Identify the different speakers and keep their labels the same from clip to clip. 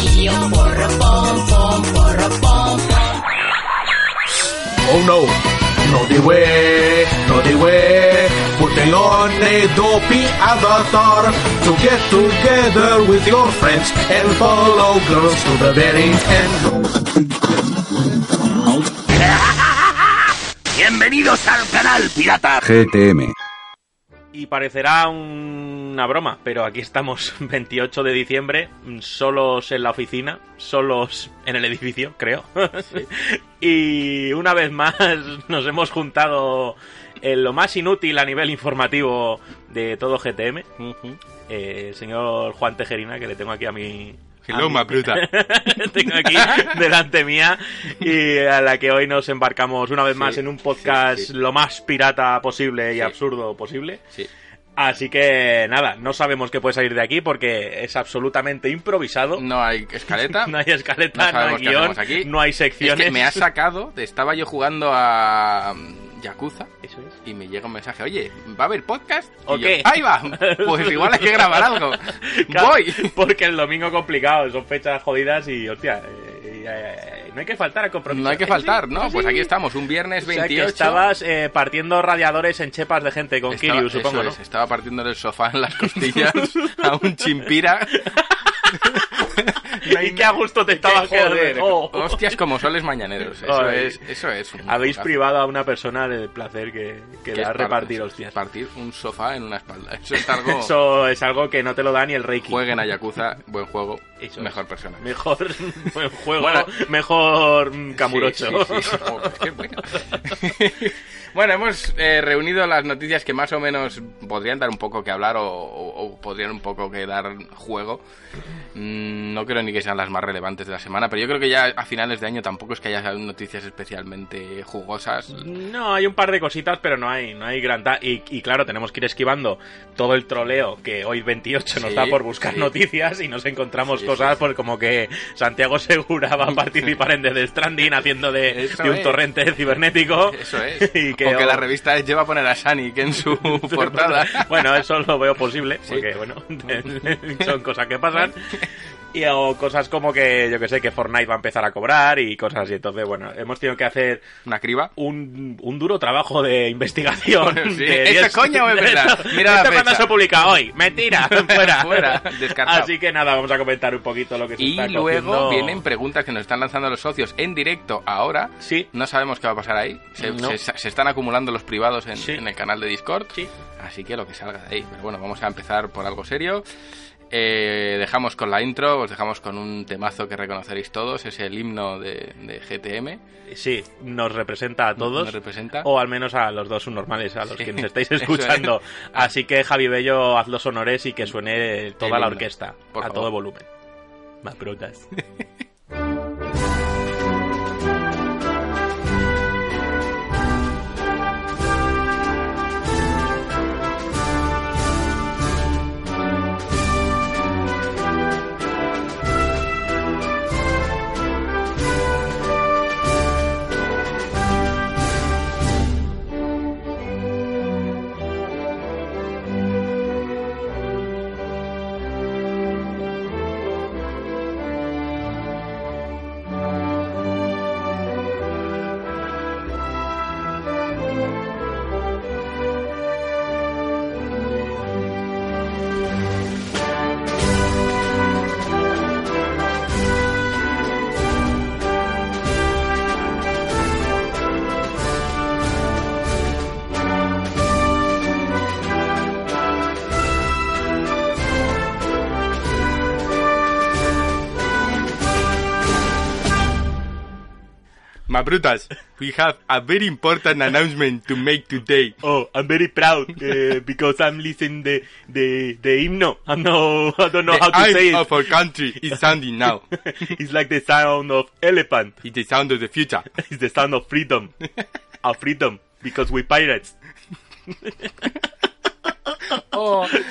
Speaker 1: Oh, no. Not the way, not the way. Putting on a dopey avatar to get together with your friends and follow girls to the very end.
Speaker 2: Bienvenidos al canal Pirata.
Speaker 3: GTM.
Speaker 4: Y parecerá un- una broma, pero aquí estamos 28 de diciembre, mm, solos en la oficina, solos en el edificio, creo. y una vez más nos hemos juntado en lo más inútil a nivel informativo de todo GTM. Eh, el señor Juan Tejerina, que le tengo aquí a mi... a
Speaker 5: Hello,
Speaker 4: mi-
Speaker 5: my bruta.
Speaker 4: tengo aquí delante mía y a la que hoy nos embarcamos una vez más en un podcast
Speaker 6: sí, sí.
Speaker 4: lo más pirata posible y
Speaker 6: Sí.
Speaker 4: absurdo posible.
Speaker 6: Sí.
Speaker 4: Así que nada, no sabemos qué puede salir de aquí porque es absolutamente improvisado.
Speaker 5: No hay escaleta.
Speaker 4: No hay escaleta,
Speaker 5: No
Speaker 4: no,
Speaker 5: sabemos
Speaker 4: hay
Speaker 5: qué
Speaker 4: guión,
Speaker 5: hacemos aquí.
Speaker 4: no hay
Speaker 5: es
Speaker 4: secciones.
Speaker 5: que me ha sacado. de- Estaba yo jugando a. mm, Yakuza.
Speaker 4: Eso es.
Speaker 5: Y me llega un mensaje, oye, ¿va a haber podcast? Y
Speaker 4: ¿O
Speaker 5: yo,
Speaker 4: qué?
Speaker 5: ¡Ahí va! Pues igual hay que grabar algo.
Speaker 4: Claro,
Speaker 5: ¡Voy!
Speaker 4: Porque el domingo complicado, son fechas jodidas y hostia, eh, eh, eh, no hay que faltar a compromiso.
Speaker 5: No hay que
Speaker 4: Eh,
Speaker 5: faltar,
Speaker 4: sí,
Speaker 5: ¿no?
Speaker 4: sí.
Speaker 5: Pues aquí estamos, un viernes
Speaker 4: O sea, que
Speaker 5: 28.
Speaker 4: estabas eh, partiendo radiadores en chepas de gente con
Speaker 5: Estaba-
Speaker 4: Kiryu,
Speaker 5: eso
Speaker 4: supongo, ¿no?
Speaker 5: es, estaba partiendo el sofá en las costillas a un chimpira. No hay
Speaker 4: y qué a gusto te estabas
Speaker 5: Joder,
Speaker 4: quedando. Oh.
Speaker 5: Hostias como soles mañaneros. Eso
Speaker 4: Ay.
Speaker 5: es, eso es. un
Speaker 4: Habéis
Speaker 5: putazo.
Speaker 4: privado a una persona del placer que, que
Speaker 5: Que
Speaker 4: le
Speaker 5: es
Speaker 4: da a
Speaker 5: par-
Speaker 4: repartir
Speaker 5: eso Oh. es
Speaker 4: hostias.
Speaker 5: Partir un sofá en una espalda. Eso es algo.
Speaker 4: Eso es algo que no te lo da ni el Reiki.
Speaker 5: Jueguen a Yakuza, buen juego,
Speaker 4: Eso
Speaker 5: mejor
Speaker 4: es.
Speaker 5: persona.
Speaker 4: Mejor buen juego,
Speaker 5: Bueno.
Speaker 4: mejor mm, camurocho.
Speaker 5: Sí, sí, sí. Joder, qué bueno. Bueno, hemos eh, reunido las noticias que más o menos podrían dar un poco que hablar o, o- o podrían un poco que dar juego. Mm, No creo ni que sean las más relevantes de la semana, pero yo creo que ya a finales de año tampoco es que haya noticias especialmente jugosas.
Speaker 4: No, hay un par de cositas, pero no hay, no hay gran... ta- Y, y claro, tenemos que ir esquivando todo el troleo que hoy 28 nos
Speaker 5: Sí,
Speaker 4: da por buscar
Speaker 5: sí.
Speaker 4: noticias y nos encontramos
Speaker 5: Sí,
Speaker 4: cosas pues como que Santiago Segura va a participar en Death Stranding haciendo de,
Speaker 5: Eso
Speaker 4: de un
Speaker 5: es.
Speaker 4: torrente cibernético.
Speaker 5: Eso es.
Speaker 4: Y que-
Speaker 5: o que la revista lleva a poner a Sonic en su portada.
Speaker 4: bueno, eso lo veo posible,
Speaker 5: Sí.
Speaker 4: porque bueno, son cosas que pasan. Y o cosas como que, yo que sé, que Fortnite va a empezar a cobrar y cosas así. Entonces, bueno, hemos tenido que hacer
Speaker 5: Una criba.
Speaker 4: un, un duro trabajo de investigación.
Speaker 5: Sí,
Speaker 4: de
Speaker 5: ¿esto es coña o es verdad? Mira la
Speaker 4: ¿Esto cuándo
Speaker 5: fecha.
Speaker 4: se publica hoy? ¡Mentira! ¡Fuera!
Speaker 5: Fuera, descartado.
Speaker 4: Así que nada, vamos a comentar un poquito lo que se
Speaker 5: Y
Speaker 4: está
Speaker 5: luego
Speaker 4: cociendo.
Speaker 5: vienen preguntas que nos están lanzando los socios en directo ahora.
Speaker 4: Sí,
Speaker 5: No sabemos qué va a pasar ahí. Se,
Speaker 4: No.
Speaker 5: se- se están acumulando los privados en,
Speaker 4: Sí.
Speaker 5: en el canal de Discord.
Speaker 4: sí.
Speaker 5: Así que lo que salga de ahí. Pero bueno, vamos a empezar por algo serio. Eh, dejamos con la intro, os dejamos con un temazo que reconoceréis todos. Es el himno de, de GTM.
Speaker 4: Sí, nos representa a todos. Oh.
Speaker 5: Nos representa.
Speaker 4: O al menos a los dos subnormales, a los
Speaker 5: Sí,
Speaker 4: que nos estáis
Speaker 5: eso es.
Speaker 4: escuchando. Así que Javi Bello, haz los honores y que suene toda
Speaker 5: El
Speaker 4: la
Speaker 5: himno,
Speaker 4: orquesta,
Speaker 5: por
Speaker 4: a
Speaker 5: favor.
Speaker 4: todo volumen. Más brutas.
Speaker 5: My brutas, we have a very important announcement to make today.
Speaker 4: Oh, I'm very proud eh, because I'm listening the, the, the himno. I, know, I don't
Speaker 5: our country is sounding now.
Speaker 4: It's like the sound of elephant.
Speaker 5: It's the sound of the future.
Speaker 4: It's the sound of freedom. Of freedom because we pirates.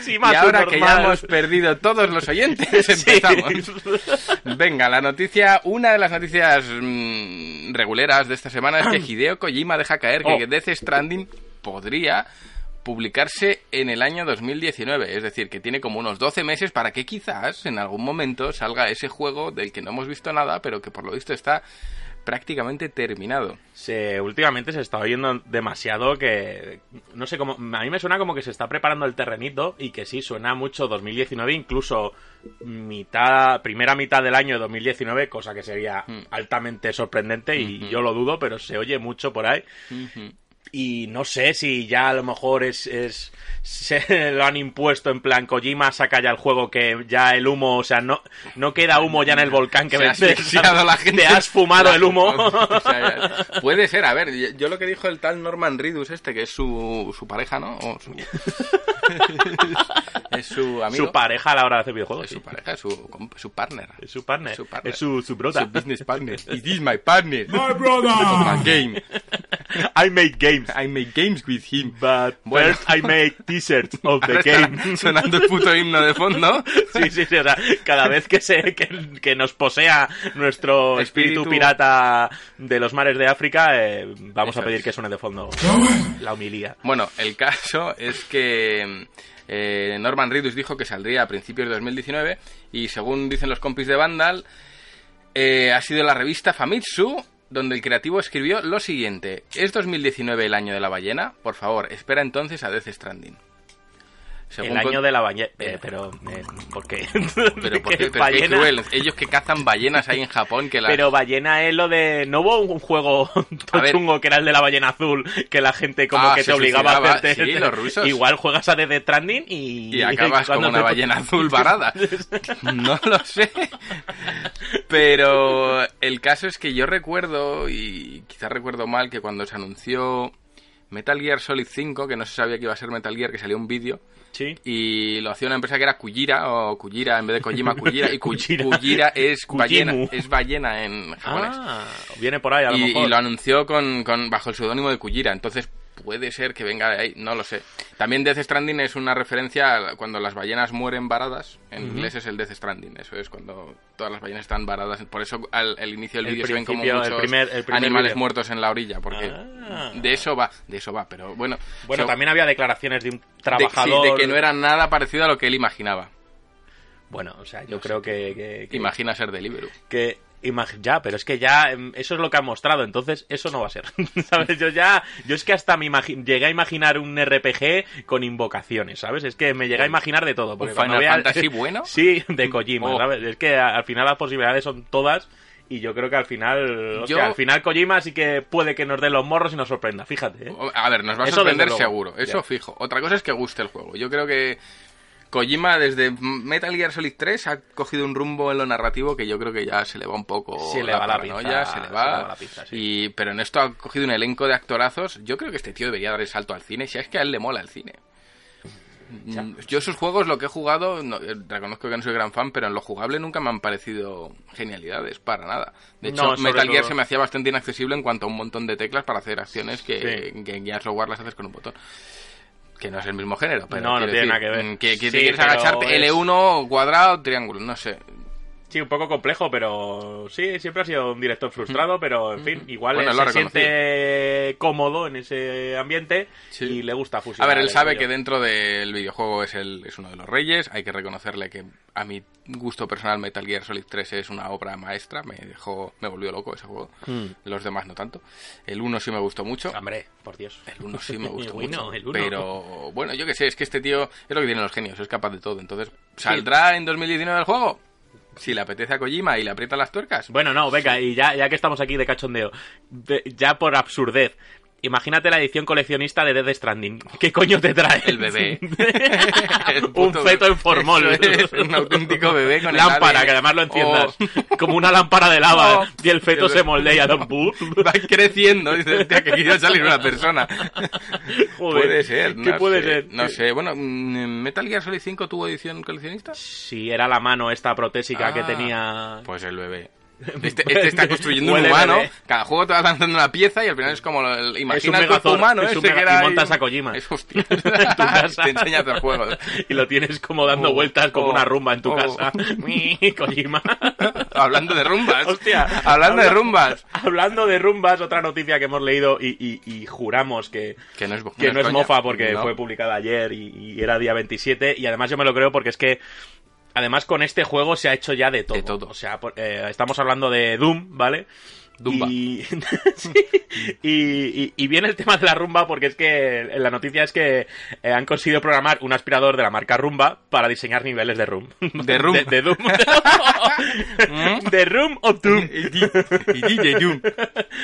Speaker 4: Sí, más
Speaker 5: Oh, y ahora
Speaker 4: subnormal.
Speaker 5: que ya hemos perdido todos los oyentes, empezamos. Venga, la noticia, una de las noticias mm, reguleras de esta semana es que Hideo Kojima deja caer que
Speaker 4: Oh.
Speaker 5: Death Stranding podría publicarse en el año 2019, es decir, que tiene como unos 12 meses para que quizás en algún momento salga ese juego del que no hemos visto nada, pero que por lo visto está prácticamente terminado.
Speaker 4: Se, últimamente se está oyendo demasiado que. No sé cómo. A mí me suena como que se está preparando el terrenito y que sí, suena mucho 2019, incluso mitad, primera mitad del año 2019, cosa que sería
Speaker 5: Mm.
Speaker 4: altamente sorprendente y
Speaker 5: Ujú.
Speaker 4: yo lo dudo, pero se oye mucho por ahí. Y no sé si ya a lo mejor es, es se lo han impuesto en plan Kojima saca ya el juego que ya el humo, o sea, no, no queda humo ya en el volcán que
Speaker 5: Se ha
Speaker 4: vende,
Speaker 5: asfixiado la gente.
Speaker 4: Te has fumado el humo.
Speaker 5: O sea, ya- puede ser, a ver, yo, yo lo que dijo el tal Norman Reedus este, que es su, su pareja, ¿no? O su- es su amigo.
Speaker 4: Su pareja a la hora de hacer videojuegos.
Speaker 5: Es
Speaker 4: sí.
Speaker 5: su pareja, es su, comp- su partner.
Speaker 4: Es su partner.
Speaker 5: Su partner.
Speaker 4: Es su, su broda.
Speaker 5: Su business partner. It is my partner. My
Speaker 1: brother!
Speaker 5: game.
Speaker 4: I made games.
Speaker 5: I make games with him.
Speaker 4: But
Speaker 5: Bueno.
Speaker 4: first I make t-shirts of the
Speaker 5: Ahora
Speaker 4: game.
Speaker 5: estará Sonando el puto himno de fondo.
Speaker 4: Sí, sí, sí, o sea, cada vez que, se, que, que nos posea nuestro espíritu,
Speaker 5: Espíritu.
Speaker 4: pirata de los mares de África, eh, vamos
Speaker 5: Eso
Speaker 4: a pedir
Speaker 5: es.
Speaker 4: que suene de fondo la humilía.
Speaker 5: Bueno, el caso es que eh, Norman Reedus dijo que saldría a principios de 2019 y según dicen los compis de Vandal, eh, ha sido la revista Famitsu donde el creativo escribió lo siguiente. ¿Es 2019 el año de la ballena? Por favor, espera entonces a Death Stranding.
Speaker 4: el
Speaker 5: Según
Speaker 4: año
Speaker 5: con-
Speaker 4: de la ballena. pero, eh, ¿por qué?
Speaker 5: Pero
Speaker 4: ¿Qué
Speaker 5: porque pero qué
Speaker 4: ballena?
Speaker 5: cruel. Ellos que cazan ballenas ahí en Japón que las...
Speaker 4: Pero ballena es lo de. ¿No hubo un juego
Speaker 5: A ver.
Speaker 4: chungo que era el de la ballena azul? Que la gente como
Speaker 5: Ah,
Speaker 4: que
Speaker 5: se
Speaker 4: te obligaba a
Speaker 5: suicidaba.
Speaker 4: hacerte.
Speaker 5: Sí, los rusos.
Speaker 4: Igual juegas a Death Stranding y.
Speaker 5: y acabas como
Speaker 4: cuando
Speaker 5: una
Speaker 4: te-
Speaker 5: ballena azul varada. No lo sé. Pero el caso es que yo recuerdo, y quizás recuerdo mal, que cuando se anunció Metal Gear Solid 5, que no se sabía que iba a ser Metal Gear, que salió un vídeo,
Speaker 4: Sí.
Speaker 5: y lo hacía una empresa que era Kujira, o Kujira en vez de Kojima, Kujira, y Kuj-
Speaker 4: Kujira.
Speaker 5: Kujira es ballena,
Speaker 4: Kujimu.
Speaker 5: es ballena en japonés.
Speaker 4: Ah, viene por ahí a lo
Speaker 5: y, y
Speaker 4: mejor.
Speaker 5: lo anunció con, con- bajo el seudónimo de Kujira, entonces puede ser que venga de ahí, no lo sé. También Death Stranding es una referencia a cuando las ballenas mueren varadas, en inglés es el Death Stranding, eso es cuando todas las ballenas están varadas, por eso al el inicio del
Speaker 4: El
Speaker 5: vídeo se ven como
Speaker 4: principio,
Speaker 5: muchos
Speaker 4: el primer- el primer
Speaker 5: animales
Speaker 4: vídeo.
Speaker 5: muertos en la orilla, porque
Speaker 4: Ah.
Speaker 5: de eso va, de eso va, pero bueno.
Speaker 4: Bueno,
Speaker 5: so-
Speaker 4: también había declaraciones de un
Speaker 5: de- sí,
Speaker 4: trabajador.
Speaker 5: de que no era nada parecido a lo que él imaginaba.
Speaker 4: Bueno, o sea, yo creo que- que- que
Speaker 5: Imagina ser Deliveroo.
Speaker 4: que imag- ya, pero es que ya em, eso es lo que han mostrado, entonces eso no va a ser. ¿Sabes? Yo ya, yo es que hasta me imagi- llegué a imaginar un RPG con invocaciones, ¿sabes? Es que me llegué a imaginar de todo. porque
Speaker 5: ¿Un
Speaker 4: cuando
Speaker 5: Final
Speaker 4: vea-
Speaker 5: Fantasy bueno?
Speaker 4: Sí, de Kojima,
Speaker 5: Oh.
Speaker 4: ¿sabes? Es que a- al final las posibilidades son todas y yo creo que al final, hostia,
Speaker 5: Yo-
Speaker 4: al final Kojima sí que puede que nos dé los morros y nos sorprenda, fíjate. ¿eh?
Speaker 5: O- A ver, nos va a
Speaker 4: Eso
Speaker 5: sorprender
Speaker 4: desde luego.
Speaker 5: seguro, eso
Speaker 4: Ya.
Speaker 5: fijo. Otra cosa es que guste el juego. Yo creo que Kojima desde Metal Gear Solid 3 ha cogido un rumbo en lo narrativo que yo creo que ya se le va un poco
Speaker 4: Se le va la
Speaker 5: paranoia,
Speaker 4: pinza,
Speaker 5: se le
Speaker 4: se
Speaker 5: va,
Speaker 4: le va la pinza, sí.
Speaker 5: y pero en esto ha cogido un elenco de actorazos. Yo creo que este tío debería dar el salto al cine, si es que a él le mola el cine. Mm, Yo sus juegos, lo que he jugado, no- eh, reconozco que no soy gran fan, pero en lo jugable nunca me han parecido genialidades, para nada. De hecho,
Speaker 4: No, sobre
Speaker 5: Metal Gear
Speaker 4: todo-
Speaker 5: se me hacía bastante inaccesible en cuanto a un montón de teclas para hacer acciones que,
Speaker 4: Sí.
Speaker 5: que en Gears of War las haces con un botón. Que no es el mismo género, pero...
Speaker 4: No, no
Speaker 5: quiero
Speaker 4: tiene
Speaker 5: decir,
Speaker 4: nada que ver.
Speaker 5: mm, Que, que te
Speaker 4: Sí,
Speaker 5: quieres
Speaker 4: pero
Speaker 5: agacharte
Speaker 4: es-
Speaker 5: L1, cuadrado, triángulo, no sé.
Speaker 4: Sí, un poco complejo, pero sí, siempre ha sido un director frustrado, pero en fin, igual
Speaker 5: Mm. Bueno,
Speaker 4: él
Speaker 5: lo ha
Speaker 4: se siente cómodo en ese ambiente
Speaker 5: Sí.
Speaker 4: y le gusta
Speaker 5: A
Speaker 4: fusionar.
Speaker 5: ver, él
Speaker 4: el
Speaker 5: sabe
Speaker 4: rollo.
Speaker 5: que dentro del videojuego es, el, es uno de los reyes. Hay que reconocerle que a mi gusto personal Metal Gear Solid 3 es una obra maestra. Me dejó, me volvió loco ese juego.
Speaker 4: Hmm.
Speaker 5: Los demás no tanto. El 1 sí me gustó mucho.
Speaker 4: Hombre, por Dios.
Speaker 5: El 1 sí me gustó
Speaker 4: El uno,
Speaker 5: mucho.
Speaker 4: el uno.
Speaker 5: Pero bueno, yo que sé, es que este tío es lo que tienen los genios, es capaz de todo. Entonces, ¿saldrá en 2019 el juego? Si le apetece a Kojima y le aprieta las tuercas.
Speaker 4: Bueno, no, venga, y ya, ya que estamos aquí de cachondeo, de- ya por absurdez, imagínate la edición coleccionista de Death Stranding. ¿Qué coño te trae?
Speaker 5: El bebé. El
Speaker 4: un
Speaker 5: puto
Speaker 4: feto
Speaker 5: bebé.
Speaker 4: en formol.
Speaker 5: Eso es, un auténtico bebé con el
Speaker 4: Lámpara,
Speaker 5: ADN.
Speaker 4: que además lo enciendas.
Speaker 5: Oh.
Speaker 4: Como una lámpara de lava.
Speaker 5: No.
Speaker 4: Y ah, el feto
Speaker 5: Oh. El
Speaker 4: se
Speaker 5: bebé.
Speaker 4: moldea. ¿no?
Speaker 5: Va creciendo, dice, hostia, que quiero salir una persona.
Speaker 4: Joder,
Speaker 5: puede ser,
Speaker 4: ¿qué
Speaker 5: no
Speaker 4: puede
Speaker 5: sé,
Speaker 4: ser?
Speaker 5: No sé, bueno, mm, ¿Metal Gear Solid 5 tuvo edición coleccionista?
Speaker 4: Si era la mano esta protésica que
Speaker 5: Ah,
Speaker 4: tenía.
Speaker 5: Pues el bebé. Este, este está construyendo un
Speaker 4: Huele
Speaker 5: humano.
Speaker 4: bebé.
Speaker 5: Cada juego te va lanzando una pieza y al final es como. El, imagina el cuerpo
Speaker 4: megazord,
Speaker 5: humano
Speaker 4: es un
Speaker 5: este que
Speaker 4: mega-
Speaker 5: era.
Speaker 4: y
Speaker 5: ahí-
Speaker 4: montas a Kojima.
Speaker 5: Es hostia.
Speaker 4: en tu casa.
Speaker 5: te enseña a hacer juegos.
Speaker 4: Y lo tienes como dando
Speaker 5: Oh,
Speaker 4: vueltas como
Speaker 5: oh,
Speaker 4: una rumba en tu
Speaker 5: oh.
Speaker 4: casa. Kojima.
Speaker 5: Hablando de rumbas.
Speaker 4: Hostia.
Speaker 5: Hablando de
Speaker 4: Habla-
Speaker 5: rumbas.
Speaker 4: Hablando de rumbas, otra noticia que hemos leído y, y- y juramos que,
Speaker 5: Que no es,
Speaker 4: que no es
Speaker 5: coña.
Speaker 4: mofa porque
Speaker 5: Pues No.
Speaker 4: fue publicada ayer y, y era día 27. Y además yo me lo creo porque es que. Además, con este juego se ha hecho ya de todo.
Speaker 5: De todo.
Speaker 4: O sea, por- eh, estamos hablando de Doom, ¿vale?
Speaker 5: Dumba.
Speaker 4: Y... sí. y, y- y viene el tema de la rumba porque es que en la noticia es que eh, han conseguido programar un aspirador de la marca Rumba para diseñar niveles de Room.
Speaker 5: De Room.
Speaker 4: De, de Doom. de Room of Doom.
Speaker 5: Y di- y DJ Doom.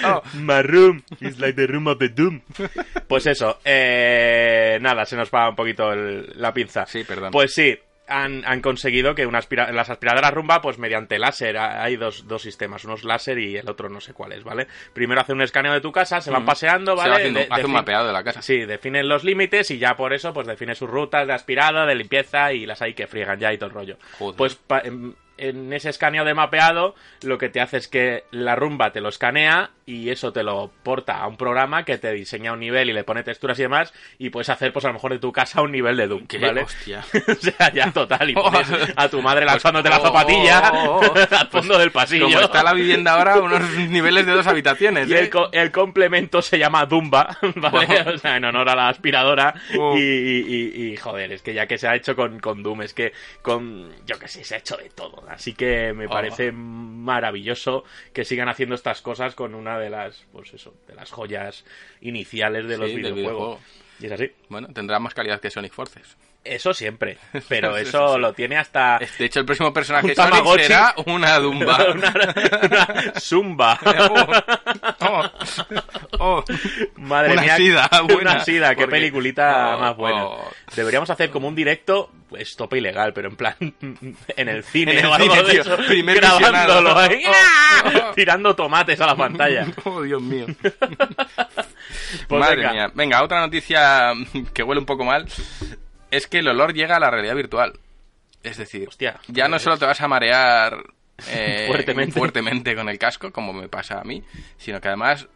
Speaker 5: Oh,
Speaker 4: My room is like the room of the doom. Pues eso, eh, nada, se nos va un poquito el- la pinza.
Speaker 5: Sí, perdón.
Speaker 4: Pues sí, han, han conseguido que una aspira- las aspiradoras rumba, pues mediante láser, ha- hay dos, dos sistemas, unos láser y el otro no sé cuál es, ¿vale? Primero hacen un escaneo de tu casa, se van
Speaker 5: Mm.
Speaker 4: paseando,
Speaker 5: Se va
Speaker 4: ¿vale?
Speaker 5: haciendo-
Speaker 4: De-
Speaker 5: hace un
Speaker 4: defin-
Speaker 5: mapeado de la casa.
Speaker 4: Sí, definen los límites y ya por eso, pues define sus rutas de aspirada, de limpieza y las hay que friegan ya y todo el rollo.
Speaker 5: Joder.
Speaker 4: Pues pa- en, en ese escaneo de mapeado, lo que te hace es que la rumba te lo escanea y eso te lo porta a un programa que te diseña un nivel y le pone texturas y demás y puedes hacer, pues a lo mejor de tu casa un nivel de Doom,
Speaker 5: Qué
Speaker 4: ¿vale?
Speaker 5: hostia.
Speaker 4: o sea, ya total, y
Speaker 5: Oh.
Speaker 4: pones a tu madre lanzándote la
Speaker 5: Oh,
Speaker 4: zapatilla
Speaker 5: oh, oh, oh.
Speaker 4: al fondo del pasillo.
Speaker 5: Como está la vivienda ahora, unos niveles de dos habitaciones.
Speaker 4: Y
Speaker 5: ¿eh?
Speaker 4: el, co- el complemento se llama Dumba, ¿vale?
Speaker 5: Wow.
Speaker 4: O sea, en honor a la aspiradora.
Speaker 5: Wow.
Speaker 4: Y, y- y- y, joder, es que ya que se ha hecho con, con Doom, es que con. Yo qué sé, se ha hecho de todo. Así que me
Speaker 5: Oh.
Speaker 4: parece maravilloso que sigan haciendo estas cosas con una de las, pues eso, de las joyas iniciales de los
Speaker 5: Sí, del
Speaker 4: videojuegos.
Speaker 5: videojuego.
Speaker 4: Y es así.
Speaker 5: Bueno, tendrá más calidad que Sonic Forces.
Speaker 4: Eso siempre. Pero
Speaker 5: Sí, sí,
Speaker 4: eso
Speaker 5: sí.
Speaker 4: lo tiene hasta.
Speaker 5: De hecho, el próximo personaje
Speaker 4: Un
Speaker 5: de Sonic
Speaker 4: Tamagotchi.
Speaker 5: será una Dumba.
Speaker 4: una- una zumba.
Speaker 5: Oh, oh, oh.
Speaker 4: Madre
Speaker 5: Una
Speaker 4: mía.
Speaker 5: sida, buena,
Speaker 4: una sida, qué
Speaker 5: porque-
Speaker 4: peliculita
Speaker 5: Oh,
Speaker 4: más buena.
Speaker 5: oh.
Speaker 4: Deberíamos hacer como un directo, pues, tope ilegal, pero en plan, en el cine
Speaker 5: En el
Speaker 4: o algo
Speaker 5: cine,
Speaker 4: de
Speaker 5: tío.
Speaker 4: eso,
Speaker 5: Primer
Speaker 4: grabándolo,
Speaker 5: visionado.
Speaker 4: ahí,
Speaker 5: Oh,
Speaker 4: ¡ah!
Speaker 5: oh.
Speaker 4: tirando tomates a la pantalla.
Speaker 5: Oh, Dios mío.
Speaker 4: Pues
Speaker 5: Madre
Speaker 4: venga.
Speaker 5: mía. Venga, otra noticia que huele un poco mal es que el olor llega a la realidad virtual. Es decir,
Speaker 4: Hostia,
Speaker 5: ya no
Speaker 4: joder.
Speaker 5: solo te vas a marear eh,
Speaker 4: Fuertemente.
Speaker 5: fuertemente con el casco, como me pasa a mí, sino que además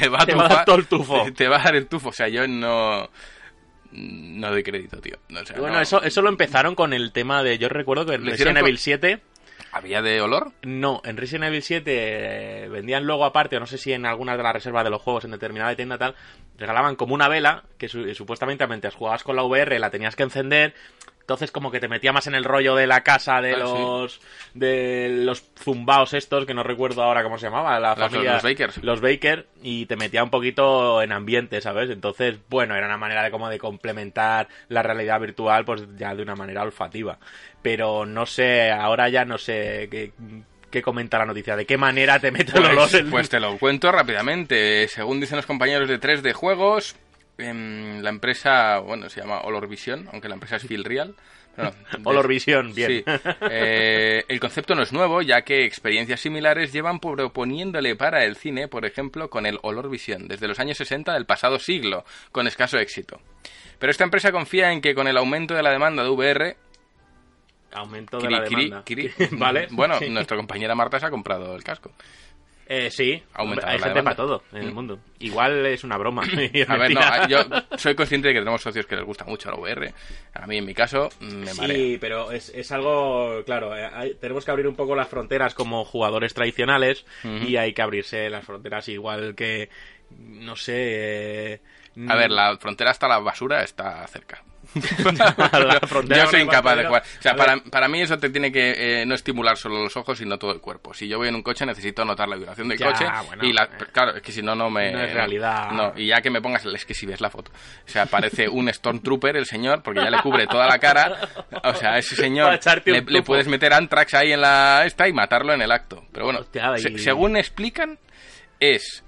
Speaker 5: te va a,
Speaker 4: Te va a dar
Speaker 5: tufar-
Speaker 4: todo el tufo.
Speaker 5: Te, va a dar el tufo. O sea, yo no. No doy crédito, tío. O sea,
Speaker 4: Bueno,
Speaker 5: no-
Speaker 4: eso, eso lo empezaron con el tema de, yo recuerdo que en
Speaker 5: Lo
Speaker 4: Resident
Speaker 5: hicieron con-
Speaker 4: Evil 7,
Speaker 5: ¿Había de olor?
Speaker 4: no, en Resident Evil 7 eh, vendían luego aparte, o no sé si en alguna de las reservas de los juegos en determinada tienda tal, regalaban como una vela que su- eh, supuestamente mientras jugabas con la VR la tenías que encender, entonces como que te metía más en el rollo de la casa de
Speaker 5: Ah, sí.
Speaker 4: los de los zumbaos estos que no recuerdo ahora cómo se llamaba, la
Speaker 5: Los-
Speaker 4: familia
Speaker 5: los Bakers.
Speaker 4: los Baker y te metía un poquito en ambiente, ¿sabes? Entonces, bueno, era una manera de como de complementar la realidad virtual pues ya de una manera olfativa. Pero no sé, ahora ya no sé qué, qué comenta la noticia, de qué manera te mete el olor.
Speaker 5: Pues,
Speaker 4: en-
Speaker 5: pues te lo cuento rápidamente. Según dicen los compañeros de 3D Juegos, em, la empresa, bueno, se llama Olor Vision, aunque la empresa es Filreal. pero no, de-
Speaker 4: Olorvisión, bien.
Speaker 5: Sí. Eh, el concepto no es nuevo, ya que experiencias similares llevan proponiéndole para el cine, por ejemplo, con el Olor Visión, desde los años 60 del pasado siglo, con escaso éxito. Pero esta empresa confía en que con el aumento de la demanda de VR,
Speaker 4: Aumento de
Speaker 5: Kiri,
Speaker 4: la
Speaker 5: Kiri,
Speaker 4: demanda.
Speaker 5: Kiri,
Speaker 4: ¿Vale?
Speaker 5: Bueno,
Speaker 4: sí.
Speaker 5: nuestra compañera Marta se ha comprado el casco.
Speaker 4: Eh, sí.
Speaker 5: Aumentar
Speaker 4: hay
Speaker 5: la
Speaker 4: gente
Speaker 5: demanda.
Speaker 4: para todo en el
Speaker 5: Mm.
Speaker 4: mundo. Igual es una broma. y es
Speaker 5: A ver, no,
Speaker 4: mentira.
Speaker 5: yo soy consciente de que tenemos socios que les gusta mucho la VR. A mí, en mi caso, me marea.
Speaker 4: Sí, pero es, es algo, claro, eh, hay- tenemos que abrir un poco las fronteras como jugadores tradicionales
Speaker 5: Ujú.
Speaker 4: y hay que abrirse las fronteras igual que, no sé... eh,
Speaker 5: A ver, la frontera hasta la basura está cerca.
Speaker 4: La frontera
Speaker 5: yo soy
Speaker 4: con el
Speaker 5: incapaz de
Speaker 4: basurero.
Speaker 5: jugar. O
Speaker 4: A
Speaker 5: sea,
Speaker 4: ver.
Speaker 5: para, para mí eso te tiene que eh, no estimular solo los ojos, sino todo el cuerpo. Si yo voy en un coche, necesito notar la vibración del
Speaker 4: Ya,
Speaker 5: coche.
Speaker 4: bueno,
Speaker 5: y la,
Speaker 4: eh.
Speaker 5: claro, es que si no, no me.
Speaker 4: No es realidad.
Speaker 5: No, y ya que me pongas, el- es que si ves la foto. O sea, parece un Stormtrooper el señor, porque ya le cubre toda la cara. O sea, ese
Speaker 4: Para
Speaker 5: señor
Speaker 4: echarte un
Speaker 5: le, le
Speaker 4: tufo.
Speaker 5: puedes meter Antrax ahí en la esta y matarlo en el acto. Pero bueno,
Speaker 4: Hostia, y-
Speaker 5: se- según explican, es.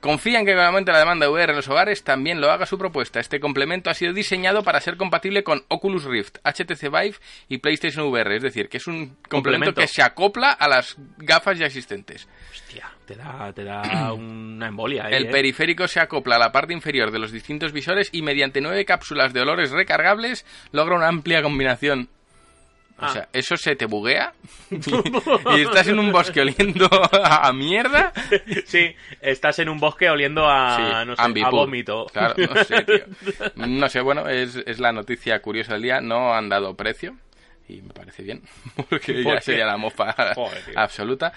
Speaker 5: Confían que con el aumento de la demanda de VR en los hogares también lo haga su propuesta. Este complemento ha sido diseñado para ser compatible con Oculus Rift, HTC Vive y PlayStation VR. Es decir, que es un complemento,
Speaker 4: Complemento.
Speaker 5: que se acopla a las gafas ya existentes.
Speaker 4: Hostia, te da, te da una embolia, ahí,
Speaker 5: el
Speaker 4: ¿eh?
Speaker 5: periférico se acopla a la parte inferior de los distintos visores y mediante nueve cápsulas de olores recargables logra una amplia combinación.
Speaker 4: Ah.
Speaker 5: O sea, eso se te buguea y estás en un bosque oliendo a a mierda
Speaker 4: Sí, estás en un bosque oliendo a,
Speaker 5: Sí,
Speaker 4: no sé, a
Speaker 5: Ambipur.
Speaker 4: vómito.
Speaker 5: Claro, no sé, tío. No sé, bueno, es, es la noticia curiosa del día. No han dado precio. Y me parece bien. Porque
Speaker 4: ¿Por
Speaker 5: ya
Speaker 4: qué?
Speaker 5: sería la mofa
Speaker 4: Joder, tío.
Speaker 5: absoluta.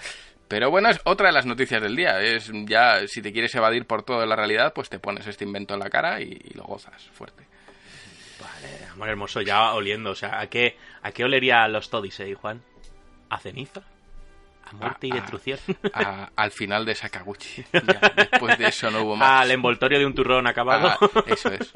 Speaker 5: Pero bueno, es otra de las noticias del día. Es ya, si te quieres evadir por toda la realidad, pues te pones este invento en la cara y, y lo gozas fuerte.
Speaker 4: Amor hermoso, ya oliendo, o sea, ¿a qué, a qué olería los Toddies, eh, Juan? ¿A ceniza? A muerte y
Speaker 5: Ah, ah.
Speaker 4: destrucción.
Speaker 5: a- al final de Sakaguchi. Ya, después de eso no hubo más.
Speaker 4: Al envoltorio de un turrón acabado.
Speaker 5: Ah, eso es.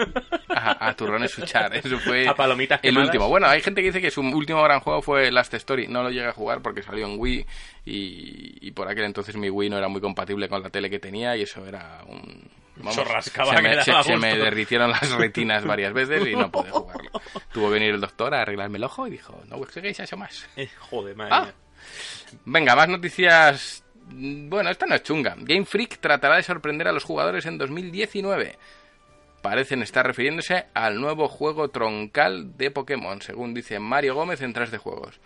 Speaker 5: A, a turrones Suchar. ¿eh? Eso fue
Speaker 4: A palomitas
Speaker 5: el
Speaker 4: quemadas.
Speaker 5: último. Bueno, hay gente que dice que su último gran juego fue Last Story. No lo llegué a jugar porque salió en Wii y, y por aquel entonces mi Wii no era muy compatible con la tele que tenía y eso era un...
Speaker 4: Eso rascaba
Speaker 5: se,
Speaker 4: que
Speaker 5: me,
Speaker 4: daba
Speaker 5: se- se
Speaker 4: gusto.
Speaker 5: me derritieron las retinas varias veces y no pude jugarlo. Tuvo que venir el doctor a arreglarme el ojo y dijo, no jueguéis a eso más.
Speaker 4: Eh, Joder, madre
Speaker 5: Ah.
Speaker 4: mía.
Speaker 5: Venga, más noticias. Mm, Bueno, esta no es chunga. Game Freak tratará de sorprender a los jugadores en 2019. Parecen estar refiriéndose al nuevo juego troncal de Pokémon, según dice Mario Gómez en Tras de Juegos.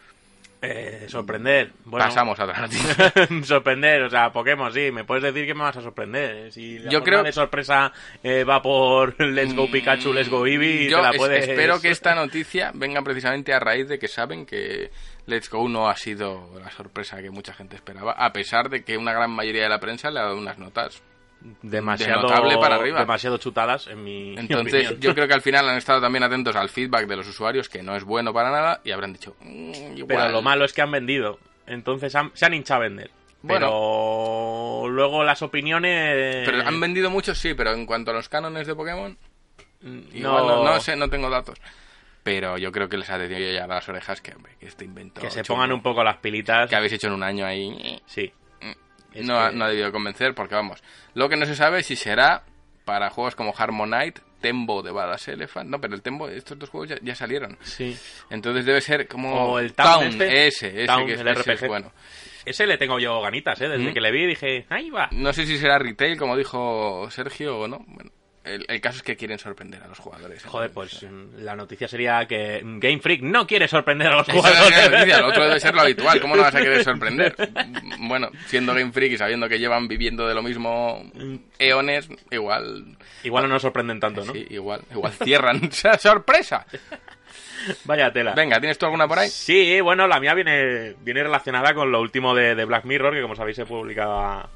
Speaker 4: Eh, sorprender. Bueno,
Speaker 5: Pasamos a otra noticia.
Speaker 4: sorprender, o sea, Pokémon, sí, me puedes decir que me vas a sorprender. eh. Si la
Speaker 5: Yo
Speaker 4: forma
Speaker 5: creo- Mm,
Speaker 4: de sorpresa eh, va por Let's Go Pikachu, Let's Go Eevee,
Speaker 5: Yo
Speaker 4: te la
Speaker 5: es-
Speaker 4: puedes...
Speaker 5: espero que esta noticia venga precisamente a raíz de que saben que Let's Go no ha sido la sorpresa que mucha gente esperaba, a pesar de que una gran mayoría de la prensa le ha dado unas notas
Speaker 4: demasiado,
Speaker 5: de notable para arriba.
Speaker 4: demasiado chutadas, en mi
Speaker 5: Entonces,
Speaker 4: opinión.
Speaker 5: yo creo que al final han estado también atentos al feedback de los usuarios, que no es bueno para nada, y habrán dicho, "Mm,
Speaker 4: Pero
Speaker 5: igual".
Speaker 4: lo malo es que han vendido. Entonces han- se han hinchado a vender. Pero luego las opiniones...
Speaker 5: Pero han vendido muchos, sí, pero en cuanto a los cánones de Pokémon, igual
Speaker 4: no,
Speaker 5: no, no sé, no tengo datos. Pero yo creo que les ha tenido ya las orejas que, hombre, que este invento.
Speaker 4: que se
Speaker 5: chungo
Speaker 4: pongan un poco las pilitas.
Speaker 5: Que habéis hecho en un año ahí.
Speaker 4: Sí. Es
Speaker 5: No, ha-
Speaker 4: que-
Speaker 5: no ha debido convencer, porque vamos. Lo que no se sabe es si será para juegos como Harmonite, Tembo de Badass Elephant. No, pero el Tembo, estos dos juegos ya- ya salieron.
Speaker 4: Sí.
Speaker 5: Entonces debe ser como
Speaker 4: O el Town este.
Speaker 5: ese, ese
Speaker 4: Town,
Speaker 5: que es,
Speaker 4: el
Speaker 5: ese es
Speaker 4: RPG.
Speaker 5: bueno.
Speaker 4: Ese le tengo yo ganitas, ¿eh? Desde
Speaker 5: ¿Mm?
Speaker 4: que le vi dije, ahí va.
Speaker 5: No sé si será retail, como dijo Sergio, o no. Bueno, el, el caso es que quieren sorprender a los jugadores.
Speaker 4: Joder,
Speaker 5: Entonces,
Speaker 4: pues mm, la noticia sería que mm, Game Freak no quiere sorprender a los
Speaker 5: esa es la gran
Speaker 4: jugadores.
Speaker 5: noticia, lo otro debe ser lo habitual. ¿Cómo no vas a querer sorprender? Bueno, siendo Game Freak y sabiendo que llevan viviendo de lo mismo eones, igual.
Speaker 4: Igual no nos sorprenden tanto, ¿no?
Speaker 5: sí, igual, igual cierran. ¡Esa ¡Sorpresa!
Speaker 4: Vaya tela.
Speaker 5: Venga, ¿tienes tú alguna por ahí?
Speaker 4: Sí, bueno, la mía viene, viene relacionada con lo último de, de Black Mirror, que como sabéis se publicaba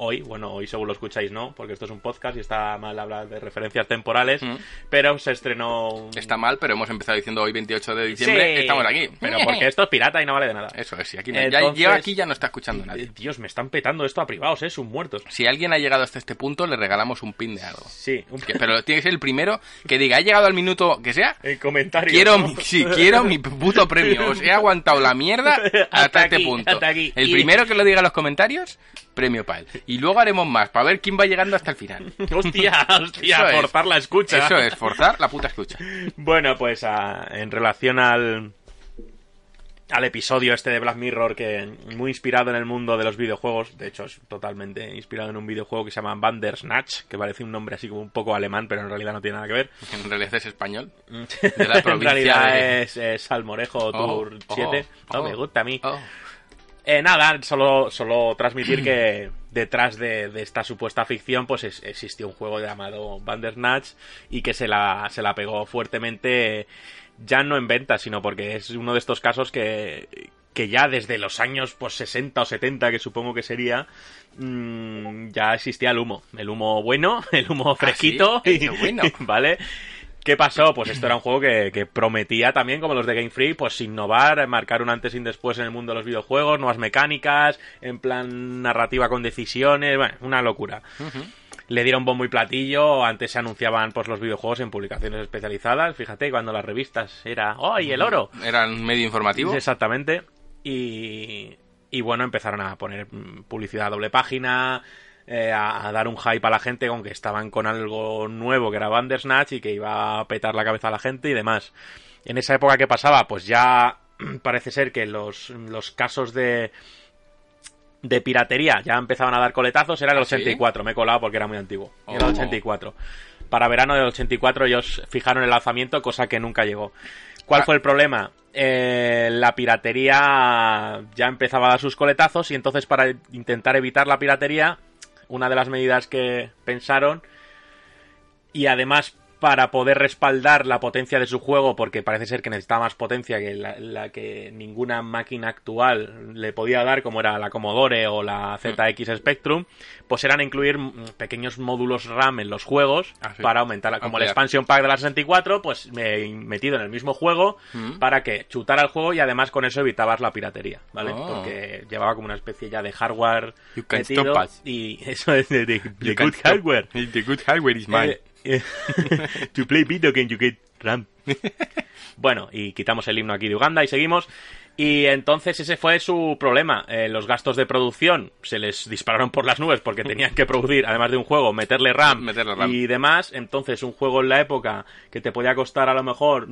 Speaker 4: hoy. Bueno, hoy según lo escucháis no, porque esto es un podcast y está mal hablar de referencias temporales,
Speaker 5: Mm.
Speaker 4: pero se estrenó... un-
Speaker 5: Está mal, pero hemos empezado diciendo hoy 28 de diciembre,
Speaker 4: Sí,
Speaker 5: estamos aquí.
Speaker 4: Pero porque esto es pirata y no vale de nada.
Speaker 5: Eso es, y aquí no- ya-
Speaker 4: Entonces-
Speaker 5: ya aquí ya no está escuchando nadie.
Speaker 4: Eh, Dios, me están petando esto a privados, ¿eh? Sus muertos.
Speaker 5: Si alguien ha llegado hasta este punto, le regalamos un pin de algo.
Speaker 4: Sí, un
Speaker 5: Que- Pero tiene que ser el primero que diga, he llegado al minuto que sea,
Speaker 4: el comentario.
Speaker 5: quiero
Speaker 4: ¿no?
Speaker 5: mi, sí, quiero mi puto premio. Os he aguantado la mierda hasta,
Speaker 4: Hasta
Speaker 5: este
Speaker 4: aquí,
Speaker 5: punto.
Speaker 4: hasta aquí.
Speaker 5: El
Speaker 4: Y-
Speaker 5: primero que lo diga en los comentarios, premio para él. Y luego haremos más, para ver quién va llegando hasta el final.
Speaker 4: Hostia, hostia,
Speaker 5: Eso es.
Speaker 4: forzar la escucha.
Speaker 5: Eso es, forzar la puta escucha.
Speaker 4: Bueno, pues a- en relación al al episodio este de Black Mirror que muy inspirado en el mundo de los videojuegos, de hecho es totalmente inspirado en un videojuego que se llama Bandersnatch, que parece un nombre así como un poco alemán, pero en realidad no tiene nada que ver.
Speaker 5: En realidad es español. De la
Speaker 4: en
Speaker 5: provincia
Speaker 4: realidad
Speaker 5: de-
Speaker 4: es, es Salmorejo Tour
Speaker 5: Oh,
Speaker 4: 7.
Speaker 5: oh,
Speaker 4: no
Speaker 5: oh,
Speaker 4: me gusta a mí.
Speaker 5: oh.
Speaker 4: Eh, nada, solo, solo transmitir que detrás de, de esta supuesta ficción pues es- existió un juego llamado Bandersnatch y que se la, se la pegó fuertemente, ya no en venta, sino porque es uno de estos casos que, que ya desde los años pues 60 o 70, que supongo que sería, mm, ya existía el humo. El humo bueno, el humo
Speaker 5: Ah, sí?
Speaker 4: fresquito.
Speaker 5: El bueno.
Speaker 4: ¿Vale? ¿Qué pasó? Pues esto era un juego que, que prometía también, como los de Game Freak, pues innovar, marcar un antes y un después en el mundo de los videojuegos, nuevas mecánicas, en plan narrativa con decisiones, bueno, una locura. Le dieron bombo y platillo, antes se anunciaban pues los videojuegos en publicaciones especializadas, fíjate, cuando las revistas era ¡ay, el oro!
Speaker 5: Era un medio informativo.
Speaker 4: "Ah, Exactamente. Y, y bueno, empezaron a poner mm, publicidad a doble página, eh, a, a dar un hype a la gente con que estaban con algo nuevo que era Bandersnatch y que iba a petar la cabeza a la gente y demás. En esa época que pasaba, pues ya parece ser que los, los casos de de piratería ya empezaban a dar coletazos, era el
Speaker 5: ¿Ah, sí?
Speaker 4: 84, me he colado porque era muy antiguo. Era
Speaker 5: Oh.
Speaker 4: el 84. Para verano del 84 ellos fijaron el lanzamiento, cosa que nunca llegó. ¿Cuál
Speaker 5: Ah.
Speaker 4: fue el problema? Eh, la piratería ya empezaba a dar sus coletazos y entonces para intentar evitar la piratería, una de las medidas que pensaron y además para poder respaldar la potencia de su juego, porque parece ser que necesitaba más potencia que la, la que ninguna máquina actual le podía dar, como era la Commodore o
Speaker 5: Mm.
Speaker 4: la ZX Spectrum, pues eran incluir mm, pequeños módulos RAM en los juegos
Speaker 5: Ah, sí.
Speaker 4: para aumentar, la- como el
Speaker 5: Ampliar.
Speaker 4: expansion pack de la 64, pues eh, metido en el mismo juego
Speaker 5: Mm.
Speaker 4: para que chutara el juego y además con eso evitabas la piratería, ¿vale?
Speaker 5: Oh.
Speaker 4: Porque llevaba como una especie ya de hardware
Speaker 5: You can
Speaker 4: metido
Speaker 5: stop us.
Speaker 4: y eso es de, de- de
Speaker 5: You can
Speaker 4: good
Speaker 5: stop.
Speaker 4: hardware.
Speaker 5: The good hardware is mine.
Speaker 4: Eh, eh, to play video game you get RAM. bueno, y quitamos el himno aquí de Uganda y seguimos. Y entonces ese fue su problema. Eh, los gastos de producción se les dispararon por las nubes porque tenían que producir, además de un juego, meterle RAM,
Speaker 5: Meterle RAM.
Speaker 4: y demás. Entonces un juego en la época que te podía costar a lo mejor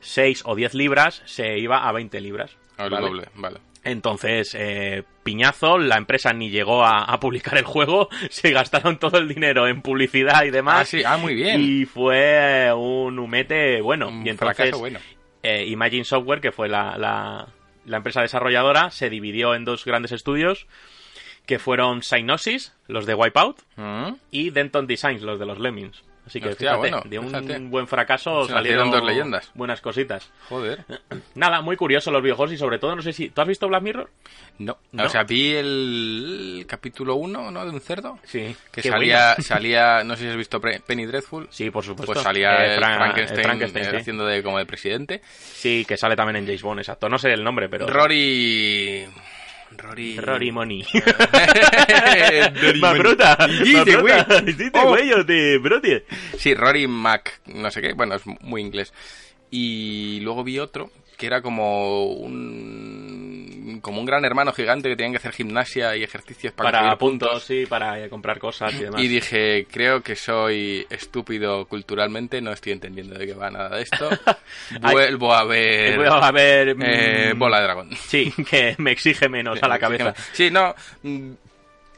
Speaker 4: 6 o 10 libras se iba a 20 libras.
Speaker 5: Ah, el
Speaker 4: ¿vale?
Speaker 5: doble, vale.
Speaker 4: Entonces, eh, piñazo, la empresa ni llegó a, a publicar el juego, se gastaron todo el dinero en publicidad y demás.
Speaker 5: Ah, sí, ah, muy bien.
Speaker 4: Y fue un humete bueno.
Speaker 5: Un
Speaker 4: y entonces,
Speaker 5: fracaso bueno.
Speaker 4: eh, Imagine Software, que fue la, la- la empresa desarrolladora, se dividió en dos grandes estudios, que fueron Synosis, los de Wipeout,
Speaker 5: Mm.
Speaker 4: y Denton Designs, los de los Lemmings. Así que
Speaker 5: Hostia,
Speaker 4: fíjate,
Speaker 5: bueno,
Speaker 4: de un
Speaker 5: fíjate.
Speaker 4: buen fracaso
Speaker 5: Se
Speaker 4: salieron
Speaker 5: nacieron dos leyendas.
Speaker 4: buenas cositas.
Speaker 5: Joder.
Speaker 4: Nada, muy curioso los videojuegos y sobre todo, no sé si... ¿Tú has visto Black Mirror?
Speaker 5: No.
Speaker 4: ¿No?
Speaker 5: O sea, vi el capítulo 1, ¿no? De un cerdo.
Speaker 4: Sí.
Speaker 5: Que
Speaker 4: Qué
Speaker 5: salía,
Speaker 4: bueno.
Speaker 5: salía, no sé si has visto Pre- Penny Dreadful.
Speaker 4: Sí, por supuesto.
Speaker 5: Pues salía
Speaker 4: Eh,
Speaker 5: el
Speaker 4: Fra- el
Speaker 5: Frankenstein,
Speaker 4: Frankenstein,
Speaker 5: eh,
Speaker 4: sí.
Speaker 5: haciendo de, como de presidente.
Speaker 4: Sí, que sale también en James Bond, exacto. No sé el nombre, pero...
Speaker 5: Rory. Rory.
Speaker 4: Rory Money.
Speaker 5: Rory
Speaker 4: ¡Más
Speaker 5: Mon-
Speaker 4: bruta!
Speaker 5: Y
Speaker 4: ¡Más
Speaker 5: dice,
Speaker 4: bruta!
Speaker 5: güey.
Speaker 4: ¡Dice,
Speaker 5: Oh.
Speaker 4: güey, o te brote!
Speaker 5: Sí, Rory Mac, no sé qué, bueno, es muy inglés. Y luego vi otro que era como un como un gran hermano gigante que tenían que hacer gimnasia y ejercicios para,
Speaker 4: Para
Speaker 5: conseguir
Speaker 4: puntos, sí, para eh, comprar cosas y demás.
Speaker 5: Y dije, creo que soy estúpido culturalmente, no estoy entendiendo de qué va nada de esto. Vuelvo a ver
Speaker 4: Voy a ver... mm,
Speaker 5: eh, Bola de Dragón.
Speaker 4: Sí, que me exige menos a la cabeza.
Speaker 5: Sí, no. mm,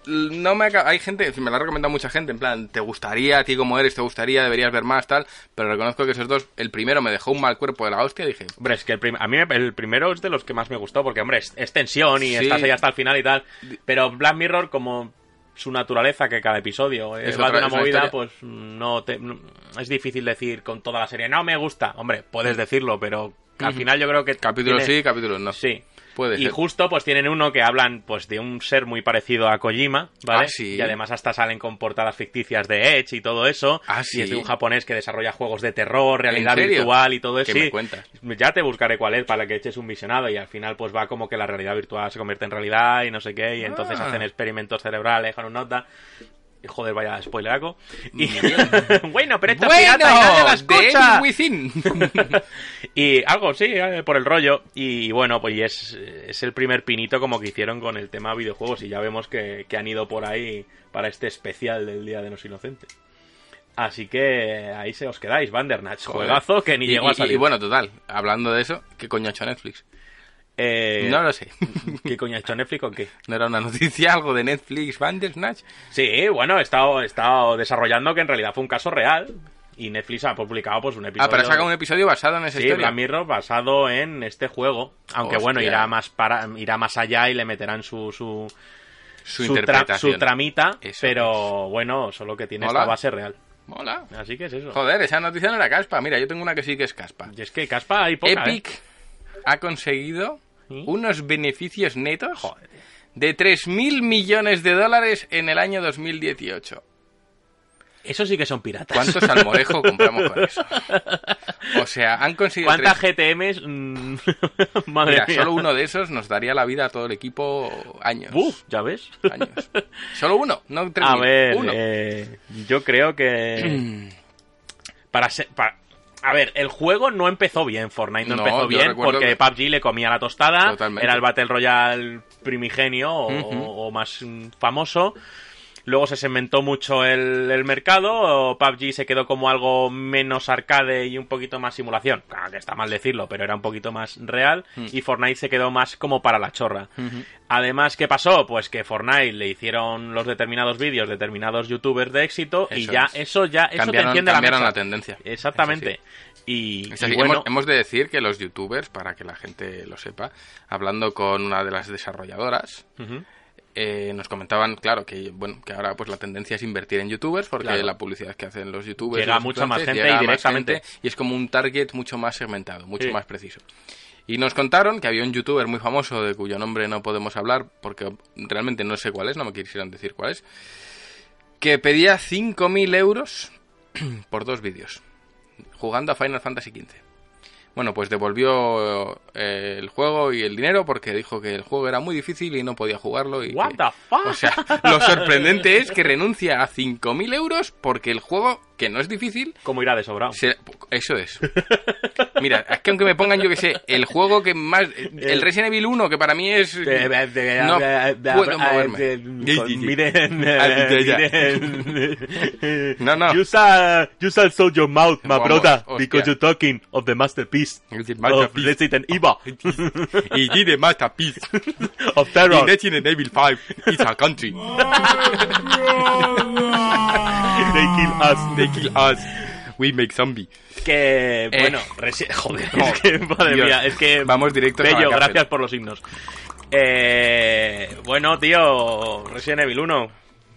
Speaker 5: No me acaba- hay gente, me la ha recomendado mucha gente, en plan, te gustaría, a ti como eres, te gustaría, deberías ver más, tal, pero reconozco que esos dos, el primero me dejó un mal cuerpo de la hostia, dije,
Speaker 4: Hombre, es que el prim- a mí me- el primero es de los que más me gustó, porque, hombre, es, es tensión y
Speaker 5: Sí.
Speaker 4: estás ahí hasta el final y tal. Pero Black Mirror, como su naturaleza, que cada episodio eh,
Speaker 5: Es
Speaker 4: va
Speaker 5: otra-
Speaker 4: de una
Speaker 5: es una
Speaker 4: movida,
Speaker 5: historia.
Speaker 4: pues no, te, no- es difícil decir con toda la serie, no me gusta. Hombre, puedes decirlo, pero al final yo creo que.
Speaker 5: capítulo
Speaker 4: tiene-
Speaker 5: sí, capítulo no.
Speaker 4: Sí.
Speaker 5: Puede
Speaker 4: y
Speaker 5: ser.
Speaker 4: justo pues tienen uno que hablan pues de un ser muy parecido a Kojima, ¿vale?
Speaker 5: Ah, sí.
Speaker 4: Y además hasta salen con portadas ficticias de Edge y todo eso.
Speaker 5: Ah,
Speaker 4: Y es
Speaker 5: sí.
Speaker 4: de un japonés que desarrolla juegos de terror, realidad
Speaker 5: serio?
Speaker 4: virtual y todo eso.
Speaker 5: ¿Qué
Speaker 4: Sí.
Speaker 5: me cuentas?
Speaker 4: Ya te buscaré cuál es para que eches un visionado y al final pues va como que la realidad virtual se convierte en realidad y no sé qué y entonces
Speaker 5: Ah.
Speaker 4: hacen experimentos cerebrales con un nota. Y, Joder, vaya spoileraco. Y... bueno, pero esta
Speaker 5: bueno,
Speaker 4: pirata y nadie la
Speaker 5: The Evil
Speaker 4: escucha.
Speaker 5: Within.
Speaker 4: Y algo, sí, eh, por el rollo. Y bueno, pues y es, es el primer pinito como que hicieron con el tema videojuegos. Y ya vemos que, que han ido por ahí para este especial del Día de los Inocentes. Así que ahí se os quedáis, Bandernach.
Speaker 5: Joder.
Speaker 4: Juegazo que ni
Speaker 5: Y-
Speaker 4: llegó a
Speaker 5: y-
Speaker 4: salir.
Speaker 5: Y, bueno, total, hablando de eso, ¿qué coño ha hecho Netflix?
Speaker 4: Eh,
Speaker 5: No lo sé.
Speaker 4: ¿Qué coño ha hecho Netflix o qué?
Speaker 5: ¿No era una noticia algo de Netflix, Bandersnatch?
Speaker 4: Sí, bueno, he estado, he estado desarrollando que en realidad fue un caso real. Y Netflix ha publicado pues un episodio.
Speaker 5: Ah, pero saca un episodio basado en esa
Speaker 4: Sí,
Speaker 5: historia.
Speaker 4: Black Mirror basado en este juego. Aunque bueno,
Speaker 5: Hostia.
Speaker 4: irá más para, irá más allá y le meterán su- su,
Speaker 5: su,
Speaker 4: tra-
Speaker 5: interpretación.
Speaker 4: su tramita,
Speaker 5: Eso
Speaker 4: pero bueno, solo que tiene
Speaker 5: Mola.
Speaker 4: esta base real.
Speaker 5: Mola.
Speaker 4: Así que es eso.
Speaker 5: Joder, esa noticia no era caspa. Mira, yo tengo una que sí que es caspa.
Speaker 4: Y es que Caspa hay poca, ¿eh?
Speaker 5: Epic ha conseguido
Speaker 4: ¿Sí?
Speaker 5: unos beneficios netos de 3.000 millones de dólares en el año 2018.
Speaker 4: Eso sí que son piratas.
Speaker 5: ¿Cuántos almorejo compramos con eso? O sea, han conseguido...
Speaker 4: ¿Cuántas
Speaker 5: tres-
Speaker 4: GTMs? Mm, Madre
Speaker 5: Mira,
Speaker 4: mía.
Speaker 5: solo uno de esos nos daría la vida a todo el equipo años.
Speaker 4: Uf, ya ves.
Speaker 5: Años. Solo uno, no 3.000.
Speaker 4: A ver,
Speaker 5: uno.
Speaker 4: eh, yo creo que para ser para- a ver, el juego no empezó bien, Fortnite no,
Speaker 5: No,
Speaker 4: empezó
Speaker 5: yo
Speaker 4: bien
Speaker 5: recuerdo
Speaker 4: porque
Speaker 5: que-
Speaker 4: PUBG le comía la tostada,
Speaker 5: Totalmente.
Speaker 4: era el Battle Royale primigenio o,
Speaker 5: Ujú.
Speaker 4: o más mm, famoso. Luego se segmentó mucho el, el mercado, o PUBG se quedó como algo menos arcade y un poquito más simulación. Claro que está mal decirlo, pero era un poquito más real.
Speaker 5: Hmm.
Speaker 4: Y Fortnite se quedó más como para la chorra. Además, ¿qué pasó? Pues que Fortnite le hicieron los determinados vídeos, determinados youtubers de éxito, y
Speaker 5: Eso
Speaker 4: ya,
Speaker 5: es.
Speaker 4: eso ya, eso te
Speaker 5: Cambiaron-
Speaker 4: enciende la
Speaker 5: cambiaron
Speaker 4: mesa.
Speaker 5: la tendencia.
Speaker 4: Exactamente.
Speaker 5: Eso
Speaker 4: Y,
Speaker 5: Es así,
Speaker 4: y bueno,
Speaker 5: hemos, hemos de decir que los youtubers, para que la gente lo sepa, hablando con una de las desarrolladoras,
Speaker 4: ujú.
Speaker 5: eh, nos comentaban, claro, que bueno, que ahora pues la tendencia es invertir en youtubers, porque
Speaker 4: Claro.
Speaker 5: la publicidad que hacen los youtubers
Speaker 4: Llega
Speaker 5: los
Speaker 4: a mucha más
Speaker 5: influencers,
Speaker 4: gente
Speaker 5: llega
Speaker 4: y
Speaker 5: a más
Speaker 4: directamente.
Speaker 5: gente, y es como un target mucho más segmentado, mucho
Speaker 4: Sí.
Speaker 5: más preciso. Y nos contaron que había un youtuber muy famoso de cuyo nombre no podemos hablar porque realmente no sé cuál es, no me quisieron decir cuál es, que pedía 5.000 euros por dos vídeos, jugando a Final Fantasy XV. Bueno, pues devolvió eh, el juego y el dinero porque dijo que el juego era muy difícil y no podía jugarlo. Y
Speaker 4: What
Speaker 5: que-
Speaker 4: the fuck?
Speaker 5: O sea, lo sorprendente es que renuncia a 5.000 euros porque el juego, que no es difícil,
Speaker 4: ¿Cómo irá de sobrado?
Speaker 5: se- Eso es. Mira, es que aunque me pongan, yo que sé, el juego que más... El Resident Evil 1, que para mí es... No puedo moverme.
Speaker 4: Miren, eh,
Speaker 5: ya, ya.
Speaker 4: miren.
Speaker 5: No, no.
Speaker 4: Use, uh, use also your mouth, my
Speaker 5: Vamos,
Speaker 4: brother,
Speaker 5: hostia.
Speaker 4: because you're talking of the masterpiece
Speaker 5: The
Speaker 4: of
Speaker 5: masterpiece.
Speaker 4: Resident
Speaker 5: Oh,
Speaker 4: Evil,
Speaker 5: Y did masterpiece.
Speaker 4: of terror.
Speaker 5: Resident Evil 5 is a country.
Speaker 4: They kill us.
Speaker 5: They kill us. We make zombie.
Speaker 4: Que,
Speaker 5: Eh.
Speaker 4: bueno, resi- joder,
Speaker 5: No,
Speaker 4: es que, madre
Speaker 5: Dios.
Speaker 4: mía, es que...
Speaker 5: Vamos directos a la
Speaker 4: Bello,
Speaker 5: cárcel.
Speaker 4: gracias por los himnos. Eh, bueno, tío, Resident Evil 1.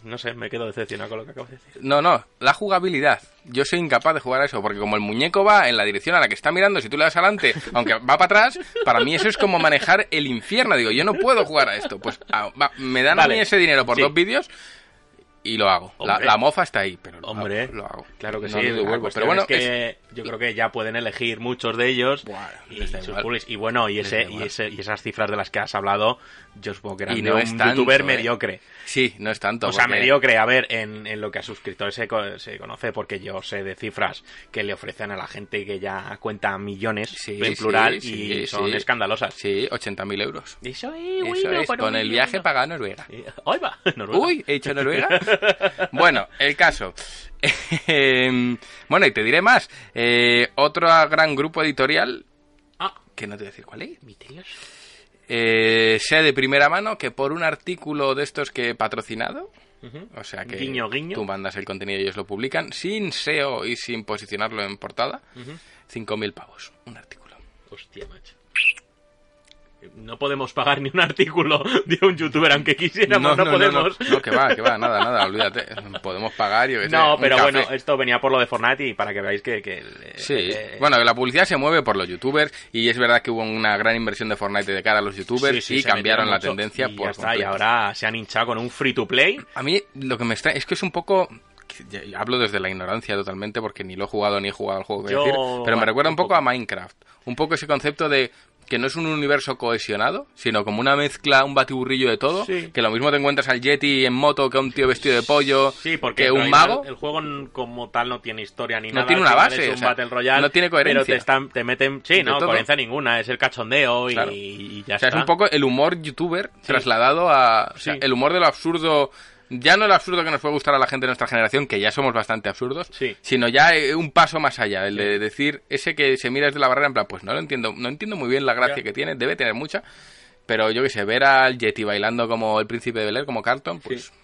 Speaker 4: No sé, me quedo decepcionado con lo que acabas de decir.
Speaker 5: No, no, la jugabilidad. Yo soy incapaz de jugar a eso, porque como el muñeco va en la dirección a la que está mirando, si tú le das adelante, aunque va para atrás, para mí eso es como manejar el infierno. Digo, yo no puedo jugar a esto. Pues ah, va, me dan a
Speaker 4: Vale.
Speaker 5: mí ese dinero por
Speaker 4: Sí.
Speaker 5: dos vídeos y lo hago. La,
Speaker 4: Hombre.
Speaker 5: la mofa está ahí, pero lo,
Speaker 4: Hombre,
Speaker 5: hago, lo hago.
Speaker 4: Claro que
Speaker 5: No
Speaker 4: sí,
Speaker 5: lo
Speaker 4: la
Speaker 5: devuelvo,
Speaker 4: cuestión
Speaker 5: Pero bueno,
Speaker 4: es que yo creo que ya pueden elegir muchos de ellos
Speaker 5: Buah,
Speaker 4: y,
Speaker 5: les da
Speaker 4: sus
Speaker 5: igual.
Speaker 4: publis- y bueno, y,
Speaker 5: Les
Speaker 4: ese,
Speaker 5: da
Speaker 4: y,
Speaker 5: igual.
Speaker 4: ese- y esas cifras de las que has hablado, yo supongo que eran
Speaker 5: Y
Speaker 4: de
Speaker 5: no
Speaker 4: un
Speaker 5: es tanto,
Speaker 4: youtuber
Speaker 5: eh.
Speaker 4: mediocre.
Speaker 5: sí, no es tanto.
Speaker 4: O sea,
Speaker 5: porque-
Speaker 4: mediocre, a ver, en, en lo que a suscriptores se, co- se conoce, porque yo sé de cifras que le ofrecen a la gente que ya cuenta millones
Speaker 5: Sí,
Speaker 4: en
Speaker 5: sí,
Speaker 4: plural
Speaker 5: sí,
Speaker 4: y son
Speaker 5: sí.
Speaker 4: escandalosas.
Speaker 5: Sí, 80.000 euros.
Speaker 4: Eso es,
Speaker 5: Eso
Speaker 4: bueno,
Speaker 5: es,
Speaker 4: para
Speaker 5: con
Speaker 4: un
Speaker 5: el
Speaker 4: niño,
Speaker 5: viaje
Speaker 4: bueno.
Speaker 5: pagado a Noruega.
Speaker 4: Eh, Ahí va, Noruega.
Speaker 5: Uy, he dicho Noruega. bueno, el caso. Em, bueno, y te diré más. Eh, otro gran grupo editorial,
Speaker 4: Ah,
Speaker 5: que no te voy a decir cuál es,
Speaker 4: mi Dios.
Speaker 5: eh, sé de primera mano que por un artículo de estos que he patrocinado,
Speaker 4: Ujú.
Speaker 5: o sea que
Speaker 4: Guiño, guiño.
Speaker 5: tú mandas el contenido y ellos lo publican, sin SEO y sin posicionarlo en portada,
Speaker 4: Ujú.
Speaker 5: 5.000 pavos, un artículo.
Speaker 4: Hostia, macho. No podemos pagar ni un artículo de un youtuber, aunque quisiéramos, no, podemos.
Speaker 5: No,
Speaker 4: No,
Speaker 5: no, que va, que va, nada, nada, olvídate. Podemos pagar, yo qué sé, un
Speaker 4: pero
Speaker 5: café.
Speaker 4: bueno, esto venía por lo de Fortnite y para que veáis que... que el, eh,
Speaker 5: Sí,
Speaker 4: eh,
Speaker 5: bueno, la publicidad se mueve por los youtubers y es verdad que hubo una gran inversión de Fortnite de cara a los youtubers
Speaker 4: sí, sí,
Speaker 5: y
Speaker 4: se
Speaker 5: cambiaron
Speaker 4: metieron
Speaker 5: la
Speaker 4: mucho
Speaker 5: tendencia
Speaker 4: y ya
Speaker 5: por
Speaker 4: está, y
Speaker 5: completo.
Speaker 4: ahora se han hinchado con un free to play.
Speaker 5: A mí lo que me extraña es que es un poco... ya- ya Hablo desde la ignorancia totalmente porque ni lo he jugado ni he jugado al juego,
Speaker 4: Yo-
Speaker 5: quiero decir, pero me
Speaker 4: bueno,
Speaker 5: recuerda un
Speaker 4: un
Speaker 5: poco
Speaker 4: poco.
Speaker 5: a Minecraft. Un poco ese concepto de que no es un universo cohesionado, sino como una mezcla, un batiburrillo de todo,
Speaker 4: Sí.
Speaker 5: que lo mismo te encuentras al Yeti en moto que a un tío vestido de pollo,
Speaker 4: Sí, porque
Speaker 5: que
Speaker 4: en
Speaker 5: un
Speaker 4: realidad
Speaker 5: mago.
Speaker 4: El juego n- como tal no tiene historia ni
Speaker 5: No
Speaker 4: nada. al
Speaker 5: tiene una
Speaker 4: final
Speaker 5: base,
Speaker 4: es un
Speaker 5: o sea,
Speaker 4: Battle Royale,
Speaker 5: no tiene coherencia.
Speaker 4: Pero te, están, te meten. Sí,
Speaker 5: De
Speaker 4: no,
Speaker 5: todo.
Speaker 4: coherencia ninguna. Es el cachondeo y,
Speaker 5: Claro.
Speaker 4: y ya
Speaker 5: O sea, es
Speaker 4: está.
Speaker 5: un poco el humor youtuber trasladado a... o sea,
Speaker 4: Sí.
Speaker 5: el humor de lo absurdo... Ya no el absurdo que nos puede gustar a la gente de nuestra generación, que ya somos bastante absurdos,
Speaker 4: Sí.
Speaker 5: sino ya eh, un paso más allá, el de decir, ese que se mira desde la barrera, en plan, pues no lo entiendo, no entiendo muy bien la gracia
Speaker 4: Ya.
Speaker 5: que tiene, debe tener mucha, pero yo que sé, ver al Yeti bailando como el príncipe de Bel-Air, como Carlton, pues... bueno,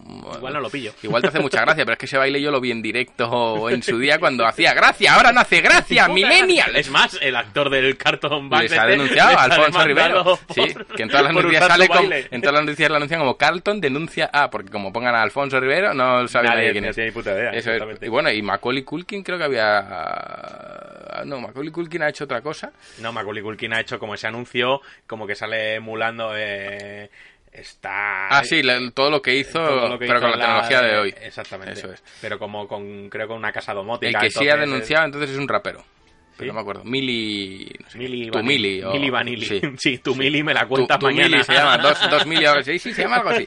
Speaker 4: Igual no lo pillo.
Speaker 5: Igual te hace mucha gracia, pero es que ese baile yo lo vi en directo en su día cuando hacía gracia, ahora no hace gracia, millennial.
Speaker 4: Es más, el actor del Carton Bank
Speaker 5: Les ha
Speaker 4: este,
Speaker 5: denunciado
Speaker 4: les ha
Speaker 5: Alfonso Rivero.
Speaker 4: demandado
Speaker 5: Sí,
Speaker 4: por-
Speaker 5: que en todas las
Speaker 4: por
Speaker 5: noticias
Speaker 4: usar su
Speaker 5: sale como,
Speaker 4: baile.
Speaker 5: en todas las noticias lo anuncian como Carlton denuncia a, porque como pongan a Alfonso Rivero no sabe nadie,
Speaker 4: Nadie
Speaker 5: quién
Speaker 4: no
Speaker 5: es.
Speaker 4: tiene ni puta idea,
Speaker 5: Eso es.
Speaker 4: exactamente.
Speaker 5: Y bueno, y Macaulay Culkin creo que había ah, no, Macaulay Culkin ha hecho otra cosa.
Speaker 4: No, Macaulay Culkin ha hecho como ese anuncio, como que sale emulando. Eh, está.
Speaker 5: Ah, sí, la- todo lo que hizo,
Speaker 4: todo lo que
Speaker 5: pero
Speaker 4: hizo
Speaker 5: con la, tecnología de hoy.
Speaker 4: Exactamente.
Speaker 5: Eso es.
Speaker 4: Pero como con, creo con una casa
Speaker 5: El
Speaker 4: domótica.
Speaker 5: que sí ha
Speaker 4: entonces,
Speaker 5: denunciado entonces es un rapero.
Speaker 4: ¿Sí?
Speaker 5: Pero no me acuerdo. Mili, no sé,
Speaker 4: Mili
Speaker 5: tu
Speaker 4: Vanilli.
Speaker 5: Mili o-
Speaker 4: Mili Vanilli.
Speaker 5: sí.
Speaker 4: Sí, tu Mili me la
Speaker 5: Tu,
Speaker 4: cuentas
Speaker 5: tu
Speaker 4: mañana.
Speaker 5: mili se llama, dos, dos mili o algo así. Sí, se llama algo así.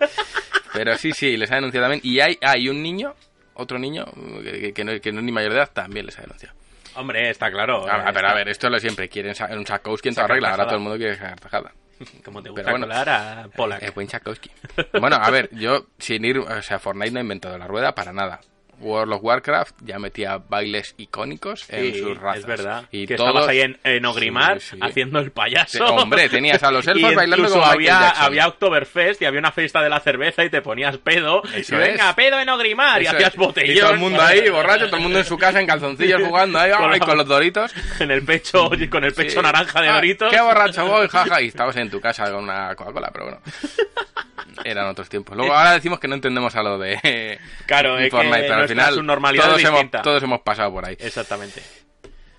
Speaker 5: Pero sí, sí, les ha denunciado también. Y hay, hay un niño, otro niño, que, que- que no, que no es ni mayor de edad, también les ha denunciado.
Speaker 4: Hombre, está claro.
Speaker 5: A, a ver, a
Speaker 4: está-
Speaker 5: ver, esto es lo de siempre. Quieren sa- un Chakowski en toda
Speaker 4: Sacar
Speaker 5: regla. Ahora
Speaker 4: tajada.
Speaker 5: todo el mundo quiere sacar tajada.
Speaker 4: Como te gusta
Speaker 5: pero bueno. eh, pues,
Speaker 4: colar a Polak.
Speaker 5: Es buen Chakowski. Bueno, a ver, yo sin ir... O sea, Fortnite no ha inventado la rueda para nada. World of Warcraft ya metía bailes icónicos en
Speaker 4: Sí,
Speaker 5: sus razas.
Speaker 4: Es verdad.
Speaker 5: Y
Speaker 4: que
Speaker 5: todos-
Speaker 4: estabas ahí en, en Ogrimar
Speaker 5: Sí, sí.
Speaker 4: haciendo el payaso.
Speaker 5: Sí, hombre, tenías a los elfos
Speaker 4: Y
Speaker 5: bailando
Speaker 4: incluso
Speaker 5: como Michael
Speaker 4: había,
Speaker 5: Jackson.
Speaker 4: había Oktoberfest y había una fiesta de la cerveza y te ponías pedo.
Speaker 5: Eso
Speaker 4: y venga,
Speaker 5: es.
Speaker 4: pedo en Ogrimar y
Speaker 5: Eso
Speaker 4: hacías
Speaker 5: es.
Speaker 4: botellón.
Speaker 5: Y todo el mundo ahí, borracho, todo el mundo en su casa, en calzoncillos jugando ahí,
Speaker 4: Con
Speaker 5: ay,
Speaker 4: la-
Speaker 5: con los doritos.
Speaker 4: En el pecho, con el pecho
Speaker 5: Sí.
Speaker 4: naranja de
Speaker 5: Ah,
Speaker 4: Doritos.
Speaker 5: Qué borracho voy, jaja. Y estabas en tu casa con una Coca-Cola, pero bueno. Eran otros tiempos. Luego ahora decimos que no entendemos a lo de
Speaker 4: Eh. Claro, es que
Speaker 5: Fortnite, pero al
Speaker 4: nuestra
Speaker 5: final
Speaker 4: subnormalidad
Speaker 5: todos,
Speaker 4: es
Speaker 5: hemos,
Speaker 4: distinta.
Speaker 5: todos hemos pasado por ahí.
Speaker 4: Exactamente.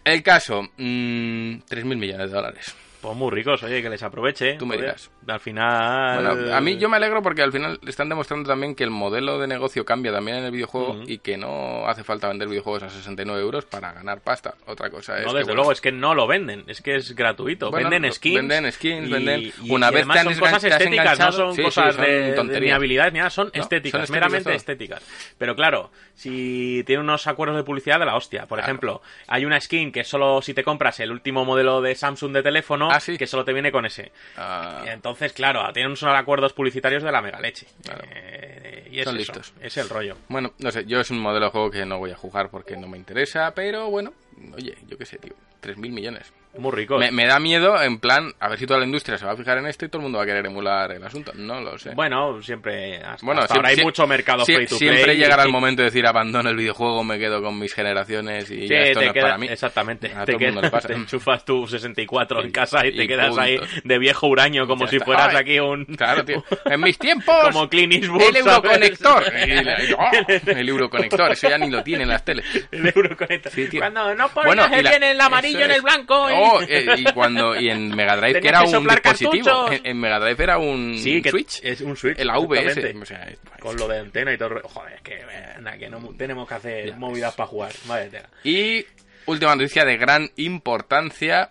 Speaker 5: El caso, mm, 3.000 millones de dólares.
Speaker 4: Pues muy ricos, oye, que les aproveche.
Speaker 5: Tú me
Speaker 4: joder.
Speaker 5: dirás.
Speaker 4: Al final.
Speaker 5: Bueno, a mí yo me alegro porque al final están demostrando también que el modelo de negocio cambia también en el videojuego
Speaker 4: Ujú.
Speaker 5: y que no hace falta vender videojuegos a 69 euros para ganar pasta. Otra cosa es
Speaker 4: No,
Speaker 5: que,
Speaker 4: desde
Speaker 5: bueno,
Speaker 4: luego, es que no lo venden, es que es gratuito.
Speaker 5: Bueno,
Speaker 4: venden
Speaker 5: lo-
Speaker 4: skins.
Speaker 5: venden skins,
Speaker 4: y-
Speaker 5: venden-
Speaker 4: y-
Speaker 5: una
Speaker 4: y
Speaker 5: vez
Speaker 4: además
Speaker 5: te han
Speaker 4: son
Speaker 5: engan-
Speaker 4: cosas
Speaker 5: te has
Speaker 4: estéticas, no
Speaker 5: enganchado.
Speaker 4: son
Speaker 5: Sí, sí,
Speaker 4: cosas
Speaker 5: son
Speaker 4: de- de, ni
Speaker 5: tonterías.
Speaker 4: habilidades ni nada, son
Speaker 5: son
Speaker 4: estéticas,
Speaker 5: estéticas
Speaker 4: meramente
Speaker 5: todo.
Speaker 4: estéticas. Pero claro, si tiene unos acuerdos de publicidad de la hostia. Por
Speaker 5: Claro.
Speaker 4: ejemplo, hay una skin que solo si te compras el último modelo de Samsung de teléfono,
Speaker 5: Ah, sí.
Speaker 4: que solo te viene con ese.
Speaker 5: ah,
Speaker 4: Y entonces, claro, tienen unos acuerdos publicitarios de la mega leche.
Speaker 5: Claro.
Speaker 4: Eh, y es
Speaker 5: Son
Speaker 4: eso,
Speaker 5: listos.
Speaker 4: es el rollo.
Speaker 5: bueno, no sé, yo es un modelo de juego que no voy a jugar porque no me interesa, pero bueno, oye, yo qué sé, tío, 3.000 millones.
Speaker 4: Muy rico. eh.
Speaker 5: Me, me da miedo, en plan, a ver si toda la industria se va a fijar en esto y todo el mundo va a querer emular el asunto. No lo sé.
Speaker 4: Bueno, siempre. Hasta,
Speaker 5: Bueno,
Speaker 4: hasta
Speaker 5: siem-
Speaker 4: ahora hay
Speaker 5: sie-
Speaker 4: mucho mercado
Speaker 5: sie-
Speaker 4: free to
Speaker 5: Siempre
Speaker 4: play.
Speaker 5: llegará
Speaker 4: y-
Speaker 5: el momento de decir abandono el videojuego, me quedo con mis generaciones
Speaker 4: Sí,
Speaker 5: y ya esto
Speaker 4: te
Speaker 5: no
Speaker 4: queda-
Speaker 5: es para mí.
Speaker 4: Exactamente.
Speaker 5: A
Speaker 4: te,
Speaker 5: todo el mundo le
Speaker 4: quedas-
Speaker 5: pasa.
Speaker 4: te enchufas tu 64 en casa y,
Speaker 5: Y
Speaker 4: te quedas
Speaker 5: punto.
Speaker 4: ahí de viejo huraño, como
Speaker 5: Ya
Speaker 4: si
Speaker 5: está.
Speaker 4: fueras
Speaker 5: Ay,
Speaker 4: aquí un.
Speaker 5: Claro, tío. En mis tiempos.
Speaker 4: Como Clint Eastwood,
Speaker 5: El euroconector.
Speaker 4: ¿sabes?
Speaker 5: Y la- y- ¡oh! el euroconector. Eso ya ni lo tienen las teles.
Speaker 4: El Euroconector.
Speaker 5: Sí, tío.
Speaker 4: Cuando no pones
Speaker 5: Bueno, y
Speaker 4: el
Speaker 5: la-
Speaker 4: bien en el amarillo,
Speaker 5: eso
Speaker 4: en el
Speaker 5: es.
Speaker 4: blanco. y-
Speaker 5: Oh, eh, y cuando y en Mega Drive que
Speaker 4: Tenías
Speaker 5: era
Speaker 4: que
Speaker 5: un
Speaker 4: soplar
Speaker 5: dispositivo.
Speaker 4: cartuchos.
Speaker 5: En, en Mega Drive era un
Speaker 4: Sí, que
Speaker 5: Switch.
Speaker 4: es un Switch.
Speaker 5: El AVS.
Speaker 4: exactamente.
Speaker 5: O sea, es-
Speaker 4: Con lo de antena y todo. el rollo. Joder, es que, eh, nada, que no mu- tenemos que hacer
Speaker 5: Ya
Speaker 4: movidas
Speaker 5: ves.
Speaker 4: para jugar. Vaya tela.
Speaker 5: Y última noticia de gran importancia.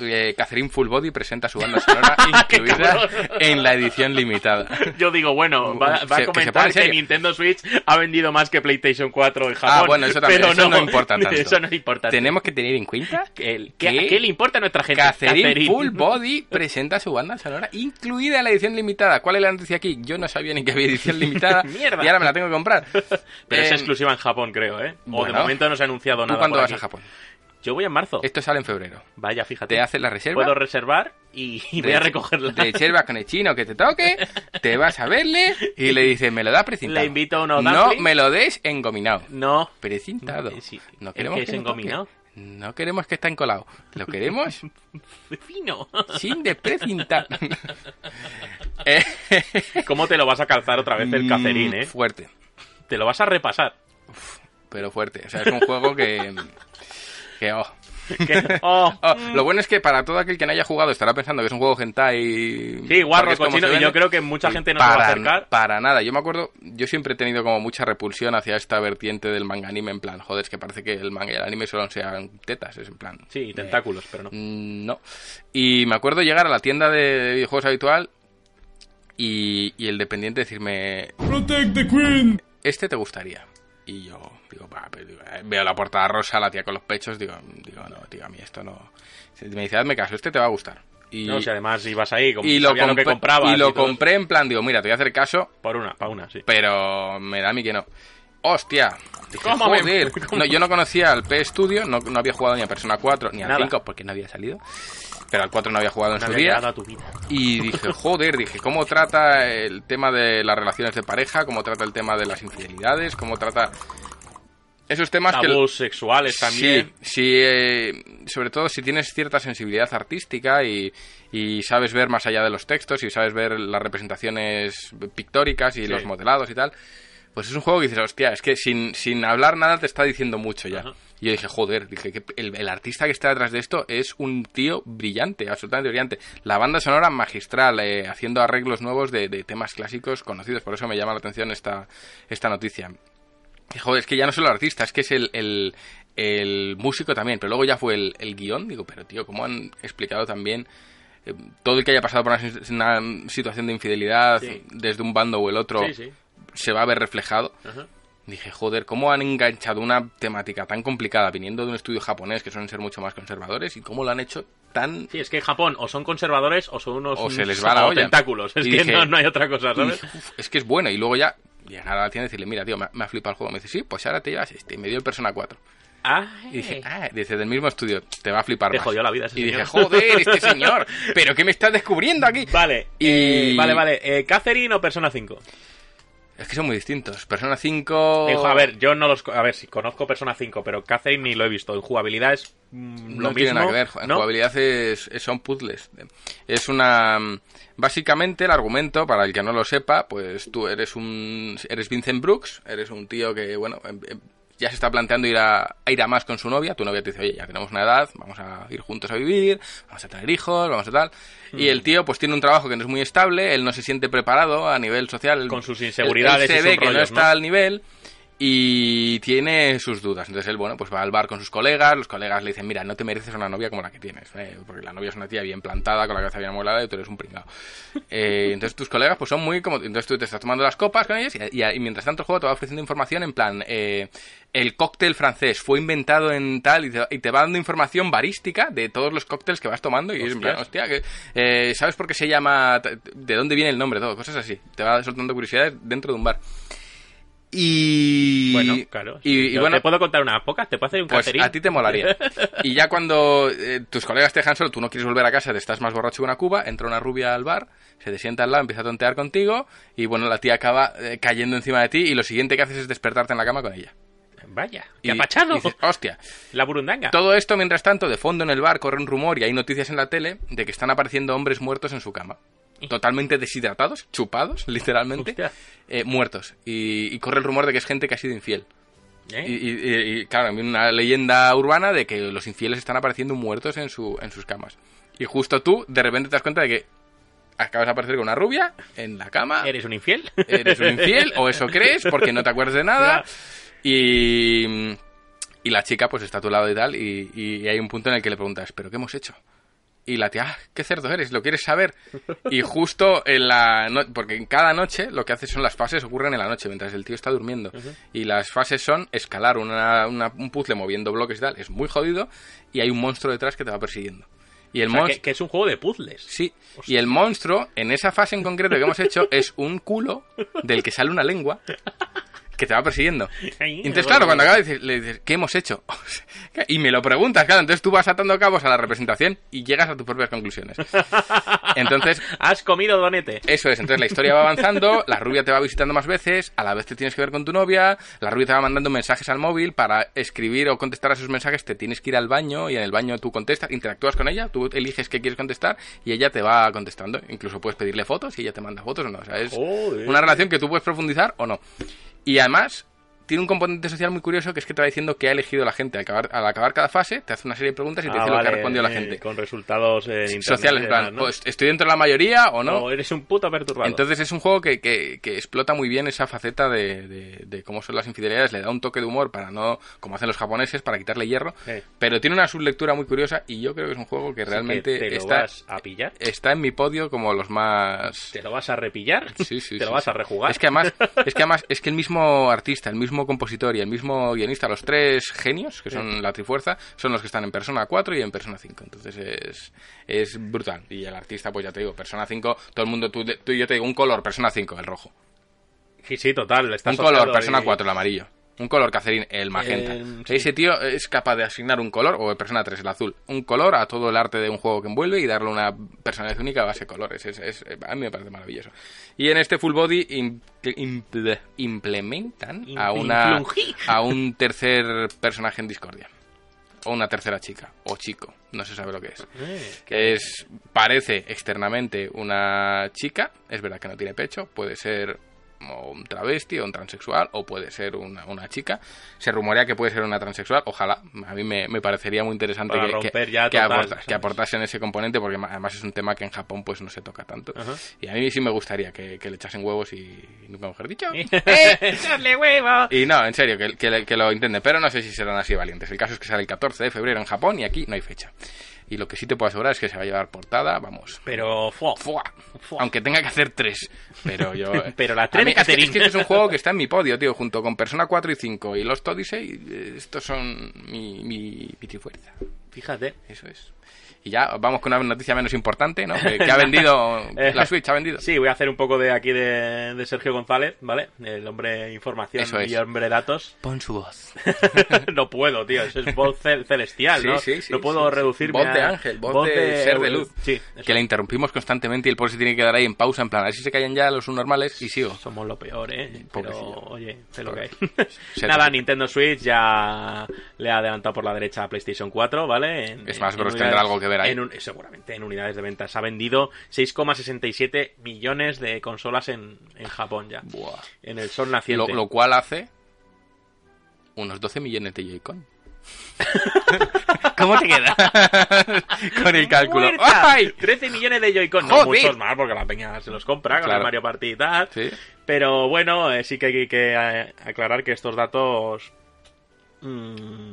Speaker 5: Eh, Catherine Full Body presenta su banda sonora
Speaker 4: ¡Qué
Speaker 5: incluida
Speaker 4: cabrón!
Speaker 5: en la edición limitada.
Speaker 4: Yo digo, bueno, va,
Speaker 5: Se-
Speaker 4: va a
Speaker 5: que se ponga
Speaker 4: comentar
Speaker 5: en
Speaker 4: que,
Speaker 5: serio.
Speaker 4: Nintendo Switch ha vendido más que PlayStation 4 en Japón.
Speaker 5: ah, bueno, eso también
Speaker 4: pero
Speaker 5: eso no, importa tanto.
Speaker 4: Eso no importa.
Speaker 5: Tenemos que tener en cuenta que el
Speaker 4: ¿Qué,
Speaker 5: que
Speaker 4: ¿A qué le importa a nuestra gente?
Speaker 5: Catherine
Speaker 4: Catherine.
Speaker 5: Full Body presenta su banda sonora incluida en la edición limitada. ¿Cuál es la noticia aquí? Yo no sabía ni que había edición limitada.
Speaker 4: Mierda.
Speaker 5: Y ahora me la tengo que comprar.
Speaker 4: Pero es
Speaker 5: Eh,
Speaker 4: exclusiva en Japón, creo, ¿eh? O de
Speaker 5: bueno.
Speaker 4: momento no se ha anunciado
Speaker 5: ¿Tú
Speaker 4: nada.
Speaker 5: cuándo
Speaker 4: por
Speaker 5: vas
Speaker 4: aquí.
Speaker 5: a Japón?
Speaker 4: Yo voy en marzo.
Speaker 5: Esto sale en febrero.
Speaker 4: Vaya, fíjate.
Speaker 5: Te haces la reserva.
Speaker 4: Puedo reservar y, y voy
Speaker 5: Te-
Speaker 4: a recogerla.
Speaker 5: Te observas con el chino que te toque, te vas a verle y le dices, me lo das precintado.
Speaker 4: Le invito a unos
Speaker 5: No
Speaker 4: dumplings.
Speaker 5: me lo des engominado.
Speaker 4: No.
Speaker 5: Precintado.
Speaker 4: Eh, sí.
Speaker 5: No
Speaker 4: ¿El
Speaker 5: queremos
Speaker 4: que es
Speaker 5: lo toque.
Speaker 4: engominado?
Speaker 5: No queremos que esté encolado. Lo queremos
Speaker 4: Fino.
Speaker 5: sin desprecintar. Eh,
Speaker 4: ¿Cómo te lo vas a calzar otra vez el cacerín,
Speaker 5: mm,
Speaker 4: eh?
Speaker 5: Fuerte,
Speaker 4: Te lo vas a repasar.
Speaker 5: pero fuerte. O sea, es un juego que... que oh.
Speaker 4: Que- oh,
Speaker 5: Oh, lo bueno es que para todo aquel que no haya jugado estará pensando que es un juego hentai.
Speaker 4: Sí, guarro,
Speaker 5: porque es como
Speaker 4: cochino,
Speaker 5: se
Speaker 4: y yo
Speaker 5: vende.
Speaker 4: creo que mucha
Speaker 5: Y
Speaker 4: gente no se va a
Speaker 5: para-
Speaker 4: acercar.
Speaker 5: Para nada, yo me acuerdo, yo siempre he tenido como mucha repulsión hacia esta vertiente del manga anime, en plan, joder, es que parece que el manga y el anime solo sean tetas, es en plan.
Speaker 4: Sí, tentáculos, pero no.
Speaker 5: Mm, No. Y me acuerdo llegar a la tienda de videojuegos habitual y, y el dependiente decirme... Este te gustaría. Y yo digo, va, pero digo, eh, veo la portada rosa, la tía con los pechos, digo, digo no, tío, a mí esto no... Me dice, hazme caso, este te va a gustar. Y,
Speaker 4: No, si además ibas ahí, como
Speaker 5: y lo,
Speaker 4: sabía lo que
Speaker 5: compré-
Speaker 4: comprabas.
Speaker 5: y lo
Speaker 4: todo.
Speaker 5: compré en plan, digo, mira, te voy a hacer caso,
Speaker 4: Por una, para una, sí.
Speaker 5: pero me da a mí que no. ¡Hostia! Dije,
Speaker 4: ¿Cómo me-
Speaker 5: joder.
Speaker 4: cómo?
Speaker 5: No, yo no conocía al P Studio, no, no había jugado ni a Persona 4 ni al
Speaker 4: Nada.
Speaker 5: 5 porque no había salido. Pero al 4 no había jugado en
Speaker 4: No
Speaker 5: Ah, su
Speaker 4: había
Speaker 5: día.
Speaker 4: llegado a tu vida.
Speaker 5: Y dije, joder, dije, ¿cómo trata el tema de las relaciones de pareja? ¿Cómo trata el tema de las infidelidades? ¿Cómo trata esos temas que,
Speaker 4: Tabús sexuales también.
Speaker 5: Sí, sí, eh, sobre todo si tienes cierta sensibilidad artística y, y sabes ver más allá de los textos y sabes ver las representaciones pictóricas y
Speaker 4: Sí.
Speaker 5: los modelados y tal, pues es un juego que dices, hostia, es que sin, sin hablar nada te está diciendo mucho ya.
Speaker 4: Ajá.
Speaker 5: Y yo dije, joder, dije que el, el artista que está detrás de esto es un tío brillante, absolutamente brillante. La banda sonora magistral, eh, haciendo arreglos nuevos de, de temas clásicos conocidos, por eso me llama la atención esta, esta noticia. Y, Joder, es que ya no solo el artista, es que es el, el, el músico también, pero luego ya fue el, el guión. Digo, pero tío, ¿cómo han explicado también eh, todo el que haya pasado por una, si- una situación de infidelidad
Speaker 4: Sí.
Speaker 5: desde un bando o el otro
Speaker 4: Sí, sí.
Speaker 5: se va a ver reflejado?
Speaker 4: Ajá.
Speaker 5: Dije, joder, ¿cómo han enganchado una temática tan complicada viniendo de un estudio japonés que suelen ser mucho más conservadores y cómo lo han hecho tan...
Speaker 4: Sí, es que en Japón o son conservadores o son unos
Speaker 5: O se les va la
Speaker 4: o
Speaker 5: olla.
Speaker 4: tentáculos. Es
Speaker 5: Y
Speaker 4: que
Speaker 5: dije-
Speaker 4: no, no hay otra cosa, ¿sabes?
Speaker 5: Y, uf, es que es bueno. Y luego ya llegar a la tienda y decirle, mira, tío, me, ha- me ha flipado el juego. Me dice, sí, pues ahora te llevas este. Y me dio el Persona 4.
Speaker 4: Ah,
Speaker 5: Y dije, ah, dice, del mismo estudio, te va a flipar
Speaker 4: Te
Speaker 5: más.
Speaker 4: jodió la vida ese
Speaker 5: Y dije,
Speaker 4: señor.
Speaker 5: joder, este señor, ¿pero qué me estás descubriendo aquí?
Speaker 4: Vale.
Speaker 5: Y-
Speaker 4: eh, vale, vale. eh, ¿Catherine o Persona 5?
Speaker 5: Es que son muy distintos. Persona 5.
Speaker 4: Dijo, a ver, yo no los. co- A ver, si conozco Persona 5, pero Catherine ni lo he visto. En jugabilidad es mm,
Speaker 5: no
Speaker 4: lo
Speaker 5: tiene
Speaker 4: mismo.
Speaker 5: nada que ver. En
Speaker 4: ¿no?
Speaker 5: jugabilidad es, es- son puzzles. Es una... mm, Básicamente el argumento, para el que no lo sepa, pues tú eres un... Eres Vincent Brooks, eres un tío que, bueno... em- em- Ya se está planteando ir a, a ir a más con su novia. Tu novia te dice, oye, ya tenemos una edad, vamos a ir juntos a vivir, vamos a tener hijos, vamos a tal.
Speaker 4: Mm.
Speaker 5: Y el tío, pues tiene un trabajo que no es muy estable, él no se siente preparado a nivel social.
Speaker 4: Con sus
Speaker 5: Él- él
Speaker 4: inseguridades y
Speaker 5: se ve
Speaker 4: sus
Speaker 5: que no
Speaker 4: rollos,
Speaker 5: está
Speaker 4: ¿no?
Speaker 5: al nivel y tiene sus dudas. Entonces él, bueno, pues va al bar con sus colegas, los colegas le dicen, mira, no te mereces una novia como la que tienes, ¿eh? porque la novia es una tía bien plantada, con la cabeza bien amolada y tú eres un pringao. Eh, entonces tus colegas pues son muy como... Entonces tú te estás tomando las copas con ellos y, y- y mientras tanto el juego te va ofreciendo información en plan, eh, el cóctel francés fue inventado en tal y te, y te va dando información barística de todos los cócteles que vas tomando y es en plan,
Speaker 4: Hostias.
Speaker 5: hostia, que, eh, ¿sabes por qué se llama? t- t- ¿De dónde viene el nombre? Todo, cosas así. Te va soltando curiosidades dentro de un bar. Y.
Speaker 4: Bueno, claro.
Speaker 5: Y, y
Speaker 4: Yo
Speaker 5: bueno,
Speaker 4: Te puedo contar unas pocas, te puedo hacer un
Speaker 5: pues
Speaker 4: cacerín.
Speaker 5: a ti te molaría. Y ya cuando eh, tus colegas te dejan solo, tú no quieres volver a casa, te estás más borracho que una cuba, entra una rubia al bar, se te sienta al lado, empieza a tontear contigo, y bueno, la tía acaba eh, cayendo encima de ti, y lo siguiente que haces es despertarte en la cama con ella.
Speaker 4: Vaya,
Speaker 5: Y,
Speaker 4: qué apachado.
Speaker 5: y dices, Hostia.
Speaker 4: La burundanga.
Speaker 5: Todo esto, mientras tanto, de fondo en el bar corre un rumor y hay noticias en la tele de que están apareciendo hombres muertos en su cama. Totalmente deshidratados, chupados, literalmente,
Speaker 4: Hostia.
Speaker 5: eh, muertos. Y, y corre el rumor de que es gente que ha sido infiel.
Speaker 4: ¿eh?
Speaker 5: Y, y- y- y, claro, hay una leyenda urbana de que los infieles están apareciendo muertos en, su, en sus camas. Y justo tú, de repente te das cuenta de que acabas de aparecer con una rubia en la cama.
Speaker 4: ¿Eres un infiel?
Speaker 5: Eres un infiel, o eso crees, porque no te acuerdas de nada.
Speaker 4: Ya.
Speaker 5: Y, y la chica, pues está a tu lado y tal. Y, y hay un punto en el que le preguntas, ¿pero qué hemos hecho? Y la tía, ah, qué cerdo eres, lo quieres saber. Y justo en la. no- porque en cada noche lo que hace son las fases ocurren en la noche, mientras el tío está durmiendo. Y las fases son escalar una- una- un puzzle moviendo bloques y tal. Es muy jodido. Y hay un monstruo detrás que te va persiguiendo. Y el
Speaker 4: O sea,
Speaker 5: monstruo.
Speaker 4: que, que es un juego de puzzles.
Speaker 5: Sí, y el monstruo, en esa fase en concreto que hemos hecho, es un culo del que sale una lengua que te va persiguiendo.
Speaker 4: Ay,
Speaker 5: Y Entonces,
Speaker 4: bueno, bueno.
Speaker 5: claro, cuando acaba dices- le dices, ¿qué hemos hecho? Y me lo preguntas, claro, entonces tú vas atando cabos a la representación y llegas a tus propias conclusiones. Entonces,
Speaker 4: Has comido donete.
Speaker 5: eso es, entonces la historia va avanzando, la rubia te va visitando más veces, a la vez te tienes que ver con tu novia, la rubia te va mandando mensajes al móvil, para escribir o contestar a sus mensajes te tienes que ir al baño y en el baño tú contestas, interactúas con ella, tú eliges qué quieres contestar y ella te va contestando, incluso puedes pedirle fotos y ella te manda fotos o no, o sea, es
Speaker 4: Joder.
Speaker 5: una relación que tú puedes profundizar o no. Y además tiene un componente social muy curioso que es que te va diciendo qué ha elegido la gente. Al acabar, al acabar cada fase te hace una serie de preguntas y te
Speaker 4: Ah,
Speaker 5: dice lo que ha
Speaker 4: vale,
Speaker 5: respondido la
Speaker 4: eh,
Speaker 5: gente.
Speaker 4: Con resultados en internet
Speaker 5: Sociales,
Speaker 4: y
Speaker 5: en
Speaker 4: demás,
Speaker 5: plan,
Speaker 4: ¿no?
Speaker 5: o est- ¿estoy dentro de la mayoría o no?
Speaker 4: O eres un puto perturbado.
Speaker 5: Entonces es un juego que, que- que explota muy bien esa faceta de, de- de cómo son las infidelidades, le da un toque de humor para no, como hacen los japoneses, para quitarle hierro,
Speaker 4: Eh.
Speaker 5: pero tiene una sublectura muy curiosa y yo creo que es un juego que
Speaker 4: Así que
Speaker 5: realmente
Speaker 4: te lo
Speaker 5: está,
Speaker 4: vas a pillar,
Speaker 5: está en mi podio como los más...
Speaker 4: te lo vas a repillar,
Speaker 5: Sí, sí,
Speaker 4: te lo
Speaker 5: sí,
Speaker 4: vas
Speaker 5: sí.
Speaker 4: a rejugar.
Speaker 5: Es que además, es que además, es que el mismo artista, el mismo compositor y el mismo guionista, los tres genios, que son la Trifuerza, son los que están en Persona 4 y en Persona 5. Entonces es, es brutal. Y el artista, pues ya te digo, Persona 5, todo el mundo, tú, tú y yo te digo, un color, Persona 5, el rojo.
Speaker 4: Sí, sí, total. Está
Speaker 5: un color,
Speaker 4: asociado
Speaker 5: Persona
Speaker 4: y-
Speaker 5: 4, el amarillo. Un color cacerín, el magenta.
Speaker 4: Eh,
Speaker 5: Ese tío es capaz de asignar un color, o el Persona 3, el azul, un color a todo el arte de un juego que envuelve y darle una personalidad única a base de colores. Es, es- a mí me parece maravilloso. Y en este Full Body im- imple- implementan a, una,
Speaker 4: Influngí.
Speaker 5: a un tercer personaje en Discordia. O una tercera chica, o chico, no se sabe lo que es
Speaker 4: Eh,
Speaker 5: que es parece externamente una chica, es verdad que no tiene pecho, puede ser o un travesti o un transexual o puede ser una, una chica. Se rumorea que puede ser una transexual, ojalá. A mí me, me parecería muy interesante
Speaker 4: Para
Speaker 5: que, que-
Speaker 4: romper ya
Speaker 5: que
Speaker 4: total,
Speaker 5: aborda-
Speaker 4: ¿sabes?
Speaker 5: que aportasen ese componente porque ma- además es un tema que en Japón pues no se toca tanto.
Speaker 4: Ajá.
Speaker 5: Y a mí sí me gustaría que, que le echasen huevos y nunca mejor dicho.
Speaker 4: ¡Eh! ¡Echarle huevo!
Speaker 5: Y no, en serio, que, que- que lo intenten, pero no sé si serán así valientes. El caso es que sale el 14 de febrero en Japón y aquí no hay fecha. Y lo que sí te puedo asegurar es que se va a llevar portada, vamos.
Speaker 4: Pero, fo,
Speaker 5: ¡fua!
Speaker 4: Fua.
Speaker 5: Aunque tenga que hacer tres. Pero yo.
Speaker 4: Pero las
Speaker 5: A
Speaker 4: tres
Speaker 5: mí
Speaker 4: de
Speaker 5: es, que, es
Speaker 4: Catherine.
Speaker 5: que es un juego que está en mi podio, tío, junto con Persona 4 y 5 y Lost Odyssey. eh, Estos son mi, mi, mi trifuerza.
Speaker 4: Fíjate.
Speaker 5: Eso es. Y ya vamos con una noticia menos importante, ¿no? Que, que ha vendido. la Switch ha vendido.
Speaker 4: Eh, Sí, voy a hacer un poco de aquí de, de Sergio González, ¿vale? El hombre información
Speaker 5: Eso es.
Speaker 4: y hombre datos.
Speaker 5: Pon su voz.
Speaker 4: no puedo, tío. Eso es voz cel- celestial,
Speaker 5: Sí,
Speaker 4: ¿no?
Speaker 5: sí, sí,
Speaker 4: no puedo
Speaker 5: sí, sí.
Speaker 4: reducirme
Speaker 5: Voz de
Speaker 4: a-
Speaker 5: ángel, voz de ser de luz.
Speaker 4: Sí, eso.
Speaker 5: Que le interrumpimos constantemente y el pobre se tiene que quedar ahí en pausa, en plan, a ver si se callan ya los normales y sigo.
Speaker 4: Somos lo peor, ¿eh? Pero,
Speaker 5: Pobrecillo.
Speaker 4: oye, sé lo que hay.
Speaker 5: Se
Speaker 4: Nada,
Speaker 5: te-
Speaker 4: Nintendo Switch ya le ha adelantado por la derecha a PlayStation 4, ¿vale? En-
Speaker 5: Smash
Speaker 4: en
Speaker 5: Bros.
Speaker 4: unidades-
Speaker 5: tendrá algo que ver ahí.
Speaker 4: en un- seguramente en unidades de ventas. Ha vendido 6,67 millones de consolas en, en Japón ya.
Speaker 5: Buah.
Speaker 4: En el sol
Speaker 5: Lo,
Speaker 4: naciente.
Speaker 5: lo cual hace unos 12 millones de Joy-Con. ¿Cómo te queda? Con el cálculo.
Speaker 4: ¡Muerta!
Speaker 5: ¡Ay!
Speaker 4: 13 millones de Joy-Con. No
Speaker 5: ¡Joder!
Speaker 4: muchos más, porque la peña se los compra con el
Speaker 5: Claro.
Speaker 4: Mario Party y tal.
Speaker 5: Sí.
Speaker 4: Pero bueno, eh, sí que hay que eh, aclarar que estos datos. mm,